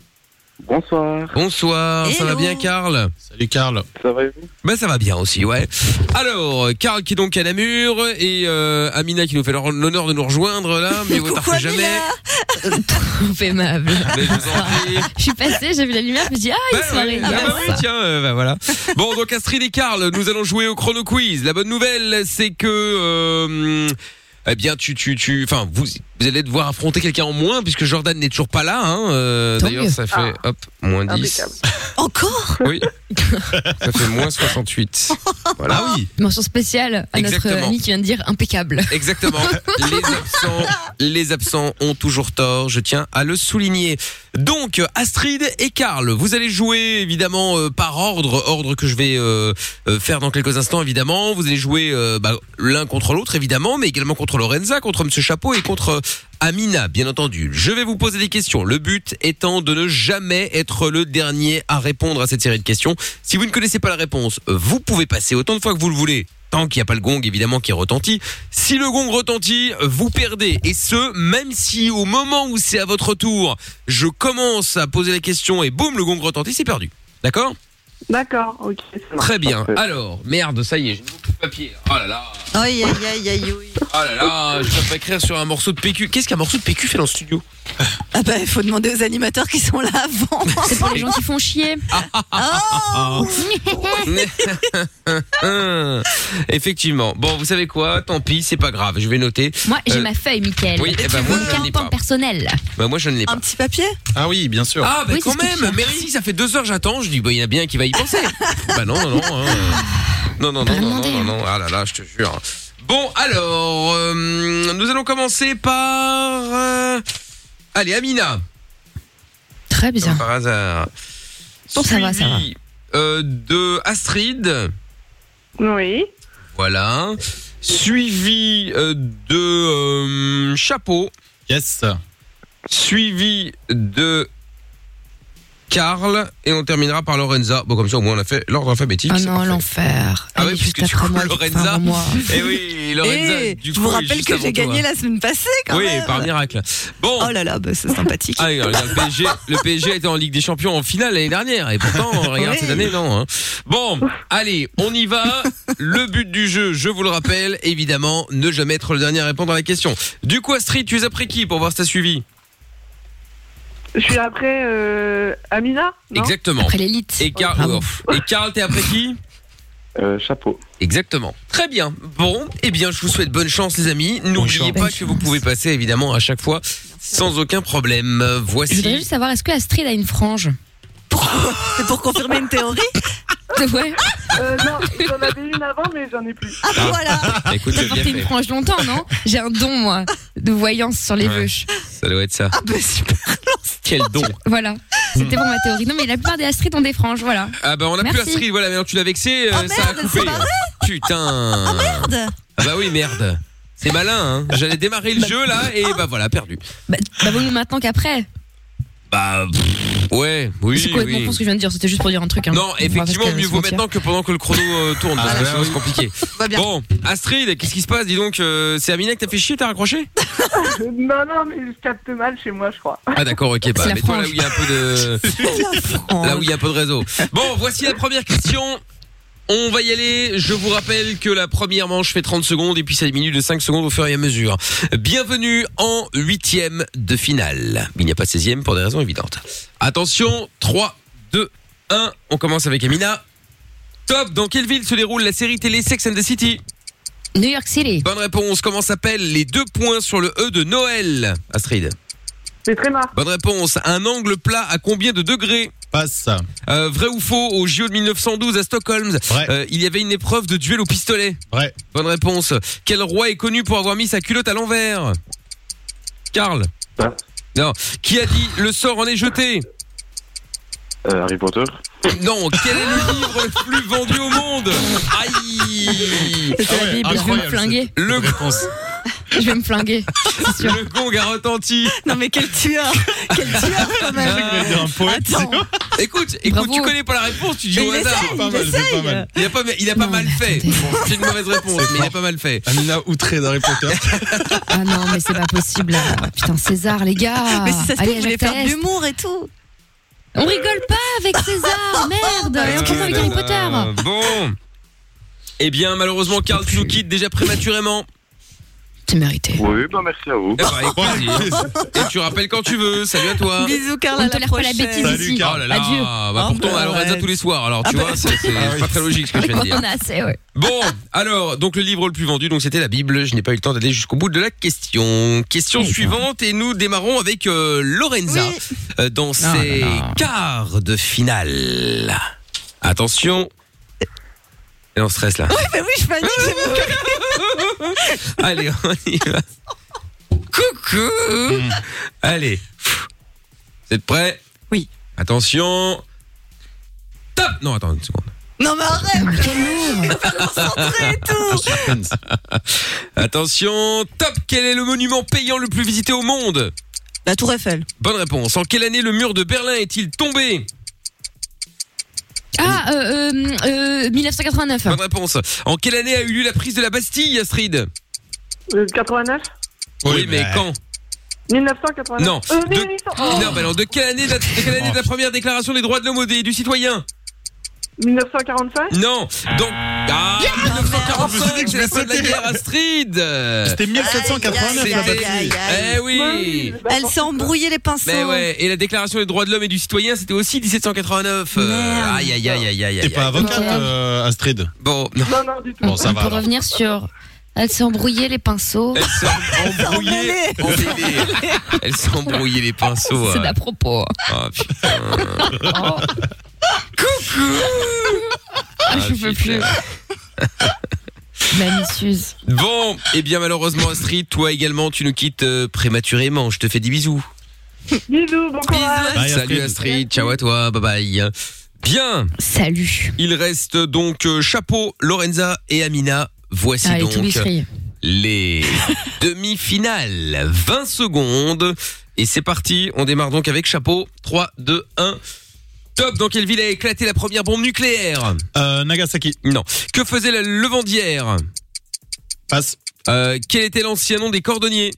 Speaker 13: Bonsoir.
Speaker 2: Bonsoir, Ah, ça va
Speaker 13: Hello.
Speaker 2: bien Karl Salut Karl. Ça va Ben ça va bien aussi, ouais. Alors, Karl qui est donc à Namur et euh, Amina qui nous fait l'hor- l'honneur de nous rejoindre là, mais vous tard que jamais.
Speaker 7: Euh, Trop aimable.
Speaker 2: Mais je vous en prie.
Speaker 7: Je suis passée, j'ai vu la lumière, je me dis ah, une soirée.
Speaker 2: Ah bah oui, tiens, euh, bah voilà. Bon, donc Astrid et Karl, nous allons jouer au chrono quiz. La bonne nouvelle, c'est que euh, eh bien, tu, tu, tu, enfin, vous, vous allez devoir affronter quelqu'un en moins puisque Jordan n'est toujours pas là. Hein. Euh,
Speaker 14: Tant
Speaker 2: D'ailleurs,
Speaker 14: mieux.
Speaker 2: ça fait hop moins 10
Speaker 5: Encore
Speaker 2: Oui. ça fait moins 68. Voilà.
Speaker 14: Ah
Speaker 2: oui.
Speaker 7: bah. Mention spéciale à notre
Speaker 2: Exactement.
Speaker 7: ami qui vient de dire impeccable.
Speaker 2: Exactement. les absents, les absents ont toujours tort. Je tiens à le souligner. Donc Astrid et Karl, vous allez jouer évidemment euh, par ordre, ordre que je vais euh, euh, faire dans quelques instants évidemment. Vous allez jouer euh, bah, l'un contre l'autre évidemment, mais également contre Lorenza, contre Monsieur Chapeau et contre euh, Amina, bien entendu. Je vais vous poser des questions. Le but étant de ne jamais être le dernier à répondre à cette série de questions. Si vous ne connaissez pas la réponse, euh, vous pouvez passer autant de fois que vous le voulez. Tant qu'il n'y a pas le gong, évidemment, qui retentit. Si le gong retentit, vous perdez. Et ce, même si au moment où c'est à votre tour, je commence à poser la question et boum, le gong retentit, c'est perdu. D'accord
Speaker 12: D'accord, ok.
Speaker 2: Très bien. Alors, merde, ça y est, j'ai mis beaucoup de papier. Oh là là.
Speaker 5: Aïe, aïe, aïe, aïe, aïe.
Speaker 2: Oh là là, je vais pas écrire sur un morceau de PQ. Qu'est-ce qu'un morceau de PQ fait dans le studio
Speaker 5: Ah bah, il faut demander aux animateurs qui sont là avant.
Speaker 7: C'est pour les gens qui font chier.
Speaker 2: Ah, Hum, Effectivement. Bon, vous savez quoi Tant pis, c'est pas grave. Je vais noter.
Speaker 7: Moi, j'ai
Speaker 2: Euh,
Speaker 7: ma feuille, Mickaël.
Speaker 2: oui, eh ben, moi, je ne l'ai
Speaker 7: mon carton personnel.
Speaker 2: Bah moi je ne l'ai pas.
Speaker 5: Petit papier
Speaker 2: Ah oui, bien sûr. Ah bah
Speaker 7: Oui, c'est
Speaker 2: quand
Speaker 7: ce que tu
Speaker 2: même. Merci, ça fait deux heures j'attends. Je dis bah il y en a bien qui va y penser. bah non non non. hein. Non non non non non non non. Ah là là, je te jure. Bon alors, euh, nous allons commencer par. euh, Allez Amina.
Speaker 7: Très bien.
Speaker 2: Par hasard.
Speaker 7: Bon, ça va, ça va.
Speaker 2: Suivi, euh, de Astrid.
Speaker 12: Oui.
Speaker 2: Voilà. Suivi euh, de euh, Chapeau. Yes. Suivi de Karl. Et on terminera par Lorenza. Bon, comme ça, au moins, on a fait l'ordre alphabétique.
Speaker 7: Oh non, l'enfer.
Speaker 2: Ah
Speaker 7: Elle
Speaker 2: oui,
Speaker 7: est
Speaker 2: parce
Speaker 7: juste
Speaker 2: que du
Speaker 7: après
Speaker 2: coup,
Speaker 7: moi, elle est juste
Speaker 2: Lorenza.
Speaker 7: avant moi.
Speaker 2: Eh oui, Lorenza.
Speaker 5: Eh,
Speaker 2: du
Speaker 5: je
Speaker 2: coup,
Speaker 5: vous
Speaker 2: est
Speaker 5: rappelle
Speaker 2: juste
Speaker 5: que
Speaker 2: avant
Speaker 5: j'ai
Speaker 2: toi.
Speaker 5: gagné la semaine passée quand
Speaker 2: Oui,
Speaker 5: même.
Speaker 2: par miracle. Bon.
Speaker 5: Oh là là, bah, c'est sympathique.
Speaker 2: Ah, regarde, le PSG, le PSG était en Ligue des Champions en finale l'année dernière. Et pourtant, regarde,
Speaker 9: Oui.
Speaker 2: cette année, non. hein. Bon, allez, on y va. Le but du jeu, je vous le rappelle, évidemment, ne jamais être le dernier à répondre à la question. Du coup, Astrid, tu es après qui pour voir si t'as suivi
Speaker 12: Je suis après euh, Amina non
Speaker 2: Exactement.
Speaker 12: Après l'élite.
Speaker 2: Et, Car- Ouf. et Karl, t'es après qui Euh,
Speaker 8: chapeau.
Speaker 2: Exactement. Très bien. Bon, eh bien, je vous souhaite bonne chance, les amis. N'oubliez pas que vous pouvez passer, évidemment, à chaque fois, sans aucun problème.
Speaker 7: Je voudrais
Speaker 2: Voici.
Speaker 7: juste savoir, est-ce que Astrid a une frange
Speaker 5: C'est pour confirmer une théorie
Speaker 7: Ouais.
Speaker 12: Euh, non, j'en avais une avant, mais j'en ai plus.
Speaker 5: ben
Speaker 7: Ah, bah voilà.
Speaker 2: Bah, écoute,
Speaker 7: T'as
Speaker 2: bien
Speaker 7: porté une
Speaker 2: fait.
Speaker 7: frange longtemps, non J'ai un don, moi, de voyance sur les
Speaker 2: Ouais.
Speaker 7: vœux.
Speaker 2: Ça doit être ça.
Speaker 7: Ah, bah super.
Speaker 2: Quel don.
Speaker 7: Voilà. C'était pour ma théorie. Non, mais la plupart des Astrid ont des franges, voilà.
Speaker 2: Ah bah on a
Speaker 7: Merci. Ah,
Speaker 2: plus Astrid, voilà, maintenant tu l'as vexé, euh, ça a coupé. Putain. Ah
Speaker 7: merde.
Speaker 2: bah oui, merde. C'est malin, hein. J'allais démarrer le jeu là
Speaker 7: ah.
Speaker 2: et bah voilà, perdu.
Speaker 7: Bah, bah vaut mieux maintenant qu'après.
Speaker 2: Bah pff, ouais, oui,
Speaker 7: C'est complètement
Speaker 2: oui.
Speaker 7: con ce que je viens de dire. C'était juste pour dire un truc. hein.
Speaker 2: Non,
Speaker 7: On va
Speaker 2: effectivement,
Speaker 7: rester à
Speaker 2: mieux
Speaker 7: se
Speaker 2: vaut
Speaker 7: mentir.
Speaker 2: maintenant que pendant que le chrono euh, tourne, parce que
Speaker 3: Ah,
Speaker 2: sinon
Speaker 3: ouais,
Speaker 2: c'est compliqué. Bon, Astrid, qu'est-ce qui se passe Dis donc, euh, c'est Amina que t'as fait chier, t'as raccroché
Speaker 12: non, non, mais je capte mal chez moi, je crois.
Speaker 2: Ah d'accord, ok, bah
Speaker 12: C'est la
Speaker 2: mais toi là
Speaker 12: frange.
Speaker 2: où il y a un peu de... Là où il y a un peu de réseau. Bon, voici la première question. On va y aller. Je vous rappelle que la première manche fait 30 secondes et puis ça diminue de 5 secondes au fur et à mesure. Bienvenue en huitième de finale. Il n'y a pas de 16e pour des raisons évidentes. Attention, 3, 2, 1. On commence avec Amina. Top, dans quelle ville se déroule la série télé Sex and the City
Speaker 7: New York City.
Speaker 2: Bonne réponse. Comment s'appellent les deux points sur le E de Noël Astrid.
Speaker 12: C'est très marrant.
Speaker 2: Bonne réponse. Un angle plat à combien de degrés Passe. vrai ou faux, au JO de 1912 à Stockholm, euh, il y avait une épreuve de duel au pistolet. Vrai. Bonne réponse. Quel roi est connu pour avoir mis sa culotte à l'envers Karl.
Speaker 12: Hein
Speaker 2: Non. Qui a dit le sort en est jeté
Speaker 8: Euh, Harry Potter.
Speaker 2: Non. Quel est le livre le plus vendu au monde Aïe
Speaker 7: C'était la Ah ouais, Bible, je vais me incroyable, flinguer. cette-
Speaker 2: Le
Speaker 7: Je vais me flinguer.
Speaker 2: Le gong a retenti.
Speaker 5: Non mais quel tueur Quel tueur quand
Speaker 2: Ah,
Speaker 5: même
Speaker 2: un poète. Écoute, écoute, tu connais pas la réponse, tu dis
Speaker 5: Mais
Speaker 2: au
Speaker 5: il
Speaker 2: hasard.
Speaker 5: essaye, il essaye.
Speaker 2: Il a pas, il a pas mal fait. Bon, C'est une mauvaise réponse, mais il a pas mal fait. Amina outré d'Harry Potter.
Speaker 7: Ah non, mais c'est pas possible. là. Putain, César, les
Speaker 2: Ah,
Speaker 7: gars.
Speaker 5: Mais si ça se
Speaker 7: Allez,
Speaker 5: trouve, je voulais
Speaker 7: Jacques
Speaker 5: faire de
Speaker 7: Test.
Speaker 5: l'humour et tout.
Speaker 7: On rigole pas avec César, merde.
Speaker 2: Bah,
Speaker 7: Et on comprend avec Harry Potter.
Speaker 2: Euh, Bon. Eh bien, malheureusement, Karl, tu nous quittes déjà prématurément.
Speaker 7: C'est mérité.
Speaker 8: Oui, bah merci à vous.
Speaker 2: Eh ben, avec plaisir. Et tu rappelles quand tu veux. Salut à toi.
Speaker 5: Carla,
Speaker 7: On
Speaker 5: à
Speaker 7: ne
Speaker 5: la
Speaker 7: tolère pas la
Speaker 5: prochaine. Oh,
Speaker 7: bêtise ici.
Speaker 2: Oh là là.
Speaker 7: Adieu.
Speaker 2: Bah, pourtant, on a Lorenza tous les soirs.
Speaker 5: Ah,
Speaker 2: Alors,
Speaker 5: bah,
Speaker 2: tu vois, c'est c'est pas très logique ce que je viens de dire.
Speaker 7: On a assez, ouais.
Speaker 2: Bon, alors, donc le livre le plus vendu, donc c'était la Bible. Je n'ai pas eu le temps d'aller jusqu'au bout de la question. Question suivante, et nous démarrons avec euh, Lorenza euh, dans ses quarts de finale. Attention. Et on stresse là.
Speaker 5: Oui, mais oui, je panique. j'ai peur.
Speaker 2: Allez, on y va. Coucou. Allez. Vous êtes prêts
Speaker 5: Oui.
Speaker 2: Attention. Top Non, attends une seconde.
Speaker 5: Non mais arrête
Speaker 2: Attention, top Quel est le monument payant le plus visité au monde
Speaker 5: La Tour Eiffel.
Speaker 2: Bonne réponse. En quelle année le mur de Berlin est-il tombé
Speaker 7: Ah, euh, euh, euh, 1989.
Speaker 2: Bonne réponse. En quelle année a eu lieu la prise de la Bastille, Astrid
Speaker 12: Euh, 89
Speaker 2: Oui, mais quand
Speaker 12: 1989
Speaker 2: Non. Oh.
Speaker 12: Euh,
Speaker 2: De...
Speaker 12: 1800.
Speaker 3: Oh.
Speaker 2: Oh. Non, bah non. De quelle année date de quelle année de la première déclaration des droits de l'homme et du citoyen
Speaker 15: 1945
Speaker 2: Non, donc. Ah, 1945, c'est la fin de la guerre, Astrid
Speaker 3: C'était 1789,
Speaker 2: Aïe,
Speaker 3: la
Speaker 2: aïe, aïe,
Speaker 3: batterie.
Speaker 2: aïe. Eh oui
Speaker 5: Elle s'est embrouillée les pinceaux.
Speaker 2: Mais ouais, et la déclaration des droits de l'homme et du citoyen, c'était aussi 1789. Euh, aïe, aïe, aïe, aïe, aïe.
Speaker 3: T'es pas
Speaker 2: aïe.
Speaker 3: avocate, euh, Astrid
Speaker 2: Bon,
Speaker 15: Non, non, du tout.
Speaker 3: Bon, ça
Speaker 7: On
Speaker 3: va.
Speaker 7: peut
Speaker 3: alors.
Speaker 7: revenir sur. Elle s'est embrouillée les pinceaux.
Speaker 2: Embrouillée, embêlée. Elle s'est embrouillée les pinceaux.
Speaker 7: C'est
Speaker 2: euh.
Speaker 7: d'à propos.
Speaker 2: Ah, putain.
Speaker 7: Coucou
Speaker 2: Ah,
Speaker 7: Je peux plus.
Speaker 2: putain.
Speaker 7: Mamie Suze.
Speaker 2: Bon, et bien malheureusement Astrid, toi également, tu nous quittes euh, prématurément. Je te fais des bisous.
Speaker 15: Bisous, bon courage.
Speaker 2: Salut Astrid, ciao à toi, bye bye. Bien.
Speaker 7: Salut.
Speaker 2: Il reste donc euh, Chapeau, Lorenza et Amina. Voici
Speaker 7: Allez, tout
Speaker 2: donc
Speaker 7: biscuit.
Speaker 2: les demi-finales. 20 secondes. Et c'est parti. On démarre donc avec Chapeau. 3, 2, 1. Top, dans quelle ville a éclaté la première bombe nucléaire
Speaker 3: Euh, Nagasaki.
Speaker 2: Non. Que faisait la levandière Euh,
Speaker 3: Passe.
Speaker 2: quel était l'ancien nom des cordonniers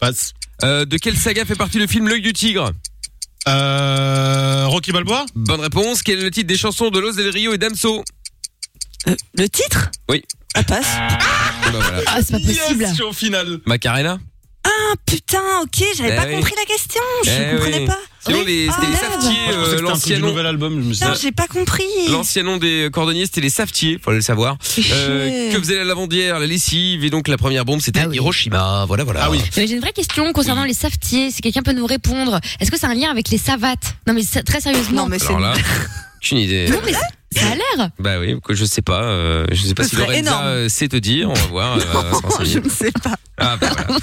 Speaker 3: Passe.
Speaker 2: Euh, de quelle saga fait partie le film L'œil du tigre
Speaker 3: Euh, Rocky Balboa
Speaker 2: Bonne réponse. Quel est le titre des chansons de Los Del Rio et Damso
Speaker 3: Euh,
Speaker 5: Le titre
Speaker 2: Oui.
Speaker 5: Ah, passe.
Speaker 2: Bon, bah, voilà.
Speaker 7: Ah, c'est pas possible.
Speaker 3: au final.
Speaker 2: Macarena
Speaker 5: Ah, putain, ok, j'avais
Speaker 2: Eh
Speaker 5: pas
Speaker 2: oui.
Speaker 5: compris la question. Je
Speaker 2: Eh
Speaker 5: comprenais
Speaker 2: oui.
Speaker 5: pas. Ah,
Speaker 2: Sinon, les, c'était les
Speaker 5: merde.
Speaker 2: savetiers,
Speaker 3: Moi, je pensais que
Speaker 2: euh,
Speaker 3: c'était un truc
Speaker 2: l'ancien
Speaker 3: du
Speaker 2: nom.
Speaker 3: nouvel album, je me suis
Speaker 5: Putain,
Speaker 3: dit.
Speaker 5: j'ai pas compris.
Speaker 2: L'ancien nom des cordonniers, c'était les savetiers, faut le savoir. Euh,
Speaker 5: chier.
Speaker 2: que faisait la lavandière, la lessive, et donc la première bombe, c'était Hiroshima. Voilà, voilà.
Speaker 3: Ah oui.
Speaker 7: Mais Euh, J'ai une vraie question concernant les savetiers. Si quelqu'un peut nous répondre, est-ce que c'est un lien avec les savates Non, mais ça- très sérieusement.
Speaker 5: Non, mais Bah, c'est.
Speaker 2: Alors là, j'ai une idée.
Speaker 7: Non, mais ça ça a l'air.
Speaker 2: Bah oui, que je sais pas. euh, je sais pas
Speaker 5: Ce
Speaker 2: si
Speaker 5: serait
Speaker 2: Lorenza
Speaker 5: énorme.
Speaker 2: euh, sait te dire. On va voir. elle va
Speaker 5: Oh,
Speaker 2: s'enseigner.
Speaker 5: je ne sais pas.
Speaker 2: Ah bah voilà.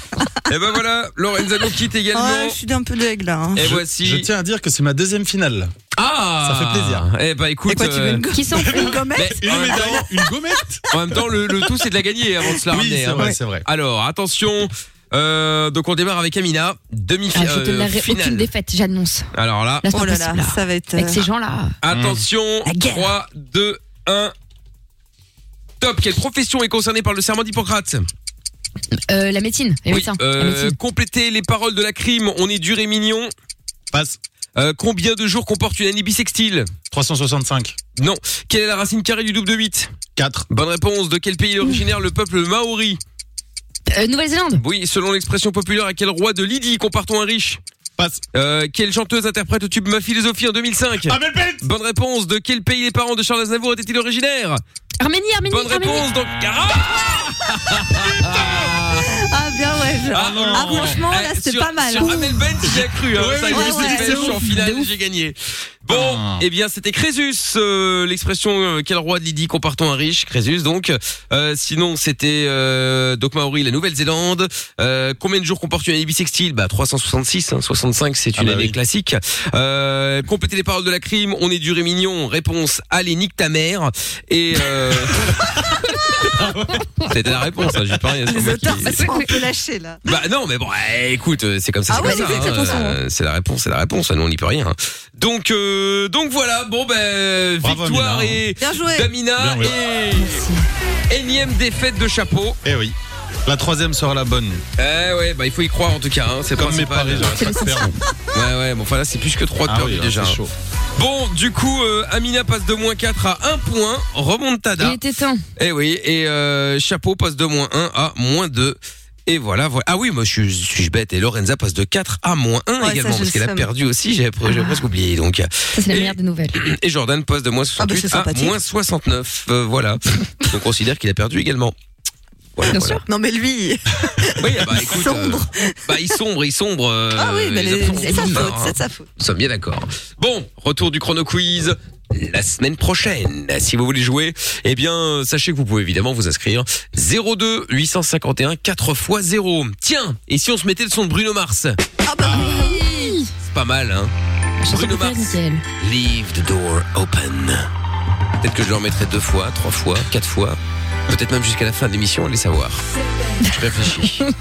Speaker 2: Et ben voilà, Lorenza nous quitte
Speaker 3: Ah
Speaker 2: également.
Speaker 5: Ouais, je suis un peu deg là. hein.
Speaker 2: et
Speaker 3: Je-
Speaker 2: voici.
Speaker 3: Je tiens à dire que c'est ma deuxième finale.
Speaker 2: Ah
Speaker 3: Ça fait plaisir.
Speaker 2: Eh ben écoute.
Speaker 5: Et quoi, tu veux
Speaker 2: euh,
Speaker 5: une, go-
Speaker 7: Qui s'en fout
Speaker 5: une gommette
Speaker 2: mais en, même temps,
Speaker 3: Une gommette
Speaker 2: en même temps, le, le tout c'est de la gagner avant de se la
Speaker 3: Oui,
Speaker 2: ramener,
Speaker 3: c'est
Speaker 2: hein.
Speaker 3: vrai, c'est vrai.
Speaker 2: Alors attention. Euh, donc on démarre avec Amina,
Speaker 7: Ah, Je te
Speaker 2: demi-finale.
Speaker 7: donnerai aucune défaite, j'annonce.
Speaker 2: euh, Alors là,
Speaker 7: Là, c'est
Speaker 5: Oh là là,
Speaker 7: impossible, là.
Speaker 5: ça va être.
Speaker 7: Avec ces
Speaker 5: euh,
Speaker 7: gens-là.
Speaker 2: attention.
Speaker 5: Mm. La guerre.
Speaker 2: 3, 2, 1. Top. Quelle profession est concernée par le serment d'Hippocrate
Speaker 7: Euh, la médecine, les médecins. la
Speaker 2: euh,
Speaker 7: médecine.
Speaker 2: complétez les paroles de la crime. On est dur et mignon.
Speaker 3: Passe.
Speaker 2: Euh, combien de jours comporte une année bissextile
Speaker 3: 365.
Speaker 2: Non. Quelle est la racine carrée du double de 8
Speaker 3: 4.
Speaker 2: Bonne réponse. De quel pays est originaire le peuple maori
Speaker 7: Euh, Nouvelle-Zélande.
Speaker 2: Oui, selon l'expression populaire, à quel roi de Lydie compare-t-on un riche
Speaker 3: Passe.
Speaker 2: euh, Quelle chanteuse interprète au tube Ma philosophie en 2005
Speaker 3: Amel Bent
Speaker 2: Bonne réponse. De quel pays les parents de Charles Aznavour étaient-ils originaires
Speaker 7: Arménie, Arménie,
Speaker 2: Bonne
Speaker 7: Arménie.
Speaker 2: réponse. Donc, ah,
Speaker 5: Ah, bien, ouais. je-
Speaker 2: Ah, non.
Speaker 5: Ah, franchement,
Speaker 2: Eh,
Speaker 5: là, c'était
Speaker 2: sur-
Speaker 5: pas mal.
Speaker 2: Sur Amel Bent, j'y ai cru. Hein.
Speaker 3: Ouais,
Speaker 2: Ça,
Speaker 3: ouais,
Speaker 2: je me suis
Speaker 5: ouais,
Speaker 2: fait,
Speaker 5: c'est
Speaker 2: je suis en
Speaker 5: ouf,
Speaker 2: finale,
Speaker 5: de ouf.
Speaker 2: j'ai gagné. Bon,
Speaker 3: Ah.
Speaker 2: eh bien, c'était Crésus, euh, l'expression euh, quel roi de Lydie compare-t-on un riche Crésus, donc. Euh, sinon, c'était euh, Doc Maori, la Nouvelle-Zélande. Euh, combien de jours comporte une année bissextile Bah, 366. hein, 65, c'est
Speaker 3: Ah
Speaker 2: une
Speaker 3: bah
Speaker 2: année
Speaker 3: oui.
Speaker 2: classique. Euh, compléter les paroles de la crime. On est dur et mignon. Réponse allez nique ta mère. Et euh... c'était la réponse. Hein, j'ai pas rien. c'est
Speaker 5: Les
Speaker 2: moi
Speaker 5: auteurs
Speaker 2: qui-
Speaker 5: se sont un peu lâchés là.
Speaker 2: bah non, mais bon, eh, écoute, euh, c'est comme ça,
Speaker 5: Ah
Speaker 2: c'est
Speaker 5: ouais,
Speaker 2: comme ça.
Speaker 5: c'est
Speaker 2: hein,
Speaker 5: exactement ça,
Speaker 2: euh, C'est la réponse, c'est la réponse. Nous, on n'y peut rien. hein. Donc, euh, donc voilà. Bon ben,
Speaker 3: Bravo,
Speaker 2: victoire
Speaker 3: Amina.
Speaker 2: et
Speaker 5: Bien joué.
Speaker 3: Bien,
Speaker 2: d'Amina
Speaker 3: oui.
Speaker 2: et énième défaite de chapeau.
Speaker 3: Eh oui. La troisième sera la bonne.
Speaker 2: Eh ouais, bah il faut y croire en tout cas. Hein, c'est
Speaker 3: Comme mes
Speaker 2: principal.
Speaker 3: paris, j'arrête pas de perdre.
Speaker 2: Ouais ouais. Bon, enfin là, c'est plus que trois de
Speaker 3: Ah
Speaker 2: perdu
Speaker 3: oui, là,
Speaker 2: déjà.
Speaker 3: c'est
Speaker 2: hein.
Speaker 3: chaud.
Speaker 2: Bon, du coup, euh, Amina passe de moins 4 à 1 point. Remontada.
Speaker 7: Il était temps.
Speaker 2: Eh oui, et euh, Chapeau passe de moins 1 à moins 2. Et voilà, voilà. Ah oui, moi je suis, je suis bête. Et Lorenza passe de 4 à moins 1
Speaker 5: Ouais, ça,
Speaker 2: également,
Speaker 5: je
Speaker 2: parce
Speaker 5: le
Speaker 2: qu'elle a
Speaker 5: somme. Ah.
Speaker 2: perdu aussi, j'avais pre- j'avais presque oublié. Donc.
Speaker 7: Ça, c'est la
Speaker 2: Et-
Speaker 7: meilleure des nouvelles.
Speaker 2: Et Jordan passe de moins
Speaker 5: Ah bah,
Speaker 2: 68
Speaker 5: c'est
Speaker 2: à
Speaker 5: sympathique.
Speaker 2: moins 69. Euh, voilà. On considère qu'il a perdu également. Voilà,
Speaker 7: Bien
Speaker 2: voilà.
Speaker 5: Non, mais lui.
Speaker 2: Oui, ah bah, écoute, euh,
Speaker 5: Sombre.
Speaker 2: bah, il sombre, il sombre. euh,
Speaker 5: Ah oui, mais
Speaker 2: ils
Speaker 5: les-
Speaker 2: apprennent
Speaker 5: c'est de sa
Speaker 2: tout ça,
Speaker 5: faute,
Speaker 2: hein.
Speaker 5: c'est de sa faute.
Speaker 2: Nous sommes bien d'accord. Bon, retour du chrono quiz la semaine prochaine. Si vous voulez jouer, eh bien, sachez que vous pouvez évidemment vous inscrire 02 851 4 x 0. Tiens, et si on se mettait le son de Bruno Mars
Speaker 5: Ah bah oui.
Speaker 2: C'est pas mal, hein
Speaker 7: Chanson
Speaker 2: Bruno
Speaker 7: préférée de
Speaker 2: Mars.
Speaker 7: Mickaël.
Speaker 2: Leave the door open. Peut-être que je le remettrai deux fois, trois fois, quatre fois. Peut-être même jusqu'à la fin de l'émission, allez savoir. Je réfléchis.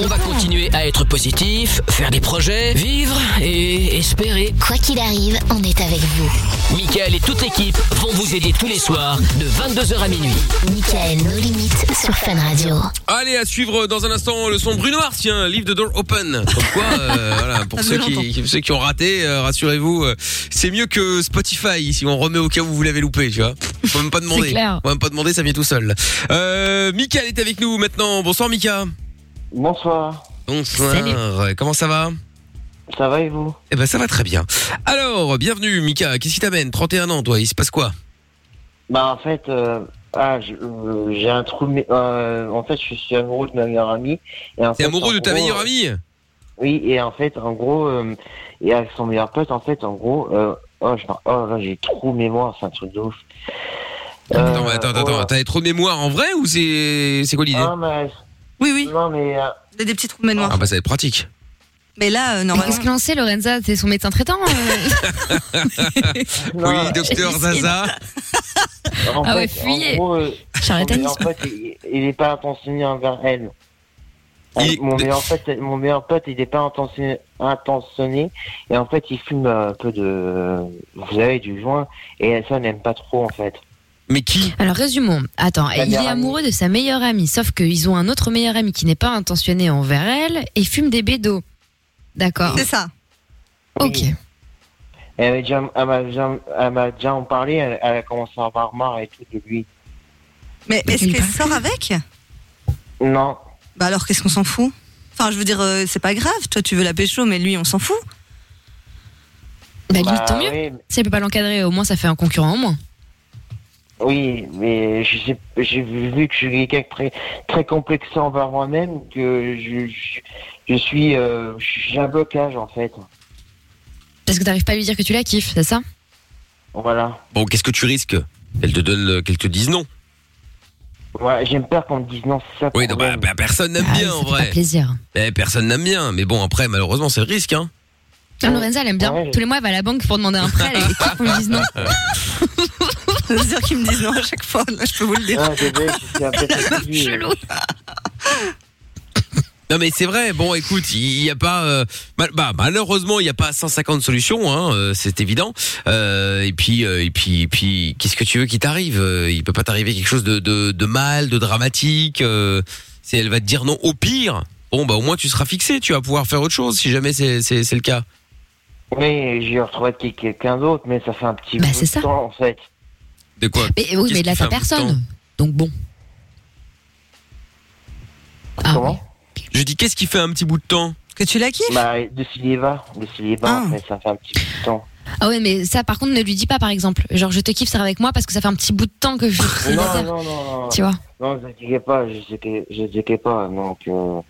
Speaker 1: On va continuer à être positif, faire des projets, vivre et espérer.
Speaker 4: Quoi qu'il arrive, on est avec vous.
Speaker 1: Mickaël et toute l'équipe vont vous aider tous les soirs de 22h à minuit.
Speaker 4: Mickaël, nos limites sur Fun Radio.
Speaker 2: Allez, à suivre dans un instant le son Bruno Mars, tiens, Leave the Door Open. Comme quoi, euh, voilà, pour
Speaker 9: Ça
Speaker 2: ceux
Speaker 9: me
Speaker 2: qui,
Speaker 9: l'entend.
Speaker 2: ceux qui ont raté, euh, rassurez-vous, euh, c'est mieux que Spotify si on remet au cas où vous l'avez loupé, tu vois. Faut même pas demander.
Speaker 7: clair.
Speaker 2: Faut même pas demander, ça vient tout seul. Euh, Mika est avec nous maintenant. Bonsoir Mika.
Speaker 11: Bonsoir.
Speaker 2: Bonsoir. euh, Comment ça va
Speaker 11: Ça va et vous
Speaker 2: Eh ben ça va très bien. Alors, bienvenue Mika, qu'est-ce qui t'amène 31 ans toi, il se passe quoi
Speaker 11: Bah en fait, euh, ah, je- euh, j'ai un trou. mais, euh, en fait, je suis amoureux de ma meilleure amie. Et en
Speaker 2: T'es
Speaker 11: fait,
Speaker 2: amoureux
Speaker 11: en
Speaker 2: de ta
Speaker 11: gros,
Speaker 2: meilleure
Speaker 11: euh,
Speaker 2: amie
Speaker 11: Oui, et en fait, en gros, euh, et avec son meilleur pote, en fait, en gros, euh, oh, je- oh, là, j'ai trop de mémoire, c'est un truc de ouf.
Speaker 2: Attends, mais attends, attends,
Speaker 11: Euh, ouais.
Speaker 2: t'as trop de mémoire en vrai ou c'est c'est quoi l'idée
Speaker 11: Ah, mais...
Speaker 5: Oui, oui.
Speaker 11: Non, mais. euh,
Speaker 5: T'as des petits trous de noirs.
Speaker 2: Ah bah ça va être pratique.
Speaker 5: Mais là, euh, normalement.
Speaker 7: Qu'est-ce que l'on sait, Lorenza C'est son médecin traitant euh.
Speaker 2: oui, docteur Zaza.
Speaker 11: En
Speaker 7: Ah ouais,
Speaker 11: fait,
Speaker 7: fuyez.
Speaker 11: en gros, euh,
Speaker 7: Charles
Speaker 11: mon meilleur
Speaker 7: Tanisme.
Speaker 11: pote, il- il n'est pas intentionné envers elle. Mon, meilleur pote, mon meilleur pote, il n'est pas intentionné, intentionné. Et en fait, il fume un peu de. Vous savez, du joint. Et ça, on n'aime pas trop, en fait.
Speaker 2: Mais qui
Speaker 7: Alors résumons. Attends,
Speaker 11: Sa
Speaker 7: il est
Speaker 11: meilleure amie.
Speaker 7: amoureux de sa meilleure amie, sauf qu'ils ont un autre meilleur ami qui n'est pas intentionné envers elle et fume des bédos. D'accord.
Speaker 5: C'est ça.
Speaker 7: Ok.
Speaker 11: Elle m'a déjà, elle m'a déjà- elle m'a déjà en parlé. Elle, elle a commencé à avoir marre et tout de lui.
Speaker 5: Mais est-ce qu'elle sort avec
Speaker 11: Non.
Speaker 5: Bah alors, qu'est-ce qu'on s'en fout Enfin, je veux dire, euh, c'est pas grave. Toi, tu veux la pécho, mais lui, on s'en fout.
Speaker 7: Bah, limite, tant mieux. Si elle peut pas l'encadrer, au moins ça fait un concurrent en moins.
Speaker 11: Oui, mais je sais- j'ai vu que je suis quelqu'un de très, très complexé envers moi-même, que je, je, je suis. euh, j'ai un blocage, en fait.
Speaker 7: Parce que t'arrives pas à lui dire que tu la kiffes, c'est ça
Speaker 11: Voilà.
Speaker 2: Bon, qu'est-ce que tu risques Elle te donne, euh, qu'elle te dise non.
Speaker 11: Ouais, j'aime peur qu'on me dise non, c'est ça. le
Speaker 2: Oui, donc, bah,
Speaker 11: problème.
Speaker 2: bah, personne n'aime
Speaker 11: Ah,
Speaker 2: bien
Speaker 11: ça
Speaker 2: en
Speaker 11: fait
Speaker 2: vrai.
Speaker 11: pas
Speaker 7: plaisir.
Speaker 2: Eh, personne n'aime bien, mais bon après malheureusement c'est le risque hein.
Speaker 7: Ah, Lorenza, elle aime bien. Tous les mois, elle va à la banque pour demander un prêt. Elle est kiffe qu'on lui dise non.
Speaker 5: cest dire qu'ils me disent non à chaque fois. Là, je peux vous le dire.
Speaker 11: Ouais, bébé, je suis un peu fatigué.
Speaker 2: Non mais c'est vrai. Bon écoute, il n'y a pas euh, mal- bah, malheureusement, il n'y a pas 150 solutions hein, euh, c'est évident. Euh, et puis euh, et puis et puis qu'est-ce que tu veux qu'il t'arrive Euh, Il peut pas t'arriver quelque chose de de, de mal, de dramatique. euh, c'est elle va te dire non au pire. Bon bah au moins tu seras fixé, tu vas pouvoir faire autre chose si jamais c'est c'est c'est le cas.
Speaker 11: Oui, j'ai retrouvé quel- quelqu'un d'autre, mais ça fait un petit bout de temps, en fait.
Speaker 2: De quoi
Speaker 7: Bah, Mais oui, mais là, t'as personne. Donc bon. Ah, oui.
Speaker 2: Je dis qu'est-ce qui fait un petit bout de temps
Speaker 5: Que tu la kiffes
Speaker 11: Bah, de Silieva, de Silieva, mais ça fait un petit bout de temps.
Speaker 7: Ah ouais, mais ça, par contre, ne lui dis pas, par exemple. Genre, je te kiffe, sera avec moi parce que ça fait un petit bout de temps que je. suis
Speaker 11: Non,
Speaker 7: célibataire.
Speaker 11: non, non, non.
Speaker 7: Tu vois.
Speaker 11: Non, ne vous inquiétez pas, je ne je checkais pas, donc. euh,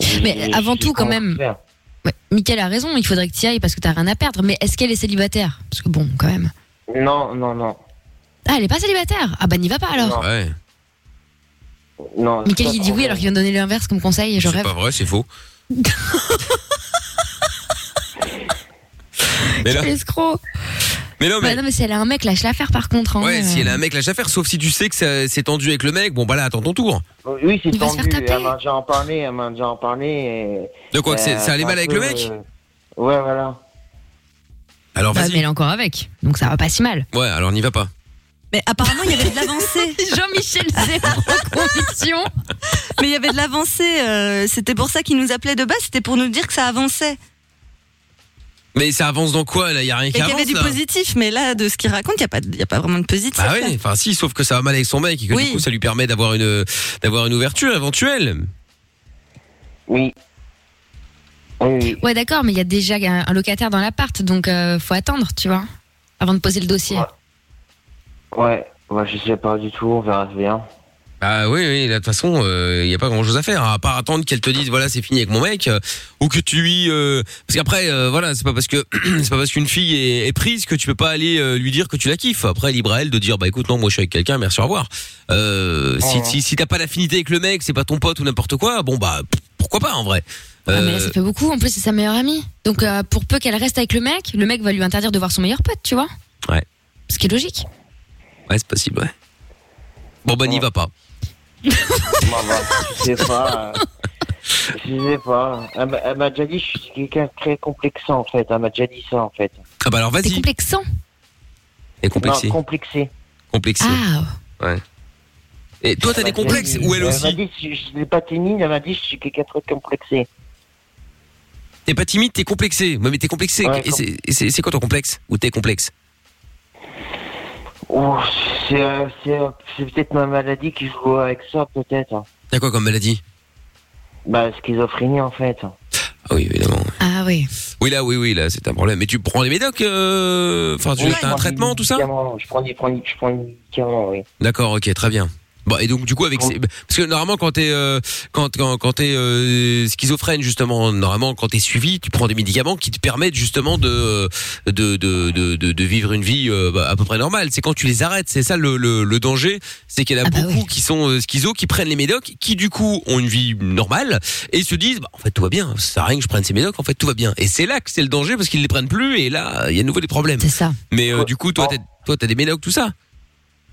Speaker 11: je-
Speaker 7: Mais
Speaker 11: je-
Speaker 7: avant
Speaker 11: je-
Speaker 7: tout, quand
Speaker 11: comment
Speaker 7: même.
Speaker 11: faire
Speaker 7: Ouais, Mickaël a raison, il faudrait que tu ailles parce que t'as rien à perdre. Mais est-ce qu'elle est célibataire Parce que bon, quand même.
Speaker 11: Non, non, non.
Speaker 7: Ah, elle est pas célibataire Ah bah, n'y va pas alors.
Speaker 2: Ouais.
Speaker 11: Non.
Speaker 7: Mickaël, il dit oui alors qu'il vient de donner l'inverse comme conseil, je
Speaker 2: C'est
Speaker 7: rêve.
Speaker 2: pas vrai, c'est faux. mais là,
Speaker 7: Quel escroc
Speaker 2: mais non,
Speaker 7: Bah
Speaker 2: mais
Speaker 7: non, mais si elle a un mec, lâche l'affaire par contre. hein,
Speaker 2: ouais,
Speaker 7: euh.
Speaker 2: si elle a un mec lâche affaire, sauf si tu sais que ça- c'est tendu avec le mec, bon bah là, attends ton tour.
Speaker 11: Oui, c'est
Speaker 7: Il va se
Speaker 11: tendu.
Speaker 7: faire taper.
Speaker 11: Elle m'a déjà en parlé, elle m'a déjà en parlé. et-
Speaker 2: De quoi que c'est-
Speaker 11: euh,
Speaker 2: ça allait
Speaker 11: un
Speaker 2: mal avec
Speaker 11: peu,
Speaker 2: le mec
Speaker 11: euh, Ouais, voilà.
Speaker 2: Alors
Speaker 7: Bah,
Speaker 2: vas-y.
Speaker 7: mais elle est encore avec, donc ça va pas si mal.
Speaker 2: Ah. Ouais, alors n'y va pas.
Speaker 5: Mais apparemment, il y avait de l'avancée.
Speaker 7: Jean-Michel Zéro conviction.
Speaker 5: Mais il y avait de l'avancée. euh, c'était pour ça qu'il nous appelait de base. C'était pour nous dire que ça avançait.
Speaker 2: Mais ça avance dans quoi là Y a rien
Speaker 5: Et
Speaker 2: qui
Speaker 5: qu'il y
Speaker 2: avance.
Speaker 5: avait du
Speaker 2: là.
Speaker 5: positif. Mais là, de ce qu'il raconte, il n'y a, pas de- il y a pas vraiment de positif.
Speaker 2: Bah oui, enfin si, sauf que ça va mal avec son mec et que
Speaker 5: Oui.
Speaker 2: du coup ça lui permet d'avoir une d'avoir une ouverture éventuelle.
Speaker 11: Oui.
Speaker 7: Ouais, d'accord, mais il y a déjà un un locataire dans l'appart, donc euh, faut attendre, tu vois, avant de poser le dossier.
Speaker 11: Ouais, ouais, je sais pas du tout, on verra bien.
Speaker 2: Bah oui, oui, là, de toute façon, il n'y a pas grand-chose à faire, hein, à part attendre qu'elle te dise voilà c'est fini avec mon mec, euh, ou que tu lui, euh, parce qu'après euh, voilà c'est pas parce que c'est pas parce qu'une fille est, est prise que tu peux pas aller euh, lui dire que tu la kiffes. Après libre à elle de dire bah écoute non moi je suis avec quelqu'un, merci au revoir. Euh, si
Speaker 11: Ouais.
Speaker 2: si, si t'as pas d'affinité avec le mec, c'est pas ton pote ou n'importe quoi, bon bah p- pourquoi pas en vrai.
Speaker 7: Ah, mais
Speaker 2: Euh,
Speaker 7: là, ça fait beaucoup, en plus, c'est sa meilleure amie. Donc, euh, pour peu qu'elle reste avec le mec, le mec va lui interdire de voir son meilleur pote, tu vois.
Speaker 2: ouais
Speaker 7: Ce qui est logique.
Speaker 2: ouais c'est possible ouais. Bon bah n'y va pas.
Speaker 11: Bah, bah, je sais pas. euh, Je sais pas. Elle m'a- elle m'a déjà dit, je suis quelqu'un de très complexant en fait. Elle m'a déjà dit ça en fait.
Speaker 2: Ah bah alors
Speaker 7: C'est
Speaker 2: vas-y.
Speaker 7: complexant.
Speaker 2: Et complexé.
Speaker 11: Non, complexé.
Speaker 2: Complexé.
Speaker 7: Ah.
Speaker 2: Ouais. Et toi, t'as des complexes ou elle aussi
Speaker 11: Elle m'a dit, je je n'ai pas timide, elle m'a dit, je suis quelqu'un de très complexé.
Speaker 2: T'es pas timide, t'es complexé. Ouais, mais t'es complexé.
Speaker 11: Ouais,
Speaker 2: Et c'est- et c'est c'est quoi ton complexe Ou t'es complexe
Speaker 11: Ouh, C'est euh, c'est, euh, c'est peut-être ma maladie qui joue avec ça, peut-être.
Speaker 2: T'as quoi comme maladie
Speaker 11: Bah, schizophrénie en fait.
Speaker 2: Ah oui, évidemment.
Speaker 7: Ah oui.
Speaker 2: Oui, là, oui, oui, là, c'est un problème. Mais tu prends des médocs euh, Enfin, tu
Speaker 11: Oui, je
Speaker 2: as un
Speaker 11: prends des
Speaker 2: traitement, tout ça
Speaker 11: médicaments. Je prends des, prends des- je prends des médicaments, oui.
Speaker 2: D'accord, ok, très bien. Bon, et donc du coup avec ces- parce que normalement quand t'es euh, quand quand quand t'es euh, schizophrène justement normalement quand t'es suivi tu prends des médicaments qui te permettent justement de euh, de de de, de, de vivre une vie euh, bah, à peu près normale c'est quand tu les arrêtes c'est ça le le, le danger c'est qu'il y en
Speaker 7: Ah bah
Speaker 2: a beaucoup qui sont euh, schizo qui prennent les médocs qui du coup ont une vie normale et se disent bah, en fait tout va bien ça sert à rien que je prenne ces médocs en fait tout va bien et c'est là que c'est le danger parce qu'ils les prennent plus et là il y a de nouveau des problèmes
Speaker 7: c'est ça
Speaker 2: mais euh, du coup toi t'as- toi t'as des médocs tout ça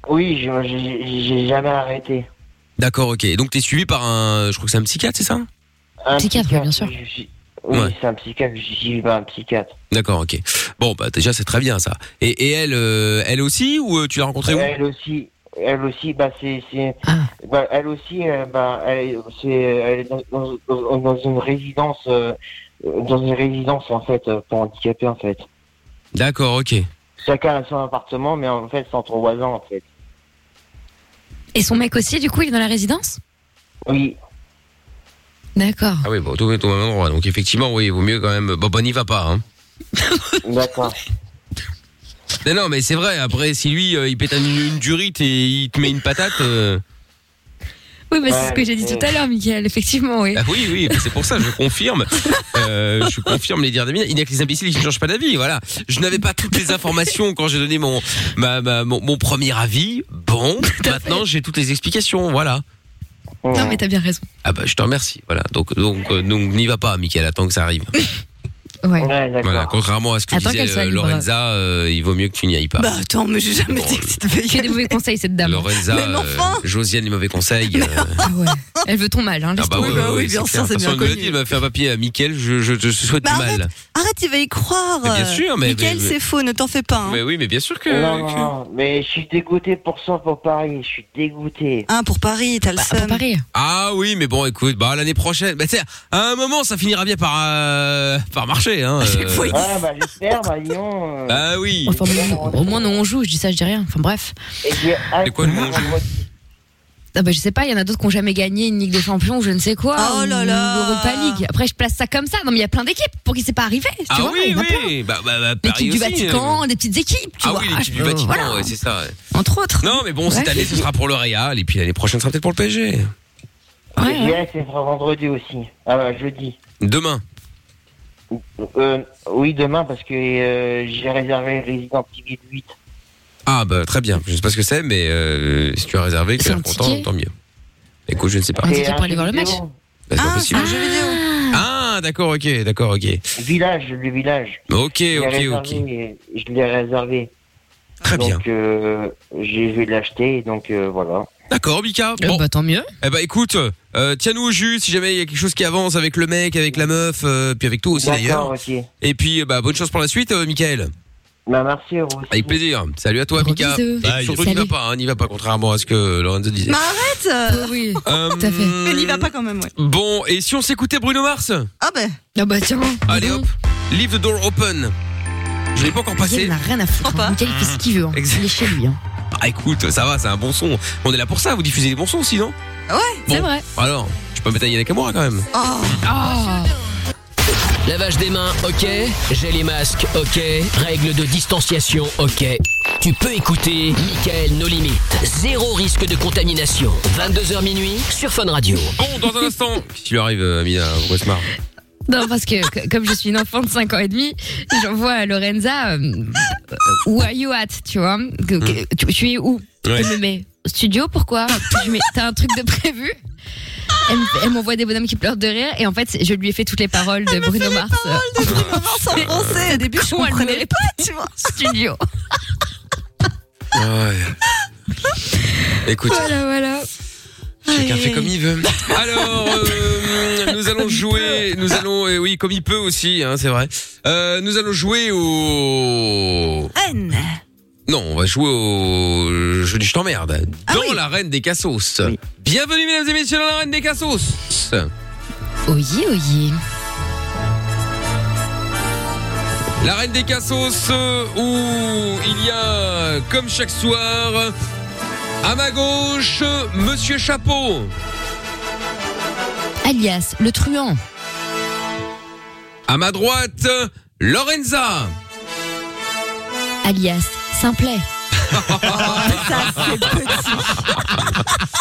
Speaker 11: Oui, je- j'ai j'ai jamais arrêté.
Speaker 2: D'accord, ok. Et Donc t'es suivi par un, je crois que c'est un psychiatre, c'est ça
Speaker 11: Un psychiatre, bien sûr. Oui,
Speaker 2: Ouais.
Speaker 11: c'est un psychiatre, j'y vais à un psychiatre.
Speaker 2: D'accord, ok. Bon, bah déjà c'est très bien ça. Et, et elle, euh, elle aussi ou euh, tu l'as rencontrée où
Speaker 11: Elle aussi, elle aussi, bah c'est, c'est- bah, elle aussi, euh, bah elle, c'est, elle est dans, dans- dans- dans une résidence, euh, dans une résidence en fait euh, pour handicapés en fait.
Speaker 2: D'accord, ok.
Speaker 11: Chacun a son appartement, mais en fait c'est entre voisins en fait.
Speaker 7: Et son mec aussi, du coup, il est dans la résidence
Speaker 11: Oui.
Speaker 7: D'accord.
Speaker 2: Ah oui, bon, tout est au même endroit. Donc effectivement, oui, il vaut mieux quand même. Bon, bah n'y va pas. Hein.
Speaker 11: D'accord.
Speaker 2: Non, non, mais c'est vrai. Après, si lui, euh, il pète une, une durite et il te met une patate. euh,
Speaker 7: Oui, mais c'est
Speaker 2: Ouais,
Speaker 7: ce que j'ai dit
Speaker 2: mais-
Speaker 7: tout à l'heure, Michael, effectivement, oui.
Speaker 2: Ah oui, oui, mais c'est pour ça, je confirme. Euh, je confirme les dires d'Amina. Il n'y a que les imbéciles qui ne changent pas d'avis, voilà. Je n'avais pas toutes les informations quand j'ai donné mon, ma, ma- mon, mon premier avis. Bon, maintenant j'ai toutes les explications, voilà.
Speaker 7: Non, mais t'as bien raison.
Speaker 2: Ah bah je te remercie, voilà. Donc donc euh, donc n'y va pas, Michael, attends que ça arrive.
Speaker 7: Ouais.
Speaker 2: Voilà, contrairement à ce que
Speaker 7: Attends qu'elle
Speaker 2: disait
Speaker 7: soit
Speaker 2: euh,
Speaker 7: libre.
Speaker 2: Lorenza, euh, il vaut mieux que tu n'y ailles pas.
Speaker 5: Bah attends, mais j'ai jamais
Speaker 2: Bon,
Speaker 5: dit que c'était pas
Speaker 7: Fais des mauvais conseils, cette dame.
Speaker 2: Lorenza, euh, Josiane les mauvais conseils. euh, bah
Speaker 7: Ah ouais. Elle veut ton mal,
Speaker 2: Ah
Speaker 7: hein. laisse tomber.
Speaker 2: clair. De toute façon, elle me l'a dit, elle m'a fait un papier à Michael, je, je te souhaite du mal.
Speaker 5: Arrête, hein. il va y croire.
Speaker 2: Mais bien sûr, mais-
Speaker 5: Mickaël,
Speaker 2: mais- mais-
Speaker 5: c'est faux, ne t'en fais pas. hein.
Speaker 2: Mais oui, mais bien sûr que.
Speaker 11: non, non,
Speaker 2: que-
Speaker 11: non, mais je suis dégoûté pour ça pour Paris. Je suis dégoûté.
Speaker 5: Ah pour Paris, t'as le seum.
Speaker 7: Bah, Paris.
Speaker 2: Ah oui, mais bon, écoute, bah l'année prochaine, bah tu sais, à un moment, ça finira bien par euh, par marcher, hein. euh.
Speaker 11: Ah bah j'espère, bah Lyon. euh,
Speaker 2: Ah oui.
Speaker 7: Enfin, bon, au moins, nous, on joue, je dis ça, je dis rien. Enfin, bref.
Speaker 11: Et j'ai hâte
Speaker 2: quoi,
Speaker 11: de
Speaker 2: nous, on
Speaker 11: voir
Speaker 7: Ah bah, je sais pas, il y en a d'autres qui ont jamais gagné une Ligue des Champions, ou je ne sais quoi.
Speaker 5: Oh là
Speaker 7: ou
Speaker 5: là.
Speaker 7: l'Europa League. Après, je place ça comme ça. Non, mais il y a plein d'équipes pour qui c'est pas arrivé. Tu
Speaker 2: Ah
Speaker 7: vois, il
Speaker 2: oui,
Speaker 7: y en a plein.
Speaker 2: oui. Bah, bah, bah, Paris
Speaker 7: L'équipe du
Speaker 2: aussi,
Speaker 7: Vatican,
Speaker 2: euh.
Speaker 7: des petites équipes, tu
Speaker 2: Ah
Speaker 7: vois.
Speaker 2: oui, l'équipe du
Speaker 7: Euh,
Speaker 2: Vatican,
Speaker 7: voilà.
Speaker 2: ouais, c'est ça. ouais.
Speaker 7: Entre autres.
Speaker 2: Non, mais bon, cette
Speaker 7: Ouais.
Speaker 2: année, ce sera pour le Real, et puis l'année prochaine, ce sera peut-être pour le PSG.
Speaker 11: Et j'ai hâte, c'est vendredi aussi. Ah bah jeudi.
Speaker 2: Demain.
Speaker 11: Euh, oui, demain, parce que euh, j'ai réservé Resident Evil 8.
Speaker 2: Ah bah très bien. Je sais pas ce que c'est, mais euh, si tu as réservé, que
Speaker 11: C'est
Speaker 2: tu es
Speaker 11: un
Speaker 2: content,
Speaker 11: ticket
Speaker 2: tant mieux. Écoute, je ne sais Ah, pas.
Speaker 11: C'est un jeu vidéo.
Speaker 2: Bah, c'est pas possible. Ah, d'accord, ok, d'accord, ok.
Speaker 11: Village, le village.
Speaker 2: Ok,
Speaker 11: Je l'ai
Speaker 2: ok, ok.
Speaker 11: réservé, Je l'ai réservé.
Speaker 2: Très
Speaker 11: donc, euh, je vais l'acheter, donc euh, voilà.
Speaker 2: D'accord, Mika. Bon.
Speaker 7: bah tant mieux.
Speaker 2: Eh bah écoute, euh, tiens-nous au jus si jamais il y a quelque chose qui avance avec le mec, avec la meuf, euh, puis avec toi aussi d'ailleurs.
Speaker 11: D'accord, ok.
Speaker 2: Et puis euh, bah bonne chance pour la suite, euh, Michael.
Speaker 11: Bah, merci, vous aussi.
Speaker 2: Avec plaisir. Salut à toi, Mika.
Speaker 11: bisous.
Speaker 2: Et
Speaker 11: Bye.
Speaker 2: surtout n'y va
Speaker 11: Salut.
Speaker 2: pas, hein, n'y va pas contrairement à ce que Lorenzo disait.
Speaker 5: Mais arrête euh.
Speaker 7: Oui,
Speaker 2: Euh,
Speaker 5: tout à fait. Mais n'y va pas quand même, ouais.
Speaker 2: Bon, et si on s'écoutait Bruno Mars
Speaker 5: Ah ben.
Speaker 7: Ah bah tiens.
Speaker 2: Allez hop, leave the door open. Je l'ai pas encore
Speaker 7: Michael
Speaker 2: passé.
Speaker 7: n'a rien à foutre. hein. Michael, il fait ce qu'il veut. hein. Il est chez lui. hein.
Speaker 2: Ah écoute, ça va, c'est un bon son. On est là pour ça, vous diffusez des bons sons sinon.
Speaker 7: Ouais,
Speaker 2: Bon, Alors, je peux mettre Ayana Kamura quand même.
Speaker 1: Oh.
Speaker 5: Ah,
Speaker 1: Lavage des mains, ok. J'ai les masques, ok. Règles de distanciation, ok. Tu peux écouter Michael No Limites. Zéro risque de contamination. 22h minuit sur Fun Radio.
Speaker 2: Bon, dans un instant. Qu'est-ce qui lui arrive, euh, Amina Pourquoi elle se marre
Speaker 7: Non, parce que c- comme je suis une enfant de 5 ans et demi, j'envoie à Lorenza euh, Où are you at Tu vois Que-
Speaker 2: Hmm.
Speaker 7: que- tu, tu es où
Speaker 12: Ouais.
Speaker 7: Elle me met au Studio, pourquoi Je lui mets, T'as un truc de prévu Elle me- Elle m'envoie des bonhommes qui pleurent de rire et en fait je lui ai fait toutes les paroles de Bruno Mars. euh,
Speaker 5: en français. Au début, je
Speaker 7: Con, elle me
Speaker 5: comprenais
Speaker 7: met
Speaker 5: pas, tu vois.
Speaker 7: Studio.
Speaker 2: Ouais. Écoute,
Speaker 7: Voilà, voilà.
Speaker 2: Chacun fait comme il veut. Alors, euh, nous allons jouer. Nous allons, euh, oui, comme il peut aussi, hein, c'est vrai. Euh, nous allons jouer au.
Speaker 5: N.
Speaker 2: Non, on va jouer au. Je dis, je t'emmerde.
Speaker 7: Ah
Speaker 2: Dans l'arène des cassos. Bienvenue, mesdames et messieurs, dans l'arène des cassos.
Speaker 7: Oyez, oyez.
Speaker 2: La reine des cassos euh, où il y a euh, comme chaque soir à ma gauche euh, Monsieur Chapeau,
Speaker 7: Alias, le truand.
Speaker 2: à ma droite euh, Lorenza.
Speaker 7: Alias, Simplet.
Speaker 2: Ah.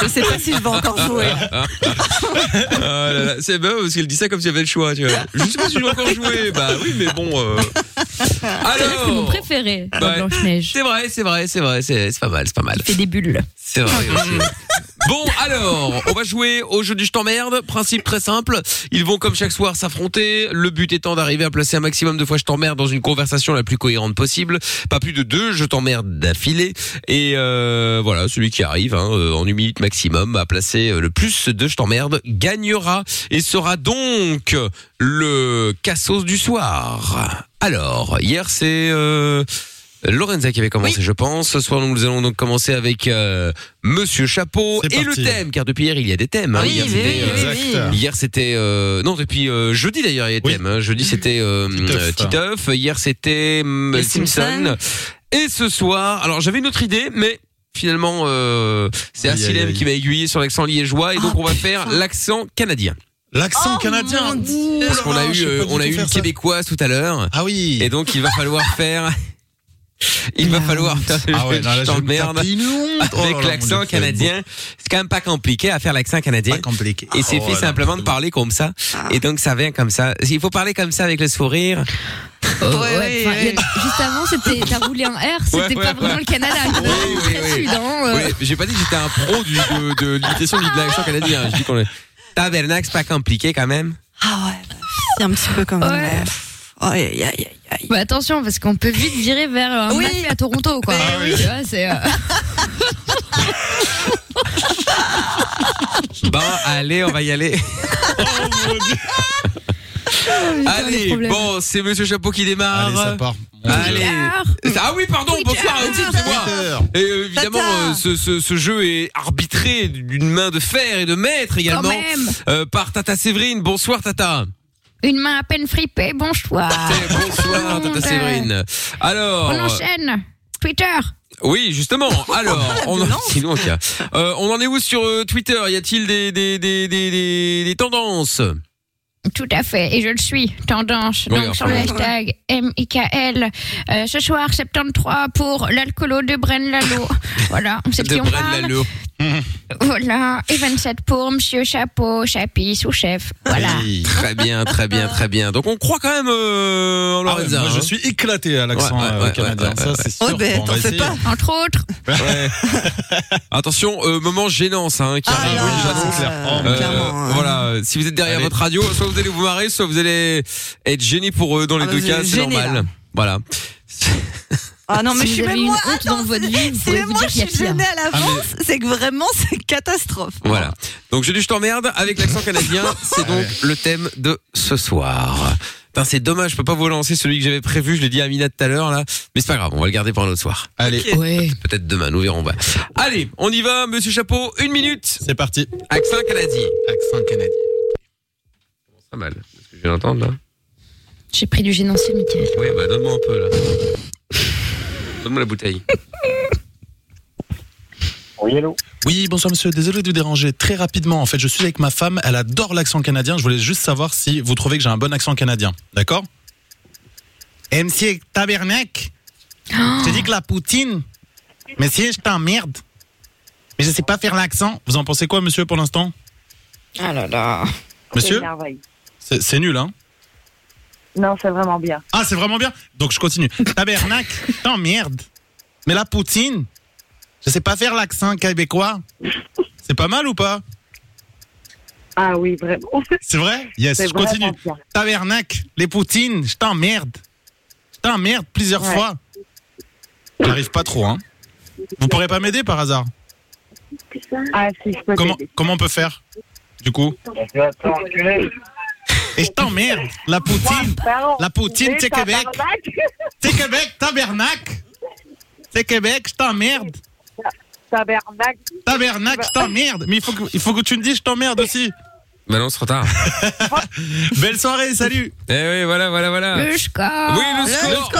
Speaker 5: Je sais pas si je vais encore jouer.
Speaker 2: Ah là là, c'est bien parce qu'elle dit ça comme si elle avait le choix. Tu vois. Je sais pas si je vais encore jouer. Bah oui, mais bon. euh,
Speaker 7: Alors C'est mon préféré dans
Speaker 2: bah,
Speaker 7: Blanche-Neige.
Speaker 2: c'est vrai, c'est vrai, c'est vrai, c'est c'est pas mal, c'est pas mal.
Speaker 7: Fait des bulles.
Speaker 2: C'est vrai aussi. Bon, alors, on va jouer au jeu du je t'emmerde. Principe très simple. Ils vont, comme chaque soir, s'affronter. Le but étant d'arriver à placer un maximum de fois je t'emmerde dans une conversation la plus cohérente possible. Pas plus de deux je t'emmerde d'affilée. Et euh, voilà, celui qui arrive, hein, euh, en une minute maximum, à placer euh, le plus de je t'emmerde, gagnera et sera donc le cassos du soir. Alors, hier, c'est... Euh, Lorenza qui avait commencé, je pense. Ce soir, nous allons donc commencer avec euh, Monsieur Chapeau Oh, et le thème, car depuis hier, il y a des thèmes. hein.
Speaker 1: Oui,
Speaker 2: hier,
Speaker 1: oui,
Speaker 2: c'était,
Speaker 1: oui,
Speaker 2: euh,
Speaker 1: oui, oui.
Speaker 2: hier, c'était, euh, non, depuis euh, jeudi d'ailleurs, il y a des thèmes. hein. Jeudi, c'était euh, euh, Titeuf. Hier, c'était hum,
Speaker 1: Les
Speaker 2: Simpson.
Speaker 1: Simpsons.
Speaker 2: Et ce soir, alors j'avais une autre idée, mais finalement, euh, c'est
Speaker 3: Aïe, aïe,
Speaker 2: Asilem
Speaker 3: aïe.
Speaker 2: qui m'a aiguillé sur l'accent liégeois, et
Speaker 1: Ah,
Speaker 2: donc on va faire l'accent canadien.
Speaker 3: L'accent
Speaker 2: Oh,
Speaker 3: canadien. Dieu,
Speaker 2: Parce qu'on a
Speaker 3: Laurent, je
Speaker 2: eu,
Speaker 3: sais
Speaker 2: euh,
Speaker 3: pas du
Speaker 2: on a
Speaker 3: tout
Speaker 2: eu une
Speaker 3: faire ça.
Speaker 2: québécoise tout à l'heure. Ah oui. Et donc il va falloir faire. Il va falloir faire le
Speaker 3: Ah ouais,
Speaker 2: jeu
Speaker 3: non, là,
Speaker 2: de
Speaker 3: je vais me
Speaker 2: t'emmerde
Speaker 3: taper une honte. Oh là là,
Speaker 2: avec
Speaker 3: mon Dieu,
Speaker 2: l'accent
Speaker 3: c'est
Speaker 2: canadien. C'est quand même pas compliqué à faire l'accent canadien. compliqué. Et c'est
Speaker 3: Oh
Speaker 2: fait
Speaker 3: là là,
Speaker 2: simplement de parler comme ça. Et donc ça vient comme ça. Il faut parler comme ça avec le sourire.
Speaker 7: Euh, Ouais, enfin, il y a- Juste avant, c'était t'as roulé un R, c'était
Speaker 2: Ouais, ouais,
Speaker 7: pas vraiment
Speaker 2: ouais.
Speaker 7: le Canada.
Speaker 2: Oui, oui, oui.
Speaker 7: Sud, hein, euh.
Speaker 2: Ouais, J'ai pas dit que j'étais un pro du, de, de l'imitation ni de l'accent canadien. Je dis qu'on est. Tabernacle, c'est pas compliqué quand même.
Speaker 5: Ah ouais, bah, si, un petit peu quand même. mais, pff, oh, aïe, aïe, aïe.
Speaker 7: Bah, attention, parce qu'on peut vite virer vers euh, un
Speaker 5: Oui.
Speaker 7: Mafia à Toronto, quoi.
Speaker 5: Ah oui.
Speaker 7: Tu vois, c'est, euh,
Speaker 2: Bon, allez, on va y aller. Allez, bon, c'est Monsieur Chapeau qui démarre. Allez, ça part. Allez. Ah oui, pardon, bonsoir, excusez-moi. Et euh, évidemment, euh, ce, ce- ce jeu est arbitré d'une main de fer et de maître également
Speaker 7: même.
Speaker 2: euh, par Tata Séverine. Bonsoir, Tata.
Speaker 7: une main à peine fripée, bonsoir.
Speaker 2: Bonsoir, Tata Séverine. Alors. euh,
Speaker 7: On enchaîne. Twitter.
Speaker 2: Oui, justement. Alors, on en, sinon, ok. Euh, on en est où sur euh, Twitter Y a-t-il des, des, des, des, des- des tendances
Speaker 7: Tout à fait, et je le suis, tendance.
Speaker 2: Oui,
Speaker 7: Donc sur le
Speaker 2: enfin,
Speaker 7: hashtag MIKL, euh, ce soir 73 pour l'alcoolo de Bren Lalo. voilà, on sait de qui on parle.
Speaker 2: Lalo.
Speaker 16: Ah.
Speaker 7: Voilà, et 27 pour Monsieur Chapeau, Chapi, sous-chef. Voilà.
Speaker 2: Oui, Très bien, très bien, très bien. Donc on croit quand même euh, en Lorenza.
Speaker 3: Ah moi, je
Speaker 2: suis éclaté à
Speaker 3: l'accent, euh, canadien. Ça, c'est sûr. Ouais, ben, Bon, on t'en va fais essayer. pas.
Speaker 7: Entre autres,
Speaker 2: Attention, euh, moment gênant ça, hein, qui
Speaker 5: Ah
Speaker 2: arrive. Euh,
Speaker 5: hein.
Speaker 2: voilà, euh, si vous êtes derrière votre radio, soit vous allez vous marrer, soit vous allez être gêné pour eux dans les
Speaker 5: Ah,
Speaker 2: deux
Speaker 5: vous
Speaker 2: cas,
Speaker 5: êtes
Speaker 2: c'est
Speaker 5: gêné,
Speaker 2: normal.
Speaker 5: là.
Speaker 2: Voilà.
Speaker 5: Ah non, mais
Speaker 7: Si
Speaker 5: je suis
Speaker 7: vous avez
Speaker 5: même
Speaker 7: une
Speaker 5: moi.
Speaker 7: honte
Speaker 5: attends,
Speaker 7: dans votre
Speaker 5: c'est-
Speaker 7: vie, vous
Speaker 5: si
Speaker 7: pouvez
Speaker 5: même
Speaker 7: vous
Speaker 5: moi
Speaker 7: dire
Speaker 5: je
Speaker 7: qu'il y a
Speaker 5: suis gênée
Speaker 7: pire.
Speaker 2: Ah,
Speaker 5: à l'avance, c'est que vraiment c'est catastrophe.
Speaker 2: Voilà. Donc je dis je t'emmerde avec l'accent canadien, c'est donc le thème de ce soir. Putain, c'est dommage, je peux pas vous lancer celui que j'avais prévu, je l'ai dit à Amina tout à l'heure là, mais c'est pas grave, on va le garder pour un autre soir. Allez,
Speaker 5: Eh.
Speaker 2: peut-être demain, nous verrons. bah. Allez, on y va, monsieur Chapeau, une minute. C'est parti. Accent canadien. Accent canadien. Commence pas mal. Est-ce que je vais l'entendre là
Speaker 7: j'ai pris du génancier, Mickaël.
Speaker 2: Oui, bah donne-moi un peu là. donne-moi la bouteille.
Speaker 3: Oui, allô Oui, bonsoir monsieur, désolé de vous déranger. Très rapidement, en fait, je suis avec ma femme, elle adore l'accent canadien. Je voulais juste savoir si vous trouvez que j'ai un bon accent canadien. D'accord Monsieur Tabernac, je te dis que la poutine, monsieur, je t'emmerde. Mais je sais pas faire l'accent. Vous en pensez quoi, monsieur, pour l'instant
Speaker 12: Ah là là.
Speaker 3: Monsieur C'est c'est nul, hein
Speaker 12: Non, c'est vraiment bien.
Speaker 3: Ah, c'est vraiment bien Donc je continue. Tabernac, t'emmerdes. Mais la poutine, je sais pas faire l'accent québécois. C'est pas mal ou pas
Speaker 12: Ah oui, vraiment.
Speaker 3: C'est vrai Yes,
Speaker 12: C'est
Speaker 3: je continue.
Speaker 12: vraiment bien.
Speaker 3: Tabernac, les poutines, je t'emmerde. Je t'emmerde plusieurs
Speaker 12: Ouais.
Speaker 3: fois. J'arrive pas trop, hein. Vous pourrez pas m'aider par hasard
Speaker 11: Ah, si, je peux
Speaker 3: Comment, comment on peut faire Du coup Et je t'emmerde La poutine La poutine, c'est Québec C'est Québec, tabernacle C'est Québec, je t'emmerde
Speaker 11: Tabernacle.
Speaker 3: Tabernacle, je t'emmerde Mais il faut, que, il faut que tu me dises je t'emmerde aussi
Speaker 2: Bah non, c'est trop tard.
Speaker 3: Belle soirée, salut
Speaker 2: Eh oui, voilà, voilà, voilà.
Speaker 16: Le score
Speaker 2: Oui, le score,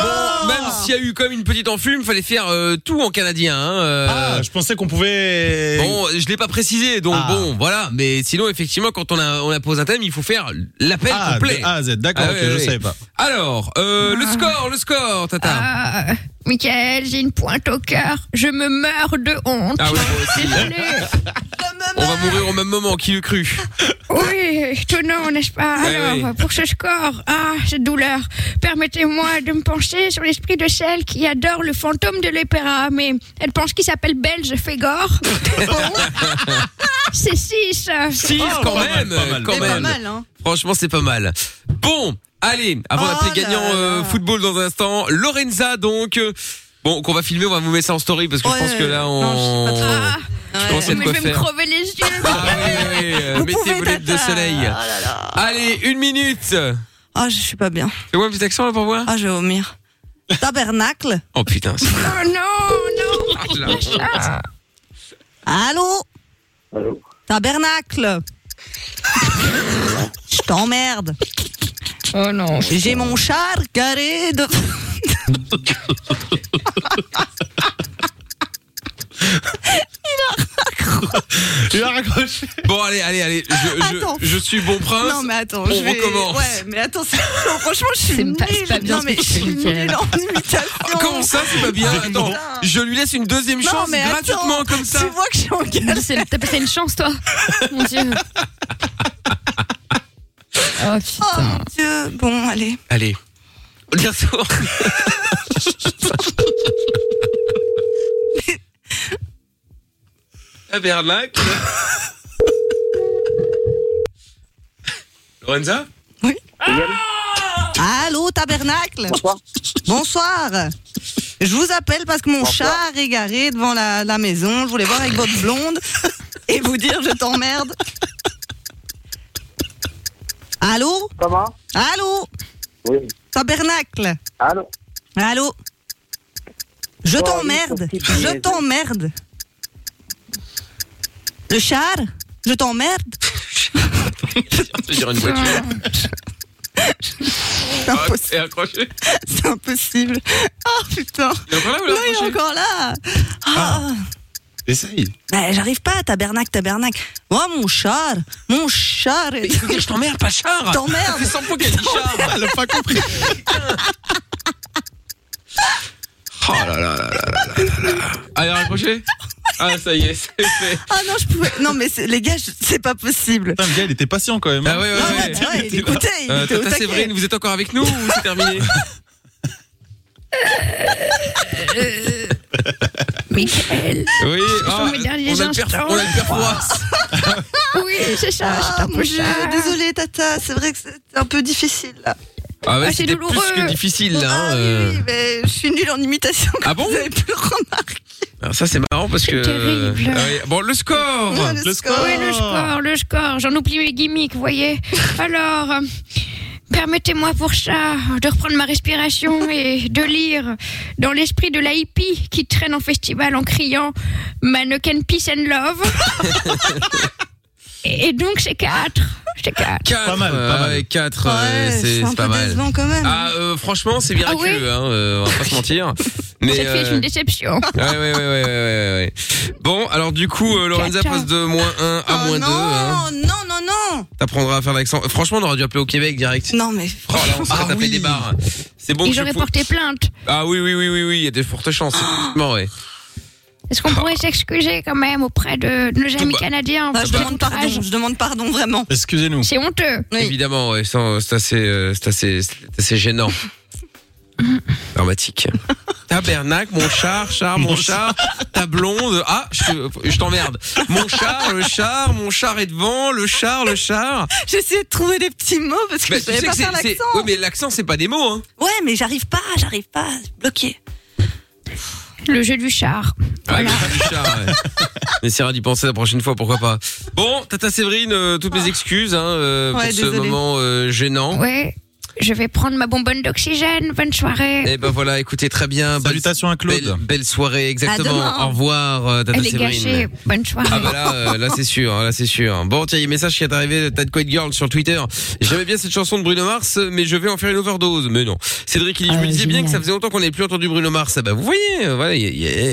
Speaker 2: Bon, Même s'il y a eu comme une petite enfume, fallait faire euh, tout en canadien. Hein,
Speaker 3: Ah, je pensais qu'on pouvait... Ah.
Speaker 2: Bon, je l'ai pas précisé, donc bon, voilà. Mais sinon, effectivement, quand on, a, on impose un thème, il faut faire l'appel
Speaker 3: Ah,
Speaker 2: complet.
Speaker 3: de A à Z, d'accord, ok, je savais pas.
Speaker 2: Alors, euh, le score, le score, Tata.
Speaker 16: Ah, Michael, j'ai une pointe au cœur. Je me meurs de honte.
Speaker 2: Ah oui, moi aussi.
Speaker 16: Désolée.
Speaker 2: On va mourir au même moment, qui l'eût cru
Speaker 16: Oui, étonnant, n'est-ce pas
Speaker 2: Ouais,
Speaker 16: Alors,
Speaker 2: ouais.
Speaker 16: pour ce score, ah, cette douleur, permettez-moi de me pencher sur l'esprit de celle qui adore le fantôme de l'opéra, mais elle pense qu'il s'appelle Belge Fégor. Ah, C'est 6.
Speaker 2: Si, quand même, quand même. Franchement, c'est pas mal. Bon, allez, avant d'appeler gagnant euh, football dans un instant, Lorenza donc. euh, Bon, qu'on va filmer, on va vous mettre ça en story parce que je pense que là on. je pense à de
Speaker 16: mais
Speaker 2: quoi
Speaker 16: je vais me
Speaker 2: faire.
Speaker 16: crever les yeux.
Speaker 2: Ouais, euh, Mettez vos lunettes de soleil. Allez, une minute.
Speaker 5: Ah, je suis pas bien.
Speaker 2: C'est quoi un petit accent là pour voir
Speaker 5: Ah, je vais vomir. Tabernacle.
Speaker 2: Oh putain. c'est-
Speaker 16: Oh non,
Speaker 2: Ah, là.
Speaker 5: Allô Tabernacle Je t'emmerde
Speaker 16: Oh non
Speaker 5: J'ai mon char carré de...
Speaker 3: Il a raccroché.
Speaker 2: Bon, allez, allez, allez. Je, je,
Speaker 5: Attends.
Speaker 2: je suis bon prince.
Speaker 5: Non mais attends,
Speaker 2: on
Speaker 5: je vais...
Speaker 2: recommence.
Speaker 5: Ouais, mais attends, c'est- non, franchement, je suis nulle. non mais je suis nulle en imitation.
Speaker 2: Comment ça, c'est pas bien Attends, je lui laisse une deuxième
Speaker 5: Non,
Speaker 2: chance
Speaker 5: mais attends,
Speaker 2: gratuitement comme ça.
Speaker 5: Tu vois que je suis en galère.
Speaker 16: C'est- T'as passé une chance, toi Mon Dieu. Oh putain.
Speaker 5: Dieu. Bon, allez.
Speaker 2: Allez. Bientôt. Tabernacle. Lorenza Oh
Speaker 5: Allô, tabernacle Bonsoir. Je vous appelle parce que mon char est garé devant la, la maison. Je voulais voir avec votre blonde et vous dire je t'emmerde. Allô Comment Allô
Speaker 11: Oui.
Speaker 5: Tabernacle
Speaker 11: Allô
Speaker 5: Allô Je
Speaker 11: Oh,
Speaker 5: t'emmerde
Speaker 11: oui, pour qui
Speaker 5: Je
Speaker 11: tu
Speaker 5: t'emmerde Le char Je t'emmerde
Speaker 2: Je dirais une voiture. Ah,
Speaker 5: C'est impossible.
Speaker 2: Et accroché.
Speaker 5: C'est impossible. Oh putain.
Speaker 2: Il est encore là ou
Speaker 5: Non,
Speaker 2: il est
Speaker 5: il est
Speaker 2: accroché
Speaker 5: encore là. Ah.
Speaker 3: Essaye.
Speaker 5: Bah, j'arrive pas, tabernacle, tabernacle. Oh, mon char, mon char. Il
Speaker 2: faut dire je t'emmerde, pas char.
Speaker 5: T'emmerde.
Speaker 2: Ça fait 100 fois qu'elle dit char.
Speaker 3: Elle a pas compris.
Speaker 2: Oh là là là là là là là là. Allez, raccroché Ah, ça y est, c'est fait.
Speaker 5: Ah non, je pouvais. Non, mais c'est- les gars, je- c'est pas possible.
Speaker 3: Putain, le gars, il était patient quand même. hein.
Speaker 2: Ah ouais, ouais,
Speaker 5: Ah
Speaker 2: ouais.
Speaker 5: ouais, tu vois, il écoutait, il
Speaker 2: Euh,
Speaker 5: était au
Speaker 2: Tata
Speaker 5: taquet.
Speaker 2: Séverine, vous êtes encore avec nous ou c'est terminé
Speaker 16: Michael.
Speaker 2: Oui,
Speaker 16: sont
Speaker 2: ah,
Speaker 16: mes
Speaker 2: on, a
Speaker 16: derniers
Speaker 2: le perf-
Speaker 16: instants.
Speaker 2: on a le perfois.
Speaker 16: Oui, c'est ça,
Speaker 5: Ah,
Speaker 16: c'est un
Speaker 5: mon
Speaker 16: peu
Speaker 5: Dieu,
Speaker 16: ça.
Speaker 5: Désolée, Tata, c'est vrai que c'est un peu difficile là.
Speaker 2: Ah ouais,
Speaker 16: Ah, c'est
Speaker 2: c'était
Speaker 16: douloureux.
Speaker 2: plus que difficile là. hein,
Speaker 5: Ah
Speaker 2: euh.
Speaker 5: oui, oui, mais je suis nulle en imitation.
Speaker 2: Ah bon
Speaker 5: Vous avez pu le remarquer.
Speaker 2: Alors ça c'est marrant parce que.
Speaker 16: terrible.
Speaker 2: Ah oui. Bon le score.
Speaker 5: Ouais, Hein, le score.
Speaker 16: Oui, le score, le score. J'en oublie les gimmicks, vous voyez. Alors, euh, permettez-moi pour ça de reprendre ma respiration et de lire dans l'esprit de la hippie qui traîne en festival en criant Mannequin Peace and Love. et donc, c'est 4. C'est 4.
Speaker 2: Quatre,
Speaker 3: Pas mal, pas mal.
Speaker 2: ouais, quatre, euh,
Speaker 5: Ouais,
Speaker 2: c'est
Speaker 5: c'est un
Speaker 2: c'est pas
Speaker 5: peu
Speaker 2: mal.
Speaker 5: décevant quand même.
Speaker 2: Ah euh, franchement c'est miraculeux
Speaker 16: Ah oui
Speaker 2: hein, euh, on va pas se mentir. Mais
Speaker 16: Cette fille est
Speaker 2: euh,
Speaker 16: une déception.
Speaker 2: ouais, ouais, ouais, ouais, ouais, ouais, ouais. Bon alors du coup euh, Lorenza
Speaker 16: Quatre.
Speaker 2: passe de moins 1 à
Speaker 5: Oh
Speaker 2: moins 2
Speaker 5: non,
Speaker 2: hein.
Speaker 5: non, non, non.
Speaker 2: T'apprendras à faire l'accent. Franchement on aurait dû appeler au Québec direct.
Speaker 5: Non, mais.
Speaker 2: Oh là on se serait
Speaker 3: Ah
Speaker 2: tapé
Speaker 3: oui.
Speaker 2: des barres. C'est bon
Speaker 16: Et
Speaker 2: que je
Speaker 16: j'aurais
Speaker 2: fou-
Speaker 16: porté plainte.
Speaker 2: Ah oui oui oui oui oui, il y a de fortes chances
Speaker 5: Ah.
Speaker 2: effectivement ouais.
Speaker 16: Est-ce qu'on pourrait s'excuser quand même auprès de nos amis
Speaker 2: bah-
Speaker 16: canadiens
Speaker 5: Ah,
Speaker 16: pour
Speaker 5: je
Speaker 16: cet
Speaker 5: demande
Speaker 16: outrage
Speaker 5: pardon, je demande pardon vraiment.
Speaker 3: Excusez-nous.
Speaker 16: C'est honteux.
Speaker 5: Oui.
Speaker 2: Évidemment, ouais, ça, c'est assez, euh, c'est assez, c'est assez gênant. Dramatique. Tabernacle, mon char, char, mon char, ta blonde. Ah, je, te- je t'emmerde. Mon char, le char, mon char est devant, le char, le char.
Speaker 5: J'essayais de trouver des petits mots parce que
Speaker 2: Bah,
Speaker 5: je savais pas
Speaker 2: c'est.
Speaker 5: faire
Speaker 2: c'est-
Speaker 5: l'accent.
Speaker 2: ouais, mais l'accent, c'est pas des mots, hein.
Speaker 5: Ouais, mais j'arrive pas, j'arrive pas, bloqué.
Speaker 16: Le jeu du char.
Speaker 2: Ouais, Ah, le Richard, ouais. On essaiera d'y penser la prochaine fois, pourquoi pas. Bon, Tata Séverine, euh, toutes
Speaker 5: Ah.
Speaker 2: mes excuses hein, euh,
Speaker 7: Ouais,
Speaker 2: pour ce
Speaker 7: désolée.
Speaker 2: moment euh, gênant.
Speaker 7: Ouais, je vais prendre ma bonbonne d'oxygène. Bonne soirée.
Speaker 2: Et ben voilà, écoutez très bien. Salutations
Speaker 3: à Claude.
Speaker 2: Belle, belle soirée, exactement.
Speaker 7: À demain.
Speaker 2: Au revoir, euh, Tata
Speaker 7: Elle est
Speaker 2: Séverine.
Speaker 7: gâchée. Bonne soirée.
Speaker 2: Ah bah là, euh, là c'est sûr, hein, là c'est sûr. Bon, tiens, il y a un message qui est arrivé, t'as de quoi être girl sur Twitter. J'aimais bien cette chanson de Bruno Mars, mais je vais en faire une overdose. Mais non. Cédric, il dit, je
Speaker 5: Ah,
Speaker 2: me disais bien que ça faisait longtemps qu'on n'avait plus entendu Bruno Mars. Ah bah vous voyez, euh, voilà, il y a-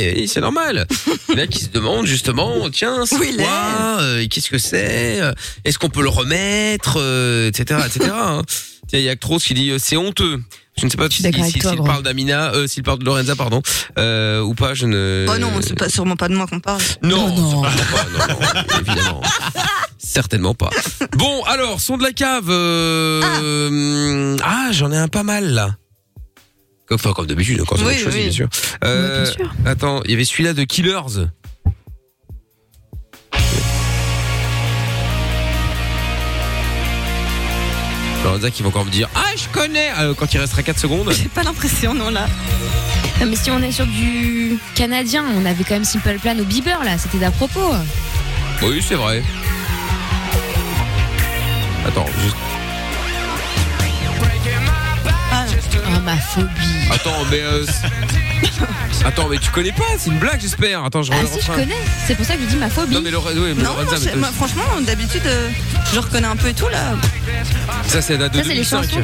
Speaker 2: il y a- c'est normal. Il y en a qui se demandent justement, tiens, c'est quoi Euh, Qu'est-ce que c'est Euh, Est-ce qu'on peut le remettre Euh, Etc. etc. hein. Tiens, il y a Actros qui dit, euh, c'est honteux. Je ne sais pas si-
Speaker 5: d'accord
Speaker 2: s'il
Speaker 5: avec toi,
Speaker 2: s'il
Speaker 5: gros.
Speaker 2: parle d'Amina, euh, s'il parle de Lorenza, pardon, euh, ou pas, je ne...
Speaker 5: Oh non, c'est pas, sûrement pas de moi qu'on parle.
Speaker 7: Euh,
Speaker 2: Non, non, non, évidemment. Certainement pas. Bon, alors, son de la cave. euh, Ah, j'en ai un pas mal là. Enfin, comme d'habitude, hein, quand on a
Speaker 9: Oui,
Speaker 2: choisi,
Speaker 9: oui.
Speaker 2: bien sûr. Euh, Attends, il y avait celui-là de Killers. Lorenza qui va encore me dire Ah, je connais euh, Quand il restera 4 secondes.
Speaker 7: pas l'impression, non, là. Non, mais si on est sur du canadien, on avait quand même Simple Plan ou Bieber, là. C'était d'à propos.
Speaker 2: Oui, c'est vrai. Attends, juste.
Speaker 7: Ah, ma phobie.
Speaker 2: Attends, mais. euh, c'est- Attends, mais tu connais pas C'est une blague, j'espère. Attends, je
Speaker 7: Ah,
Speaker 2: reviens
Speaker 7: si,
Speaker 2: en
Speaker 7: je
Speaker 2: train.
Speaker 7: connais. C'est pour ça que je dis ma phobie.
Speaker 2: Non, mais Lore- oui, mais
Speaker 5: Non,
Speaker 2: Lorenza,
Speaker 5: non,
Speaker 2: mais
Speaker 5: c'est-
Speaker 2: toi
Speaker 5: moi, franchement, d'habitude, euh, je reconnais un peu et tout là.
Speaker 2: aussi. Ça, c'est la date de
Speaker 7: Ça, c'est les
Speaker 2: 2005.
Speaker 7: chansons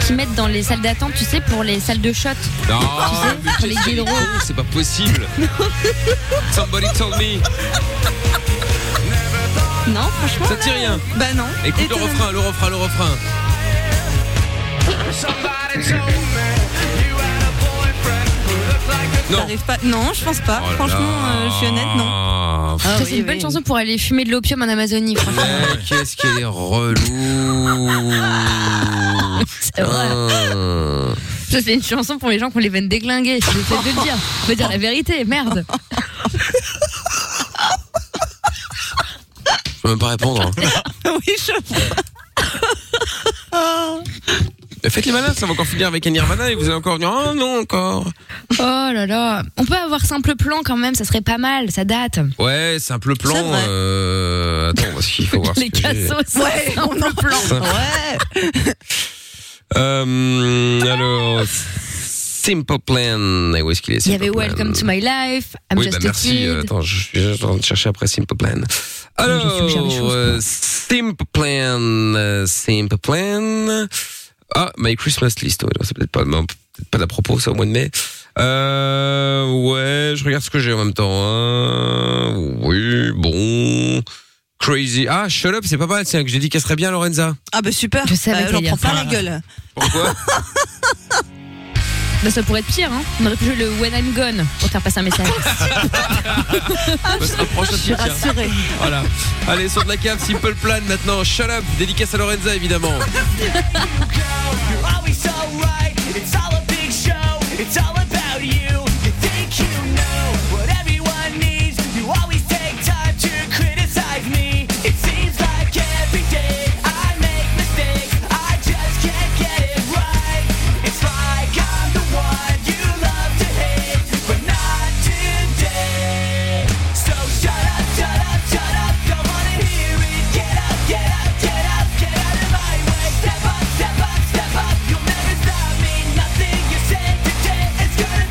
Speaker 7: qui, qui mettent dans les salles d'attente, tu sais, pour les salles de shot.
Speaker 2: Non,
Speaker 7: Tu sais, pour Oh, les gays drôles.
Speaker 2: mais Oh, c'est pas possible. Somebody told me.
Speaker 5: Non, franchement.
Speaker 2: Ça te dit
Speaker 5: là,
Speaker 2: rien
Speaker 5: Bah non.
Speaker 2: Écoute le
Speaker 5: Étonnamment.
Speaker 2: refrain, le refrain, le refrain. Non.
Speaker 5: T'arrives pas. Non, je pense pas.
Speaker 2: Oh là
Speaker 5: franchement,
Speaker 2: là.
Speaker 5: euh, je suis honnête, non.
Speaker 2: Ah,
Speaker 7: Ça, c'est une bonne chanson pour aller fumer de l'opium en Amazonie, franchement.
Speaker 2: Mais qu'est-ce qu'elle est relou.
Speaker 7: C'est vrai.
Speaker 2: Putain.
Speaker 7: Ça, c'est une chanson pour les gens qui ont les veines déglinguées. Je vais de le dire. Je veux dire la vérité, merde.
Speaker 2: Je peux même pas répondre. hein.
Speaker 5: oui, je
Speaker 7: Oh,
Speaker 2: Faites les malins, hein. ça va encore finir avec un Nirvana et vous allez encore dire Oh non, encore.
Speaker 7: Oh là là. On peut avoir simple plan quand même, ça serait pas mal, ça date.
Speaker 2: Ouais, simple plan.
Speaker 7: C'est vrai.
Speaker 2: euh, Attends, parce qu'il faut voir. ce
Speaker 7: les
Speaker 2: que j'ai.
Speaker 7: cassos, ouais, simple plan.
Speaker 5: Ouais.
Speaker 2: Euh, alors, Simple Plan. Et où est-ce qu'il est
Speaker 7: Il y avait
Speaker 2: Simple Plan
Speaker 7: Welcome to My Life, I'm
Speaker 2: Oui,
Speaker 7: Just
Speaker 2: bah
Speaker 7: a
Speaker 2: merci.
Speaker 7: Kid.
Speaker 2: euh, Attends, je je suis en train de chercher après Simple Plan. Alors, euh, Simple Plan, euh, Simple Plan. Ah, My Christmas List. Ouais, non, c'est peut-être pas, non, peut-être pas d'à propos, ça, au mois de mai. Euh, ouais, je regarde ce que j'ai en même temps. hein. Oui, bon. Crazy. Ah, Shut Up, c'est pas mal, tiens, que j'ai dit qu'elle serait bien, Lorenza.
Speaker 5: Ah bah super. Je
Speaker 7: savais que
Speaker 5: j'en
Speaker 7: t'allais
Speaker 5: prends
Speaker 7: dire
Speaker 5: plein
Speaker 7: ça.
Speaker 5: la gueule.
Speaker 2: Pourquoi
Speaker 7: Bah, ça pourrait être pire, hein. On aurait pu jouer le When I'm Gone pour faire passer un message.
Speaker 2: On se rapproche un petit, tiens. Voilà. Allez, sort de la cave, Simple Plan maintenant. Shut up, dédicace à Lorenza évidemment.
Speaker 12: You're always so right, and it's all a big show. It's all about you. You think you know what everyone needs. You always take time to criticize me. It seems like every day I make mistakes. I just can't get it right. It's like I'm the one you love to hate, but not today. So shut up, shut up, shut up. Don't wanna hear it. Get up, get up, get up, get out of my way. Step up, step up, step up. You'll never stop me. Nothing you say today is gonna.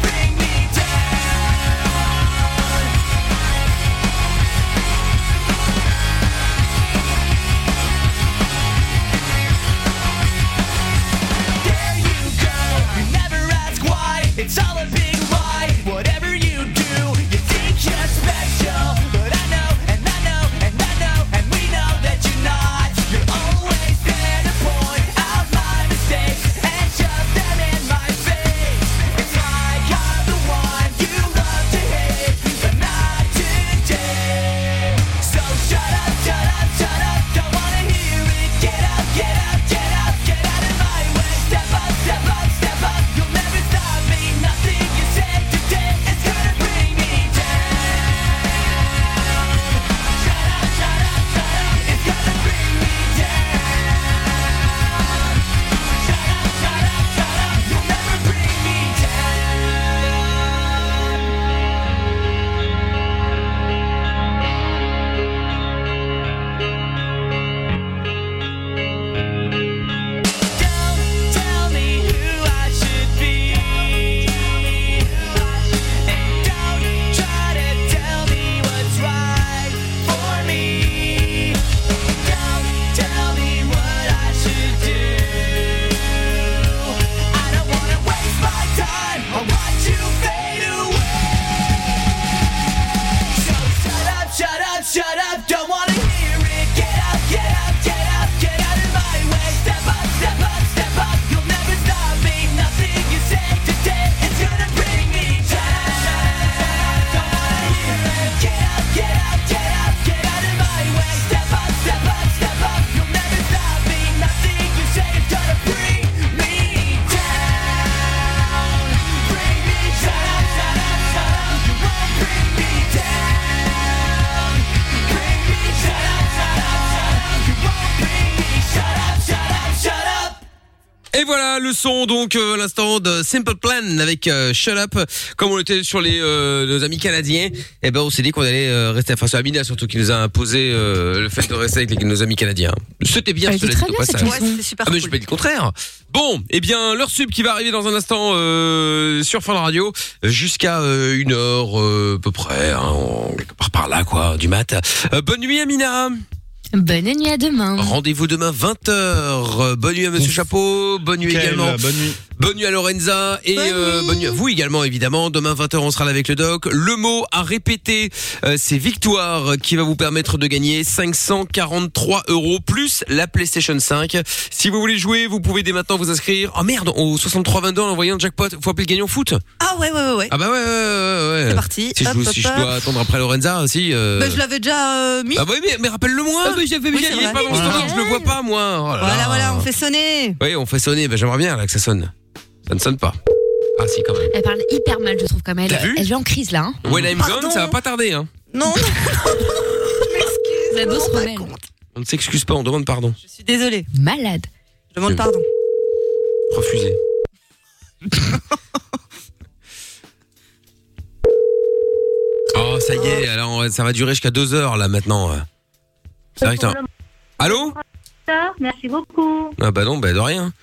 Speaker 2: Et voilà le son donc euh, à l'instant de Simple Plan avec euh, Shut Up. Comme on était sur les euh, nos amis canadiens, et ben on s'est dit qu'on allait euh, rester. Enfin c'est Amina surtout qui nous a imposé euh, le fait de rester avec les- nos amis canadiens. C'était bien
Speaker 9: Elle
Speaker 2: cela
Speaker 9: était très
Speaker 2: dit, au
Speaker 9: bien, cette
Speaker 2: passage.
Speaker 9: chanson. Ouais, c'était super
Speaker 2: Ah, mais j'ai pas dit le contraire. Bon, et bien leur sub qui va arriver dans un instant euh, sur Fin Radio jusqu'à euh, une heure euh, à peu près, hein, en- quelque part par là quoi, du mat. Euh, bonne nuit Amina.
Speaker 7: Bonne nuit à demain.
Speaker 2: Rendez-vous demain 20h. Bonne nuit à Monsieur Chapeau. Bonne nuit
Speaker 3: Mickaël,
Speaker 2: également.
Speaker 3: bonne
Speaker 2: nuit. à Lorenza et euh, bonne nuit à vous également évidemment. Demain 20h on sera là avec le doc. Le mot à répéter, euh, c'est victoire qui va vous permettre de gagner 543 euros plus la PlayStation 5. Si vous voulez jouer, vous pouvez dès maintenant vous inscrire. Oh merde, au 6322 en envoyant le jackpot. Faut appeler le gagnant foot.
Speaker 5: Ah ouais, ouais, ouais. ouais.
Speaker 2: Ah bah ouais, ouais, ouais, ouais.
Speaker 5: C'est parti.
Speaker 2: Si, je,
Speaker 5: Hop,
Speaker 2: joue-
Speaker 5: hop,
Speaker 2: si je
Speaker 5: hop.
Speaker 2: dois attendre après Lorenza aussi. euh,
Speaker 5: Bah, je l'avais déjà euh, mis.
Speaker 2: Ah bah oui, mais, mais rappelle-le-moi.
Speaker 5: Ah, mais j'avais
Speaker 2: Oui,
Speaker 5: déjà-
Speaker 2: c'est
Speaker 5: il est
Speaker 2: vrai.
Speaker 5: pas dans ce temps-là,
Speaker 2: je le vois pas moi. Oh
Speaker 5: Voilà, voilà, on fait sonner.
Speaker 2: Oui, on fait sonner. Ben, J'aimerais bien là, que ça sonne. Ça ne sonne pas. Ah si, quand même.
Speaker 7: Elle parle hyper mal, je trouve, comme elle.
Speaker 2: T'as vu
Speaker 7: Elle est en crise là. hein.
Speaker 2: When I'm gone, ça va pas tarder. Hein.
Speaker 5: Non,
Speaker 7: La dose rebelle.
Speaker 2: On ne s'excuse pas, on demande pardon.
Speaker 5: bah, Je suis désolée.
Speaker 7: Malade.
Speaker 5: Je demande pardon.
Speaker 2: Refusé. oh, ça y est, alors ça va durer jusqu'à deux heures là maintenant. C'est vrai que t'as- Allô
Speaker 17: Merci beaucoup.
Speaker 2: Ah bah non, bah de rien.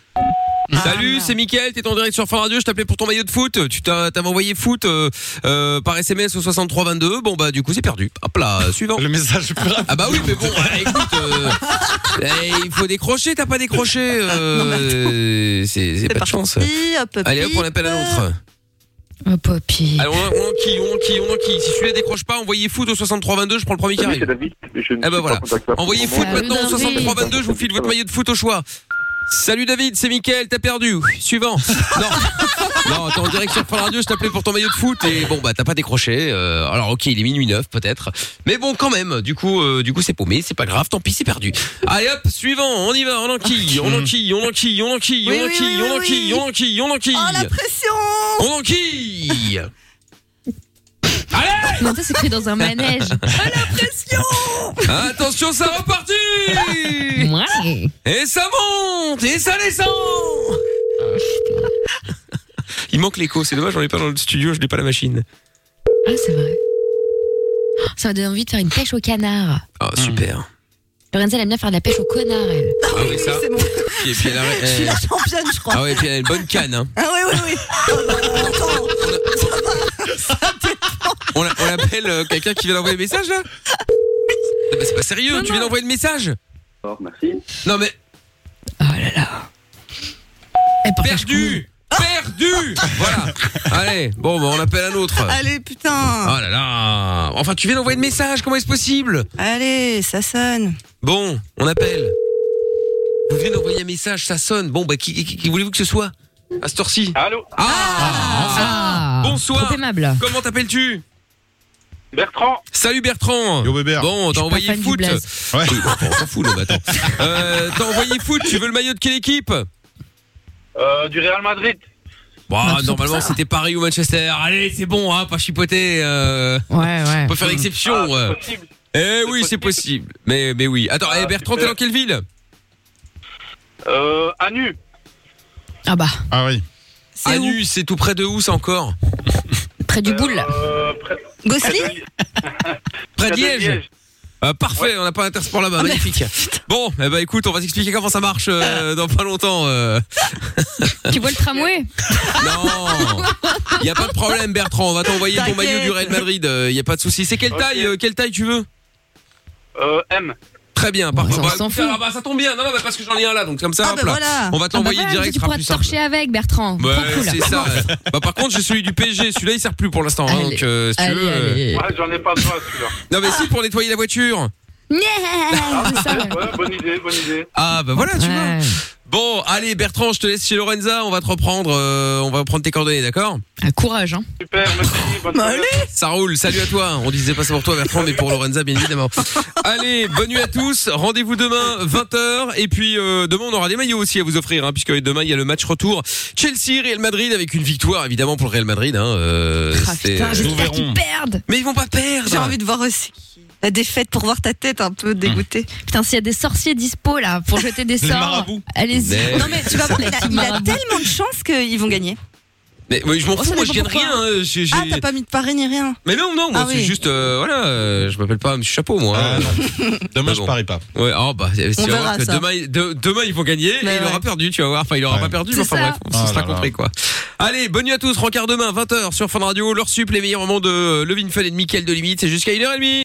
Speaker 2: Salut, c'est Mickaël, t'es en direct sur Fin Radio, je t'appelais pour ton maillot de foot, tu t'as- t'avais envoyé foot euh, euh, par SMS au 6322, bon bah du coup c'est perdu. Hop là, euh, suivant. Le message Ah bah oui, mais bon, ouais, écoute, euh, eh, il faut décrocher, t'as pas décroché, euh, c'est c'est pas de chance. Allez hop, on appelle un autre.
Speaker 7: Oh, papy.
Speaker 2: Allez, on, on en qui, on en qui, on en qui. Si celui-là décroche pas, envoyez foot au 6322, je prends le premier qui arrive. Eh ben voilà. Envoyez foot maintenant au 6322, je vous file votre maillot de foot au choix. Salut David, c'est Mickaël, t'as perdu. Suivant. Non, non t'es en direct sur Fun Radio, je t'appelais pour ton maillot de foot et bon bah t'as pas décroché. Euh, alors ok, il est minuit 9 peut-être, mais bon quand même. Du coup, euh, du coup c'est paumé, c'est pas grave, tant pis, c'est perdu. Allez hop, suivant, on y va, on enquille, on enquille, on enquille, on enquille,
Speaker 12: Oui,
Speaker 2: on
Speaker 12: oui,
Speaker 2: enquille,
Speaker 12: oui,
Speaker 2: on
Speaker 12: oui,
Speaker 2: enquille,
Speaker 12: oui.
Speaker 2: on enquille, on enquille.
Speaker 12: Oh, la
Speaker 5: pression
Speaker 2: On enquille.
Speaker 7: Non, ça c'est pris dans un manège.
Speaker 2: Oh, Attention, ça repartit Et ça monte Et ça descend Il manque l'écho, c'est dommage, on est pas dans le studio, je n'ai pas la machine.
Speaker 7: Ah, c'est vrai. Oh, Ça m'a donné envie de faire une pêche au canard.
Speaker 2: Ah, super.
Speaker 7: Lorenza, elle aime bien faire de la pêche au connard, elle.
Speaker 2: Ah, oui, ça. Et puis elle a-
Speaker 5: Je suis
Speaker 2: euh,
Speaker 5: la championne, je crois.
Speaker 2: Ah ouais, et puis elle a une bonne canne. Hein.
Speaker 5: Ah oui, oui, oui.
Speaker 2: On, l'a- on l'appelle euh, quelqu'un qui vient d'envoyer le message là Non, mais C'est pas sérieux, tu viens d'envoyer le message merci. Non mais. Oh Perdu Perdu Voilà Allez, bon, bah, on appelle un autre.
Speaker 5: Allez, putain.
Speaker 2: Oh là là Enfin, tu viens d'envoyer le message, comment est-ce possible
Speaker 5: Allez, ça sonne.
Speaker 2: Bon, on appelle. Vous venez d'envoyer un message, ça sonne. Bon, bah, qui, qui- qui voulez-vous que ce soit À cette heure-ci Allô Ah, enfin. Bonsoir
Speaker 7: Trop aimable.
Speaker 2: Comment t'appelles-tu Bertrand Salut Bertrand Bon, t'as
Speaker 7: suis pas
Speaker 2: envoyé
Speaker 7: fan du
Speaker 2: foot
Speaker 7: Blaze.
Speaker 2: Ouais, bon, on s'en fout là, mais attends. Euh, T'as envoyé foot, tu veux le maillot de quelle équipe
Speaker 10: Euh, du Real Madrid.
Speaker 2: Bon,
Speaker 10: Bah, c'est
Speaker 2: normalement
Speaker 10: pour ça.
Speaker 2: c'était Paris ou Manchester. Allez, c'est bon, hein, pas chipoter. Euh...
Speaker 7: Ouais, ouais.
Speaker 2: On peut faire l'exception.
Speaker 10: Ah, c'est
Speaker 2: ouais. Eh oui, c'est possible. Mais, mais oui. Attends, eh, Bertrand, t'es
Speaker 10: Ah, super.
Speaker 2: dans quelle ville
Speaker 10: Euh, Anu.
Speaker 7: Ah bah,
Speaker 2: Ah oui. Anu, c'est tout près de où ça encore
Speaker 7: près du boule.
Speaker 10: Euh,
Speaker 5: Gosselin
Speaker 2: Près de Liège. Euh, parfait, on n'a pas d'intersport là-bas, magnifique. Bon, eh ben écoute, on va t'expliquer comment ça marche euh, dans pas longtemps. euh.
Speaker 7: Tu vois le tramway
Speaker 2: Non Il n'y a pas de problème Bertrand, on va t'envoyer ton
Speaker 10: T'inquiète.
Speaker 2: maillot du Real Madrid, il n'y a pas de souci. C'est quelle
Speaker 10: Ok.
Speaker 2: taille euh, quelle taille tu veux euh, M. Très bien, parfait.
Speaker 10: ça, on
Speaker 2: Bah,
Speaker 10: s'en
Speaker 2: écoute,
Speaker 10: fout.
Speaker 2: ah, bah, ça tombe bien, non, non, bah, parce que j'en ai un là, donc comme ça,
Speaker 7: Ah,
Speaker 2: hop là.
Speaker 7: bah voilà.
Speaker 2: on va te l'envoyer
Speaker 7: Ah, bah voilà,
Speaker 2: direct, ce
Speaker 7: Tu
Speaker 2: sera
Speaker 7: pourras
Speaker 2: plus
Speaker 7: te
Speaker 2: simple.
Speaker 7: torcher avec, Bertrand.
Speaker 2: Bah,
Speaker 7: Trop cool. Ah,
Speaker 2: c'est ça. ouais. bah, par contre, j'ai celui du PSG, celui-là il sert plus pour l'instant. hein, donc, euh, si tu veux, euh,
Speaker 10: j'en ai pas besoin celui-là.
Speaker 2: Non, mais si, pour nettoyer la voiture.
Speaker 7: Yeah, c'est ça.
Speaker 10: bonne idée, bonne idée.
Speaker 2: Ah bah voilà, tu vois. Bon, allez Bertrand, je te laisse chez Lorenza, on va te reprendre, euh, on va prendre tes coordonnées, d'accord
Speaker 7: Ah, Courage, hein.
Speaker 10: Super, merci. Bonne allez
Speaker 2: Ça roule, salut à toi. On disait pas ça pour toi Bertrand, mais pour Lorenza bien évidemment. Allez, bonne nuit à tous. Rendez-vous demain 20h et puis euh, demain on aura des maillots aussi à vous offrir hein, puisque demain il y a le match retour Chelsea Real Madrid avec une victoire évidemment pour le Real Madrid hein. euh,
Speaker 7: Ah,
Speaker 2: c'était-
Speaker 7: putain, j'espère qu'ils perdent.
Speaker 2: Mais ils vont pas perdre.
Speaker 5: J'ai envie de voir aussi. la défaite pour voir ta tête un peu dégoûtée.
Speaker 7: Putain, s'il y a des sorciers dispo là pour jeter des
Speaker 5: Les
Speaker 7: sorts,
Speaker 5: marabouts.
Speaker 7: allez-y.
Speaker 2: Mais-
Speaker 5: Non mais tu vas voir, il a, il a tellement de chance qu'ils vont gagner.
Speaker 2: Mais, mais je m'en
Speaker 5: Oh,
Speaker 2: fous,
Speaker 5: ça
Speaker 2: moi je
Speaker 5: dépend
Speaker 2: gagne
Speaker 5: pourquoi.
Speaker 2: rien. hein, j'ai- j'ai-
Speaker 5: Ah, t'as pas mis de pari ni rien.
Speaker 2: Mais non, non, moi
Speaker 5: Ah
Speaker 2: c'est
Speaker 5: oui. Ah,
Speaker 2: juste, euh, voilà, euh, je m'appelle pas Monsieur Chapeau, moi. hein.
Speaker 3: Demain,
Speaker 2: je
Speaker 3: parie pas.
Speaker 2: Ouais, oh, bah, c'est
Speaker 5: On verra ça.
Speaker 2: demain, il- de- demain ils vont gagner et il aura perdu, tu vas voir. Enfin, il aura pas perdu, mais
Speaker 9: C'est
Speaker 2: enfin
Speaker 9: ça.
Speaker 2: bref, on se
Speaker 9: Oh
Speaker 2: sera
Speaker 9: là là.
Speaker 2: compris quoi. Allez, bonne nuit à tous, rencard demain, 20h sur Fun Radio, l'heure sup, les meilleurs moments de euh, Levin Fun et de Mickaël de Limite, c'est jusqu'à 1h30.